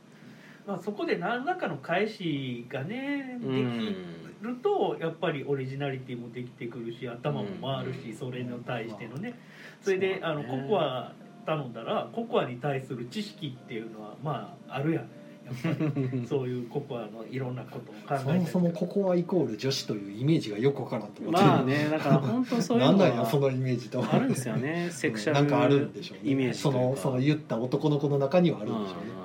Speaker 1: まあ、そこで何らかの返しがねで
Speaker 2: う
Speaker 1: き
Speaker 2: ん
Speaker 1: るとやっぱりオリジナリティもできてくるし頭も回る
Speaker 2: う
Speaker 1: し
Speaker 2: ん
Speaker 1: それに対してのねそれで
Speaker 2: そう
Speaker 1: あ
Speaker 2: だ
Speaker 1: の
Speaker 2: ね
Speaker 1: ココア頼んだらココアに対する知識っていうのはまああるやんやっぱり そういうココアのいろんなことを考え
Speaker 3: そ
Speaker 1: たり
Speaker 3: もそもココアイコール女子というイメージがよくわからんと思って、
Speaker 2: まあねだから本当そういう
Speaker 3: な
Speaker 2: の
Speaker 3: んなんやそ
Speaker 2: は
Speaker 3: のイメージと
Speaker 2: あるんですよねセクシャル
Speaker 3: なんかあるんでしょうね
Speaker 2: イメージと
Speaker 3: そ
Speaker 2: いうか
Speaker 3: のその言った男の子の中にはあるんでしょうね、
Speaker 2: う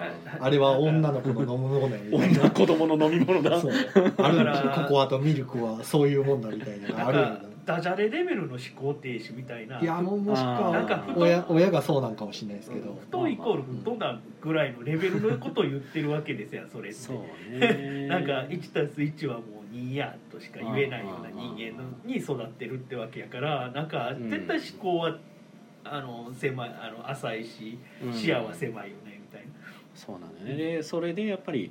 Speaker 3: あれは女
Speaker 1: の
Speaker 3: の子の飲むものやみた
Speaker 2: ん
Speaker 3: い
Speaker 2: 女
Speaker 3: な
Speaker 2: 子供の飲み物だ
Speaker 3: そう
Speaker 2: う
Speaker 3: あるんでし
Speaker 1: だか
Speaker 3: ょ
Speaker 1: ら
Speaker 3: ココアとミルクはそういうもんだみたいなのが
Speaker 1: な
Speaker 3: あ
Speaker 1: ん
Speaker 3: るんや
Speaker 1: かダジャレレベルの思考停止みたいな
Speaker 3: ないやもうもしく
Speaker 2: あーなん
Speaker 1: か
Speaker 3: は親親がそうなんかもしれないですけど
Speaker 1: 不当イコール不当なぐらいのレベルのことを言ってるわけですよそれって
Speaker 2: そうね
Speaker 1: なんか1たす1はもう2やとしか言えないような人間のに育ってるってわけやからなんか絶対思考は、あの狭いあの浅いし
Speaker 2: うん
Speaker 1: 視野は狭いよねみたいな。
Speaker 2: そうなんだよねでそれでやっぱり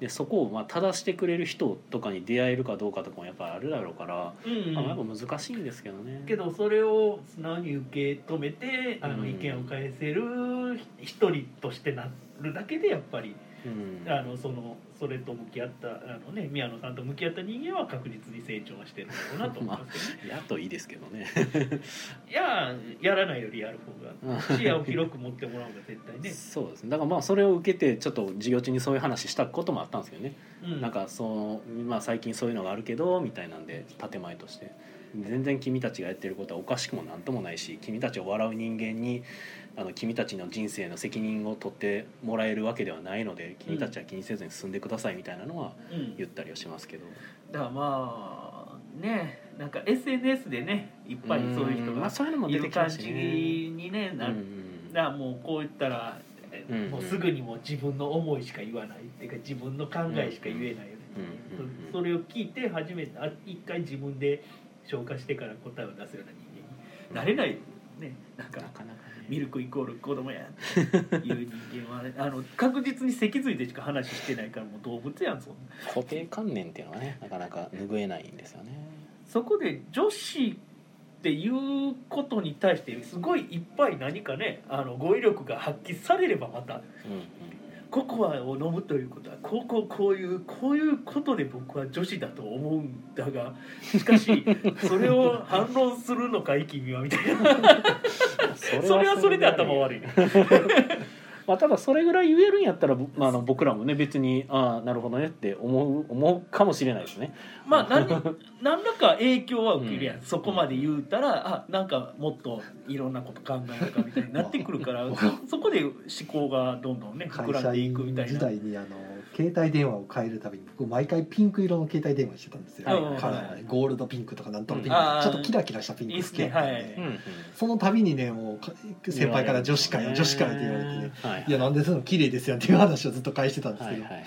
Speaker 2: でそこをまあ正してくれる人とかに出会えるかどうかとかもやっぱあるだろうから、
Speaker 1: うん
Speaker 2: まあ、やっぱ難しいんですけどね
Speaker 1: けどそれを素直に受け止めてあ
Speaker 2: う
Speaker 1: の
Speaker 2: ん
Speaker 1: 意見を返せる一人としてなるだけでやっぱり
Speaker 2: うん
Speaker 1: あのそのそれと向き合ったあの、ね、宮野さんと向き合った人間は確実に成長はしてるんだろうなと思い ますけどね。
Speaker 2: やっといいですけどね
Speaker 1: いややらないよりやる方が視野を広く持ってもらう方が絶対ね、
Speaker 2: そうですねだからまあそれを受けてちょっと授業中にそういう話したこともあったんですけどね、
Speaker 1: うん、
Speaker 2: なんかその、まあ、最近そういうのがあるけどみたいなんで建前として全然君たちがやってることはおかしくもなんともないし君たちを笑う人間にあの君たちの人生の責任を取ってもらえるわけではないので君たちは気にせずに進んでくださいみたいなのは
Speaker 1: うん、
Speaker 2: 言ったりはしますけど、
Speaker 1: だからまあねなんか SNS でねいっぱいそういう人
Speaker 2: まあ
Speaker 1: が
Speaker 2: そういうのも
Speaker 1: い
Speaker 2: 出て
Speaker 1: る
Speaker 2: きま
Speaker 1: 感
Speaker 2: す
Speaker 1: じ
Speaker 2: しね。
Speaker 1: にねな
Speaker 2: う
Speaker 1: る、
Speaker 2: ん
Speaker 1: だからもうこう言ったら、え
Speaker 2: うん
Speaker 1: もうすぐにもう自分の思いしか言わないっていうか自分の考えしか言えないよね、
Speaker 2: うんうんうん
Speaker 1: そそれを聞いて初めてあ一回自分で消化してから答えを出すような人間になれないよねなんか
Speaker 2: なかなかね
Speaker 1: ミルクイコール子供やっていう人間は、ね、あの確実に脊髄でしか話してないからもう動物やんそんな
Speaker 2: 固定観念っていうのはねなかなか拭えないんですよね。
Speaker 1: そこで女子っていうことに対してすごいいっぱい何かねあの語彙力が発揮されればまた
Speaker 2: うんうん
Speaker 1: ココアを飲むということはこうこうこういうこういうことで僕は女子だと思うんだがしかしそれを反論するのかい君はみたいな
Speaker 2: そ
Speaker 1: それはそれで頭悪いね。
Speaker 2: まあ、ただそれぐらい言えるんやったら、ぼまあ、あの僕らもね別にああなるほどねって思う思うかもしれないですね。
Speaker 1: まあ何何らか影響は受けるやん、そこまで言うたらあなんかもっといろんなこと考えるかみたいになってくるからそそこで思考がどんどんね
Speaker 3: 会
Speaker 1: 膨ら
Speaker 3: 社
Speaker 1: んでい
Speaker 3: 員
Speaker 1: くみたい
Speaker 3: 時
Speaker 1: な。
Speaker 3: 代にあの携帯電話を変えるたびに僕毎回ピンク色の携帯電話してたんですよ、
Speaker 1: はい
Speaker 3: カラーがねゴールドピンクとかなんとかピンク
Speaker 1: うん
Speaker 3: と
Speaker 1: あ
Speaker 3: か
Speaker 1: ー
Speaker 3: ちょっとキラキラしたピンク好きやったんで
Speaker 1: いいっすね
Speaker 2: うんうん
Speaker 3: その度にねもうか先輩から女子会よ女子会って言われてね
Speaker 2: はい
Speaker 3: いやなんでそういうの綺麗ですよっていう話をずっと返してたんです
Speaker 2: は
Speaker 3: け
Speaker 2: い
Speaker 3: ど、
Speaker 2: はいはい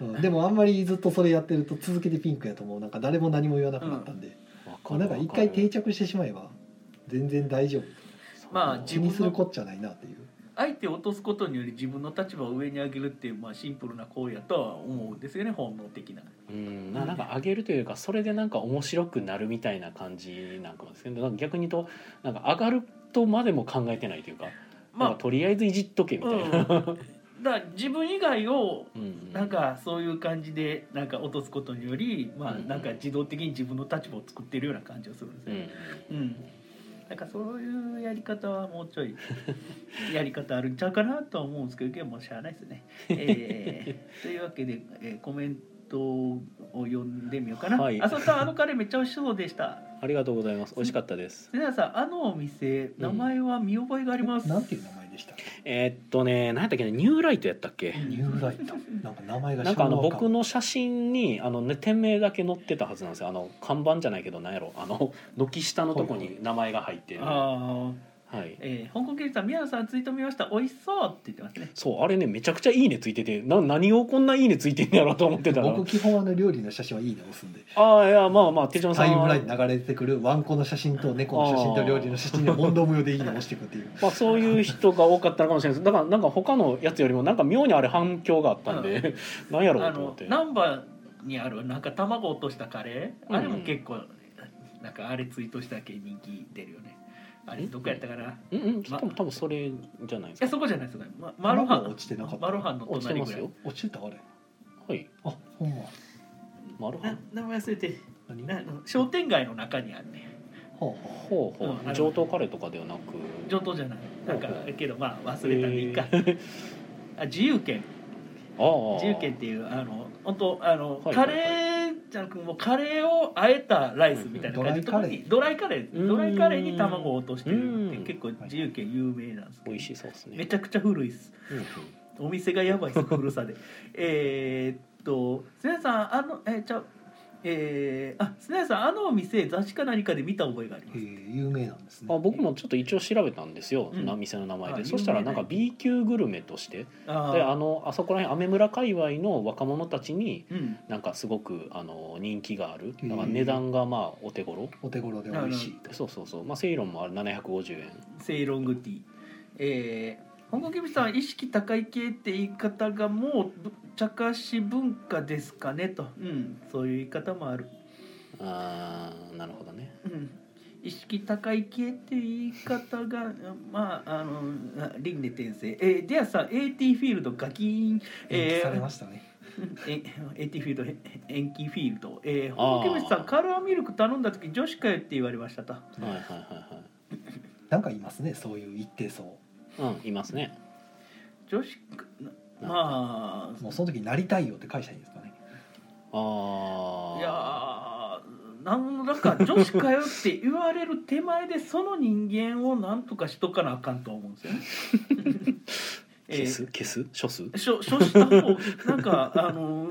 Speaker 3: うん、でもあんまりずっとそれやってると続けてピンクやともうなんか誰も何も言わなくなったんで、
Speaker 2: わ
Speaker 3: ま
Speaker 2: か
Speaker 3: あ
Speaker 2: る
Speaker 3: なんか一回定着してしまえば全然大丈夫
Speaker 1: まあ
Speaker 3: 気
Speaker 1: 自分
Speaker 3: に
Speaker 1: の
Speaker 3: するこっちゃないなっていう
Speaker 1: 相手を落とすことにより自分の立場を上に上げるっていう、まあ、シンプルな行為やとは思うんですよね本能的な。
Speaker 2: うんななんか上げるというかそれでなんか面白くなるみたいな感じなんかもですけどなんか逆に言うとなんか上がるとまでも考えてないというか,、まあ、
Speaker 1: ま
Speaker 2: とりあえずいじっとけみ
Speaker 1: あ、う
Speaker 2: たいな。
Speaker 1: ん、だから自分以外を
Speaker 2: うん
Speaker 1: なんかそういう感じでなんか落とすことにより、まあ、
Speaker 2: うん
Speaker 1: なんか自動的に自分の立場を作ってるような感じがするんです
Speaker 2: う
Speaker 1: ね。
Speaker 2: ん
Speaker 1: うん、なんかそういうやり方はもう ちょいやり方あるんちゃうかなとは思うんですけど、もうしゃあないです ね。えーというわけで、えーコメントを読んでみようかな。
Speaker 2: はい
Speaker 1: あそうさんあのカレーめっちゃ美味しそうでした。
Speaker 2: ありがとうございます美味しかったです
Speaker 1: せなさんあのお店名前は見覚えがあります。
Speaker 3: なんていう名前でしたっけ
Speaker 2: えーっとね何やったっけねニューライトやったっけ
Speaker 3: ニューライトなんか名前が
Speaker 2: なんかあの
Speaker 3: 昭和感
Speaker 2: 僕の写真にあの、ね、店名だけ載ってたはずなんですよあの看板じゃないけどなんやろあの 軒下のとこに名前が入ってる、は
Speaker 1: ああ、
Speaker 2: い、
Speaker 1: えー、香港警察さん宮野さんツイート見ました。美味しそうって言ってますね。
Speaker 2: そうあれねめちゃくちゃ「いいね」ついててな何をこんな「いいね」ついてんねやろと思ってたら
Speaker 3: 僕基本あの料理の写真はいいね押すんで
Speaker 2: ああいやまあまあ手
Speaker 3: タ
Speaker 2: 順さん
Speaker 3: イムラ
Speaker 2: は
Speaker 3: インに流れてくるワンコの写真と猫の写真と料理の写真で問答無用でいいね押していくっていう
Speaker 2: まあ、そういう人が多かったのかもしれないですだからなんか他のやつよりもなんか妙にあれ反響があったんで、 なんやろ
Speaker 1: あ
Speaker 2: うと思っ
Speaker 1: の
Speaker 2: て
Speaker 1: ナンバーにあるなんか卵落としたカレー、
Speaker 2: うん
Speaker 1: あれも結構なんかあれツイートしただけ人気出るよねあれ
Speaker 2: ん
Speaker 1: どこやったかな、い
Speaker 2: うんうん多
Speaker 1: ま
Speaker 2: 分多分それじゃないです
Speaker 1: や
Speaker 2: か
Speaker 1: そこじゃないですか、ま、マロ
Speaker 3: 卵
Speaker 1: ハ
Speaker 3: は
Speaker 1: ン
Speaker 3: 落ちてなかった
Speaker 1: マロハンの
Speaker 2: 落ちて
Speaker 1: 隣
Speaker 2: ま
Speaker 1: ぐら
Speaker 2: す
Speaker 1: い
Speaker 2: よ
Speaker 3: 落ちてたあれ
Speaker 2: はい
Speaker 3: あほんま
Speaker 2: マルハ
Speaker 1: な
Speaker 2: ン
Speaker 1: 名前忘れて
Speaker 3: 何
Speaker 1: な商店街の中にあるね
Speaker 3: ほう
Speaker 2: ほ
Speaker 3: ほ
Speaker 2: うほ
Speaker 1: うんあ
Speaker 2: う
Speaker 1: の
Speaker 2: 上等カレーとかではなく
Speaker 1: 上等じゃないなんか
Speaker 2: ほうほう
Speaker 1: けどまあ忘れたんでいいか、あ自由軒
Speaker 2: ああ
Speaker 1: 自由軒っていうあの本当あの、
Speaker 2: はいはいは
Speaker 1: カ
Speaker 2: い
Speaker 1: レーじゃなくもうカレーを和えたライスみたいな感じのとこにドライカレ
Speaker 2: う
Speaker 1: ー
Speaker 2: ん
Speaker 1: ドライカレーに卵を落としてるっ
Speaker 2: う
Speaker 1: て
Speaker 2: ん
Speaker 1: 結構自由軒有名なんですけ
Speaker 2: 美
Speaker 1: ど
Speaker 2: 味しそうです
Speaker 1: め
Speaker 2: ね
Speaker 1: ちゃくちゃ古いです
Speaker 2: うんうん
Speaker 1: お店がやばいです古 さでえーっとすなさんあのえー、ちゃうえー、あすなさんあのお店雑誌か何かで見た覚えがありま
Speaker 3: うへ
Speaker 1: す
Speaker 3: え有名なんですね
Speaker 2: まあ、僕もちょっと一応調べたんですよ、
Speaker 1: うん
Speaker 2: な店の名前
Speaker 1: あ
Speaker 2: でそしたら
Speaker 1: 有名
Speaker 2: なん
Speaker 1: な
Speaker 2: か
Speaker 1: んや
Speaker 2: B 級グルメとして
Speaker 1: あ
Speaker 2: であ
Speaker 1: の
Speaker 2: のあそこら辺雨村界隈の若者たちに
Speaker 1: うん
Speaker 2: なんかすごくあの人気がある
Speaker 3: へ
Speaker 2: だ
Speaker 3: ー
Speaker 2: から値段がまあお手頃
Speaker 3: お手頃で美味しいと
Speaker 2: そうそうそうまあセイロンもあれ750円
Speaker 1: セイロングティーえー香港キムさん意識高い系って言い方がもうぶ茶化し文化ですかねと、うん、そういう言い方もある、
Speaker 2: あーなるほどね
Speaker 1: うん、意識高い系って言い方が まああのあ輪廻転生えー、ではさ AT フィールドガキーン、
Speaker 3: 延
Speaker 1: え
Speaker 3: 期
Speaker 1: ー
Speaker 3: されましたね
Speaker 1: えエティフィールドえ延期フィールドえー、
Speaker 2: あー
Speaker 1: ホムさんカルアミルク頼んだ時女子かよって言われましたと
Speaker 2: はいはいはい
Speaker 3: なんかいますねそういう一定層
Speaker 2: はいうんいますね
Speaker 1: 女子かま
Speaker 3: もうその時になりたいよって返したらいいんですかね
Speaker 2: あ
Speaker 1: あ
Speaker 2: あ
Speaker 1: いやーなんだか女子かよって言われる手前でその人間をなんとかしとかなあかんと思うんですよね。
Speaker 2: 消す消す処す
Speaker 1: しょ処した方なんかあの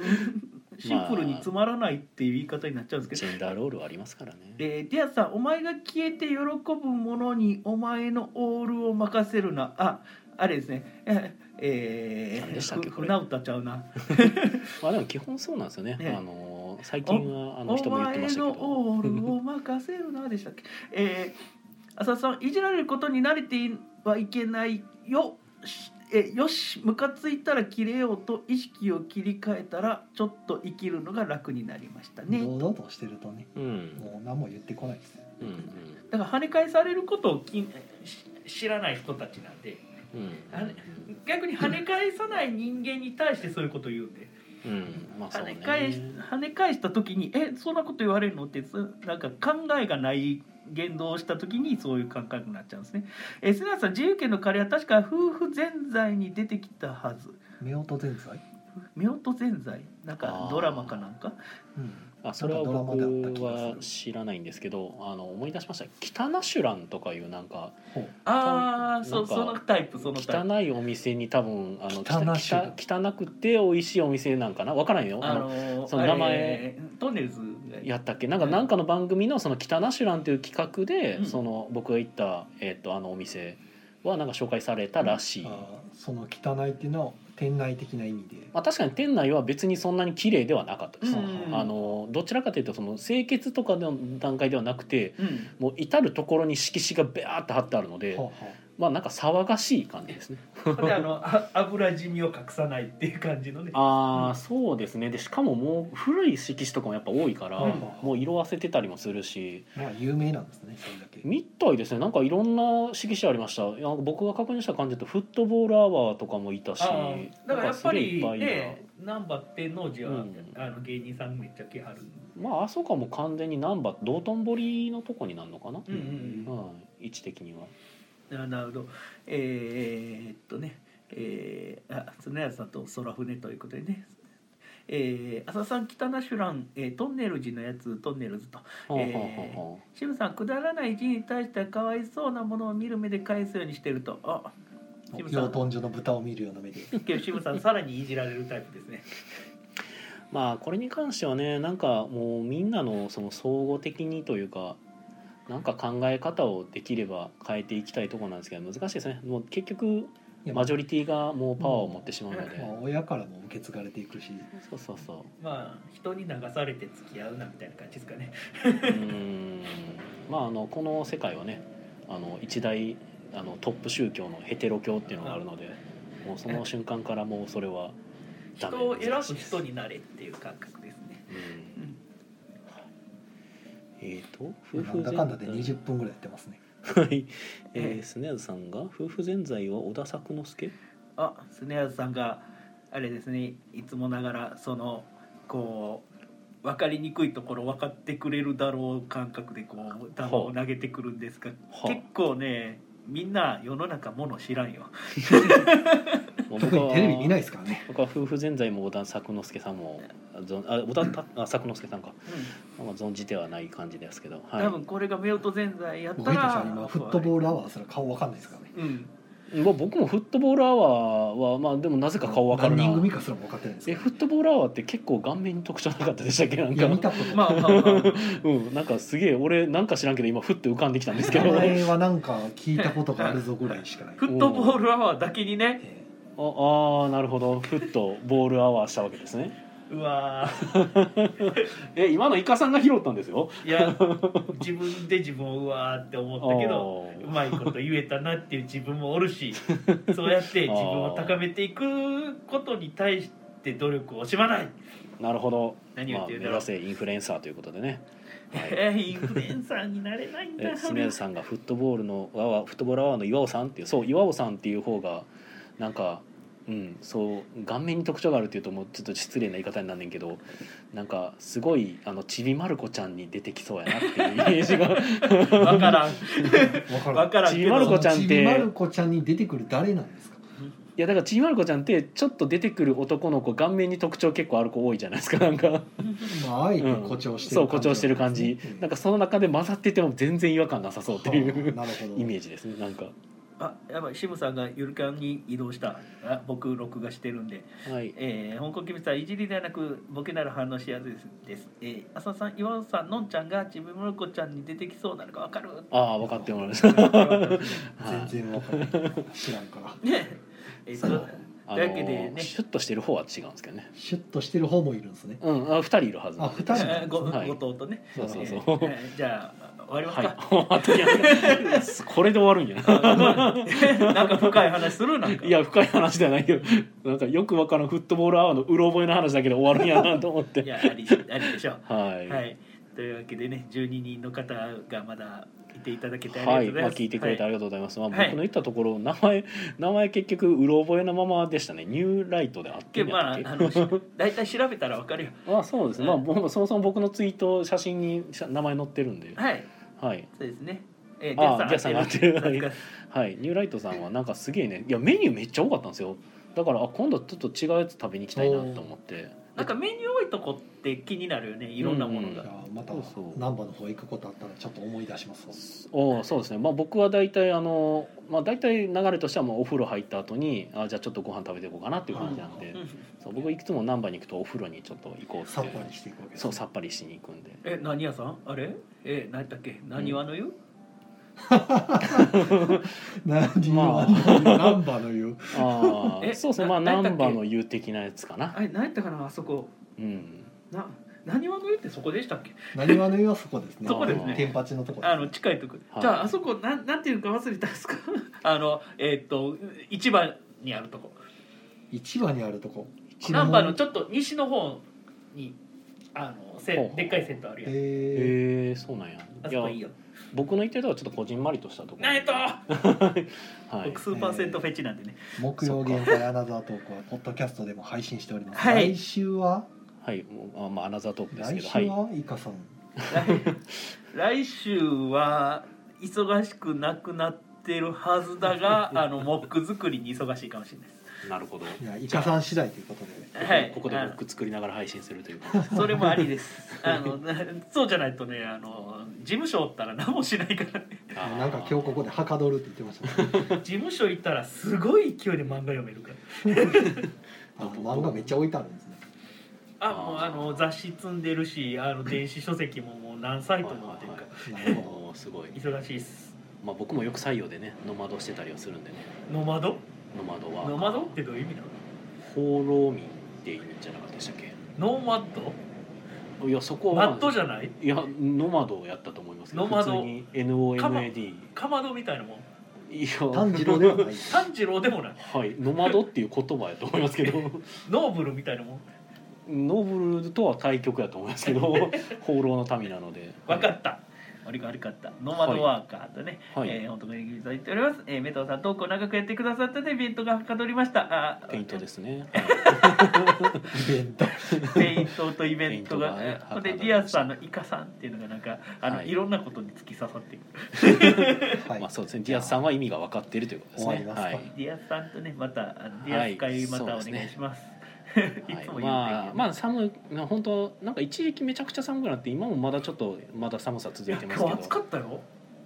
Speaker 1: シンプルにつまらないっていう言い方になっちゃうんですけど
Speaker 2: ジェンダーロールはありますからね
Speaker 1: えー、ディアさんお前が消えて喜ぶ者にお前のオールを任せるなああれですねええ
Speaker 2: 何でしたっけ
Speaker 1: ー、
Speaker 2: こ
Speaker 1: ふ
Speaker 2: れ
Speaker 1: な歌ちゃうな
Speaker 2: まあでも基本そうなんですよね
Speaker 1: ね
Speaker 2: あのー最近はあの人
Speaker 1: お
Speaker 2: も言ってま
Speaker 1: 前
Speaker 2: した
Speaker 1: の
Speaker 2: けど
Speaker 1: オールを任せるなでしたっけ えー、浅田さんいじられることに慣れてはいけないよしえよしムカついたら切れようと意識を切り替えたらちょっと生きるのが楽になりましたね
Speaker 3: 堂々としてるとね
Speaker 2: うん
Speaker 3: もう何も言ってこないです
Speaker 2: うん
Speaker 1: だから跳ね返されることをきんし知らない人たちなんで
Speaker 2: うんうん
Speaker 1: あれ逆に跳ね返さない人間に対してそういうこと言うんで
Speaker 2: うんまあそ
Speaker 1: 跳
Speaker 2: うね
Speaker 1: ね返し跳ね返した時に「えそんなこと言われるの?」ってそなんか考えがない言動をした時にそういう感覚になっちゃうんですね。えすなさん自由権のカレーは確か夫婦ぜんざいに出てきたはず
Speaker 3: 夫婦全財
Speaker 1: 夫婦ぜんざいなんか
Speaker 2: あー
Speaker 1: ドラマかなんか
Speaker 3: うん
Speaker 2: あそれは
Speaker 3: なんか
Speaker 2: 僕
Speaker 3: ドラマだった気がする
Speaker 2: は知らないんですけどあの思い出しました「北ナシュラン」とかいうなんか
Speaker 3: ほう
Speaker 1: ああそ
Speaker 2: なんか
Speaker 1: そのタイプそのタイプ。
Speaker 2: 汚いお店に多分あの
Speaker 3: 北ナシュラン
Speaker 2: 汚汚くて美味しいお店なんかなわからんよあ
Speaker 1: あ
Speaker 2: の
Speaker 1: の
Speaker 2: その名前
Speaker 1: えートンネルズ
Speaker 2: やったっけなんか
Speaker 1: うん
Speaker 2: なんかの番組の「その北ナシュラン」という企画で、
Speaker 1: うん
Speaker 2: その僕が行った、えっとあのお店はなんか紹介されたらしい、
Speaker 3: あ
Speaker 2: ま
Speaker 3: ーその汚いっていうのは店内的な意味で
Speaker 2: あ、確かに店内は別にそんなに綺麗ではなかったです、
Speaker 1: うん
Speaker 2: あのどちらかというとその清潔とかの段階ではなくて
Speaker 1: うん
Speaker 2: もう至る所に色紙がベアーって貼ってあるので、
Speaker 3: はあはあ
Speaker 2: まあなんか騒がしい感じですね
Speaker 1: であのあ油染みを隠さないっていう感じのね
Speaker 2: ああそうですねでしかももう古い色紙とかもやっぱ多いから、
Speaker 1: うん
Speaker 2: もう色あせてたりもするし
Speaker 3: まあ有名なんですねそれだけ
Speaker 2: みたいですねなんかいろんな色紙ありましたいや僕が確認した感じだとフットボールアワーとかもいたし
Speaker 1: あーだからやっぱり
Speaker 2: なんかすごいいっぱいいるな
Speaker 1: ね難波って能寺は、
Speaker 2: うん
Speaker 1: あの芸人さんめっちゃ気張る
Speaker 2: まああそこはもう完全に難波道頓堀のとこになるのかな、
Speaker 1: うんうん
Speaker 2: はい位置的には
Speaker 1: うんなるほどえー、っとねえー、あ常谷さんと空船ということでねえー、浅さん北ナシュラン、えー、トンネルズのやつトンネルズと
Speaker 2: はあはあ
Speaker 1: えー
Speaker 2: はあはあ
Speaker 1: 渋さんくだらない字に対してはかわいそうなものを見る目で返すようにしてるとあ渋さ
Speaker 3: 養
Speaker 1: ん
Speaker 3: 豚場の豚を見るような目で
Speaker 1: けど渋さんさらにいじられるタイプですね
Speaker 2: まあこれに関してはねなんかもうみんなのその総合的にというかなんか考え方をできれば変えていきたいところなんですけど難しいですねもう結局
Speaker 3: いや
Speaker 2: マジョリティがもうパワーを持ってしまうので、
Speaker 3: まあ親からも受け継がれていくし
Speaker 2: そうそうそう
Speaker 1: まあ人に流されて付き合うなみたいな感じですかね
Speaker 2: うーんまああのこの世界はねあの一大あのトップ宗教のヘテロ教っていうのがあるのでもうその瞬間からもうそれはダ
Speaker 1: 人
Speaker 2: メ
Speaker 1: を選ぶ人になれっていう感覚ですね
Speaker 2: うん
Speaker 1: うん
Speaker 2: えっ、と夫
Speaker 3: な
Speaker 2: 婦
Speaker 3: んだかんだで
Speaker 2: 全
Speaker 3: 20分ぐらいやってますね
Speaker 2: はい、
Speaker 1: う
Speaker 2: え
Speaker 1: ん
Speaker 2: ー、スネアズさんが夫婦全財は小田作之助。
Speaker 1: あスネアズさんがあれですねいつもながらそのこう分かりにくいところ分かってくれるだろう感覚でこう球を投げてくるんですが
Speaker 2: はあ
Speaker 1: 結構ねみんな世の中もの知らんよ
Speaker 2: もう
Speaker 3: 特
Speaker 2: 僕
Speaker 3: に
Speaker 2: は
Speaker 3: テレビ見ないですからね
Speaker 2: 僕は夫婦全財も小田作之助さんも、あぞんあ、小田た、あ、作之助さんか、まあ、存じてはない感じですけど。はい
Speaker 1: 多。分これが夫婦全財やっ
Speaker 3: 僕
Speaker 1: た
Speaker 3: たち
Speaker 1: ら
Speaker 3: は今フットボールアワーすら顔わかんないですからね
Speaker 1: うん
Speaker 2: まあ、僕もフットボールアワーは、まあ、でもなぜか顔わかるな
Speaker 3: 何人。組かすらも分かってないです
Speaker 2: え、
Speaker 3: から
Speaker 2: フットボールアワーって結構顔面に特徴なかったでしたっけ、なん
Speaker 3: いや見
Speaker 2: か。
Speaker 3: たことない
Speaker 1: まあ まあまあ
Speaker 2: うん、なんかすげえ、俺、なんか知らんけど、今ふって浮かんできたんですけ
Speaker 3: 名
Speaker 2: ど。あ、
Speaker 3: 前はなんか聞いたことがあるぞぐらい しかない
Speaker 1: フットボールアワーだけにね
Speaker 3: え
Speaker 2: あー、なるほど、フットボールアワーしたわけですね。
Speaker 1: うわー
Speaker 2: え、今のイカさんが拾ったんですよ。
Speaker 1: いや自分で自分をうわーって思ったけど
Speaker 2: あー
Speaker 1: うまいこと言えたなっていう自分もおるしそうやって自分を高めていくことに対して努力を惜しまない、
Speaker 2: なるほど。
Speaker 1: 何を言ってるんだ
Speaker 2: まあ、
Speaker 1: ろう
Speaker 2: 目指せインフルエンサーということでね。はい。
Speaker 1: えーインフルエンサーになれないんだ
Speaker 2: え、スネアズさんがフットボールのわわフットボールアワーの岩尾さんっていうそう岩尾さんっていう方がなんかうんそう顔面に特徴があるっていうともうちょっと失礼な言い方になんねんけどなんかすごいあのちびまる子ちゃんに出てきそうやなっていうイメージ が
Speaker 1: 分 からん
Speaker 3: えわから
Speaker 1: 分
Speaker 3: ん
Speaker 1: からん
Speaker 2: ち
Speaker 1: け
Speaker 2: びまる
Speaker 1: ど
Speaker 2: 子ちゃんって
Speaker 3: ちびまる子ちゃんに出てくる誰なんですか
Speaker 2: いやだからちびまる子ちゃんってちょっと出てくる男の子顔面に特徴結構ある子多いじゃないですかなんか
Speaker 3: まああえて誇張して
Speaker 2: そう誇張してる感じ、
Speaker 3: うん
Speaker 2: なんかその中で混ざってても全然違和感なさそうっていう、
Speaker 3: はあなるほど
Speaker 2: イメージですねなんか
Speaker 1: あやばいシムさんがゆるキャンに移動したあ僕録画してるんで
Speaker 2: はい
Speaker 1: えー、香港キムさんいじりではなくボケなら反応しやすいですです、えー、浅さん岩尾さんのんちゃんがちびまる子ちゃんに出てきそうなのがわかる
Speaker 2: ああ分かってもらいま した
Speaker 3: 全然わからない知らんから
Speaker 1: ねえー、と
Speaker 2: あの
Speaker 1: だけでね
Speaker 2: シュッとしてる方は違うんですけどね。
Speaker 3: シュッとしてる方もいるんですね
Speaker 2: うん、あ、二人いるはず。
Speaker 3: あ二人
Speaker 1: えーご
Speaker 2: はい
Speaker 1: ごとうとね
Speaker 2: そうそうそう
Speaker 1: えーえーじゃあ終わりますか、
Speaker 2: はい。これで終わるんや な。
Speaker 1: なんか深い話するなんか
Speaker 2: いや、深い話ではないけど、なんかよくわからんフットボールアワーのうろ覚えの話だけど、終わるんやなと思っ
Speaker 1: い
Speaker 2: て。
Speaker 1: やありありでしょ
Speaker 2: は
Speaker 1: う
Speaker 2: い。
Speaker 1: は
Speaker 2: はい。
Speaker 1: いというわけでね12人の方がまだいていただけて
Speaker 2: ま
Speaker 1: あ
Speaker 2: あ
Speaker 1: りがとうございます、
Speaker 2: 聞いてくれてありがとうございます。まあ
Speaker 1: は
Speaker 2: 僕
Speaker 1: い
Speaker 2: の言ったところ名前名前結局うろ覚えのままでしたね。ニューライトであって
Speaker 1: け
Speaker 2: ん
Speaker 1: ど
Speaker 2: や
Speaker 1: まあ
Speaker 2: ったっけ
Speaker 1: あのし大体調べたらわかるよ
Speaker 2: あ、そうですね。まあ僕もそもそも僕のツイート写真に名前載ってるんで。
Speaker 1: はい
Speaker 2: はい。
Speaker 1: そうですねえ
Speaker 2: あー
Speaker 1: 合って
Speaker 2: ジャ
Speaker 1: る
Speaker 2: はい、ニューライトさんはなんかすげえねいやメニューめっちゃ多かったんですよだからあ今度ちょっと違うやつ食べに行きたいなと思って
Speaker 1: なんかメニュー多いとこって気になるよねいろんなもの
Speaker 3: じ
Speaker 1: が、
Speaker 3: ゃあまた
Speaker 2: そうそう
Speaker 3: 難波の方行くことあったらちょっと思い出しますわ
Speaker 2: おーそうですねまあ僕は大体あのまあ大体流れとしてはもうお風呂入った後にあじゃあちょっとご飯食べていこうかなっていう感じなんで、
Speaker 1: うん
Speaker 2: そう僕いつも難波に行くとお風呂にちょっと行こう
Speaker 3: さ
Speaker 2: っ
Speaker 3: ってぱりしていくわけです
Speaker 2: そうさっぱりしに行く んで
Speaker 1: え何屋さんあれえ何だっけ何話の湯、
Speaker 3: 何
Speaker 2: まあ
Speaker 3: は難波 の言う
Speaker 2: ああ
Speaker 1: え
Speaker 2: そうですねまあ
Speaker 1: ななんだっ
Speaker 2: 難
Speaker 1: け
Speaker 2: 波の湯的なやつかな
Speaker 1: あれ何やったかなあそこ
Speaker 2: うん
Speaker 1: な何わの湯ってそこでしたっけ
Speaker 3: 何わの湯はそこですね
Speaker 1: そこです
Speaker 2: ね
Speaker 3: 天八のとこ
Speaker 1: あの近いとこ、
Speaker 2: はい
Speaker 1: じゃああそこなんなんていうか忘れたんですか あのえーっと市場にあるとこ
Speaker 3: 市場にあるとこ
Speaker 1: 難波のちょっと西の方にあのせ
Speaker 2: ほう
Speaker 1: でっかい銭湯あるやん、
Speaker 3: え
Speaker 2: へえそうなんや
Speaker 1: あ
Speaker 2: い
Speaker 1: そこ
Speaker 2: や
Speaker 1: いいよ
Speaker 2: 僕の言ってるとこはちょっとこじんまりとしたところ
Speaker 1: なんやと、
Speaker 2: はい
Speaker 1: 僕スーパー銭湯フェチなんでね、
Speaker 3: ー木曜限界アナザートークはポッドキャストでも配信しております、
Speaker 1: はい
Speaker 3: 来週は
Speaker 2: はいもうあまあアナザートークですけ
Speaker 3: 来
Speaker 2: ど
Speaker 3: 週
Speaker 2: はい
Speaker 3: はイカさん、
Speaker 1: 来週は忙しくなくなってるはずだがあのモック作りに忙しいかもしれないです
Speaker 2: なるほど
Speaker 3: い、やイカさん次第ということで
Speaker 1: はい
Speaker 2: ここで
Speaker 1: あ
Speaker 2: ブ
Speaker 1: の
Speaker 2: ック作りながら配信するという感じ
Speaker 1: それもありですあのなそうじゃないとねあの事務所おったら何もしないからね
Speaker 2: あー
Speaker 3: なんか今日ここではかどるって言ってました、ね、
Speaker 1: 事務所行ったらすごい勢いで漫画読めるから
Speaker 3: あ漫画めっちゃ置いてあるんですね
Speaker 1: あ
Speaker 2: あー
Speaker 1: もうあの雑誌積んでるしあの電子書籍ももう何サイトもっていうか
Speaker 3: なるほ
Speaker 2: おーすごい、
Speaker 1: 忙しいっす
Speaker 2: まあ、僕もよく採用でねノマドしてたりはするんでね
Speaker 1: ノマド
Speaker 2: ノマドは
Speaker 1: ノマドってどういう意味なの
Speaker 2: 放浪民って意味じゃなかったでしたっけ
Speaker 1: ノーマッド
Speaker 2: いやそこ
Speaker 1: マ
Speaker 2: は
Speaker 1: ッドじゃない
Speaker 2: いやノマドをやったと思いますけど
Speaker 1: ノマ
Speaker 2: 普
Speaker 1: ド
Speaker 2: 通に NOMAD
Speaker 1: かまどみたいなもん
Speaker 2: いや
Speaker 3: ど炭治郎ではない
Speaker 1: 炭治郎でもない
Speaker 2: はいノマドっていう言葉やと思いま すけど
Speaker 1: ノーブルみたいなもん
Speaker 2: ノブルとは対極やと思います けど放浪の民なので
Speaker 1: 分かった俺が悪かったノーマドワーカーとね、
Speaker 2: はい
Speaker 1: えー本当にいただいております、えー、メタオさん投稿長くやってくださったのでイベントがはかどりましたあー
Speaker 2: ペイントですね
Speaker 3: イベント
Speaker 1: ペイントとイベントが
Speaker 2: ペイン
Speaker 1: え
Speaker 2: トがね
Speaker 1: ーほんでリアスさんのイカさんっていうのがなんかあの、
Speaker 2: はい
Speaker 1: い、ろんなことに突き刺さっていく
Speaker 3: はい、
Speaker 2: まあそうですねディアスさんは意味が分かっているということですね
Speaker 3: 終わりますか
Speaker 2: はい
Speaker 1: ディアスさんとねまたあのデ
Speaker 2: は
Speaker 1: ィア
Speaker 2: い
Speaker 1: ス会またお願
Speaker 2: そうですね
Speaker 1: いします。 い
Speaker 2: はい
Speaker 1: つも言うてんけど、
Speaker 2: まあ、まあ寒いな本当なんか一時期めちゃくちゃ寒くなって今もまだちょっとまだ寒さ続いて
Speaker 1: いや
Speaker 2: ますけ
Speaker 1: 今日
Speaker 2: ど
Speaker 1: 暑かったよ。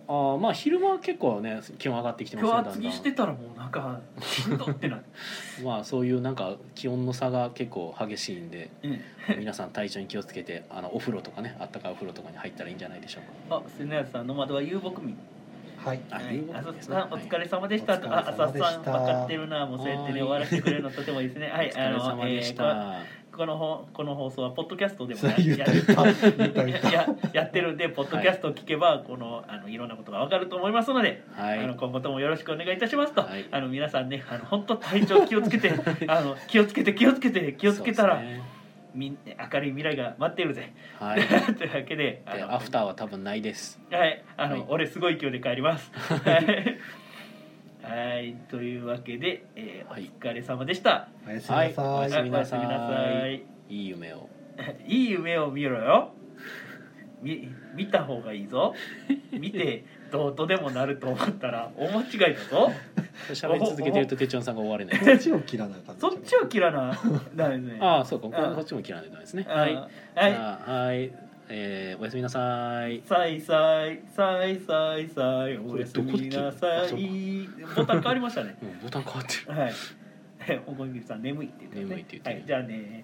Speaker 2: あーまあ昼間は結構ね気温上がってきてます
Speaker 1: 今日
Speaker 2: ねだんだ
Speaker 1: 厚着してたらもうなんかしんどってなる。
Speaker 2: んまあそういうなんか気温の差が結構激しいんで
Speaker 1: うん
Speaker 2: 皆さん体調に気をつけてあのお風呂とかねあったかいお風呂とかに入ったらいいんじゃないでしょう
Speaker 1: あ、すなやさんの窓は遊牧民。
Speaker 3: はい
Speaker 2: か。
Speaker 1: は
Speaker 2: あい。
Speaker 1: いう
Speaker 2: こ
Speaker 1: あ
Speaker 2: と
Speaker 1: さ
Speaker 2: ですね
Speaker 1: さんお疲れ様でした。
Speaker 3: はい
Speaker 1: あ、あさ
Speaker 3: お疲れ様で
Speaker 1: さん分
Speaker 3: した
Speaker 1: かってるな。もうそうやってね
Speaker 2: は
Speaker 1: 終
Speaker 2: い
Speaker 1: わらせてくれるのとてもいいですね。は
Speaker 2: はい、
Speaker 1: い。
Speaker 2: お疲れ様でした。
Speaker 1: あのえーここのほこの放送はポッドキャストでも
Speaker 3: それ
Speaker 1: や
Speaker 3: 言った言った言った
Speaker 1: や
Speaker 3: 言った
Speaker 1: ややってるんでポッドキャストを聞けばこのあのいろんなことがわかると思いますので。
Speaker 2: はい
Speaker 1: あの今後ともよろしくお願いいたしますと、
Speaker 2: はい
Speaker 1: あの皆さんねあの本当体調気をつけてあの気をつけて気をつけて気をつけたら、
Speaker 2: そうですね
Speaker 1: み明るい未来が待ってるぜ
Speaker 2: は
Speaker 1: と いう
Speaker 2: い。
Speaker 1: わけであ
Speaker 2: で
Speaker 1: の
Speaker 2: アフターは多分ないです。
Speaker 1: はいあの、
Speaker 2: はい
Speaker 1: 俺すごい勢いで帰りますはいはいというわけで、えー
Speaker 2: はい
Speaker 1: お疲れ様でした、
Speaker 3: おやすみ
Speaker 2: は。
Speaker 3: ないさ
Speaker 2: お
Speaker 3: い
Speaker 2: やすみなさ
Speaker 1: おや
Speaker 2: い。
Speaker 1: す
Speaker 2: いい 夢を。
Speaker 1: みなさいいい夢を見ろよみ見た方がいいぞ見てどうとでもなると思ったら大間違いだぞ
Speaker 2: 喋り続けてるとテチョンさんが終われない。
Speaker 3: そっちを切らなあかった
Speaker 1: そっちを切らなダメですね
Speaker 2: ああ、そうか。こ
Speaker 1: あ
Speaker 2: こっちも切らないとダメですね。
Speaker 1: あ
Speaker 2: はい。
Speaker 1: はい
Speaker 2: じゃあはい。えーおやすみなさい。
Speaker 1: さいさいさいさいさいおやすみなさ
Speaker 2: これどこで
Speaker 1: いボタン変わりましたね
Speaker 2: うんボタン変わってる。
Speaker 1: はい おこみさん眠いって言ってます
Speaker 2: 眠いって言ってる
Speaker 1: はい、じゃあね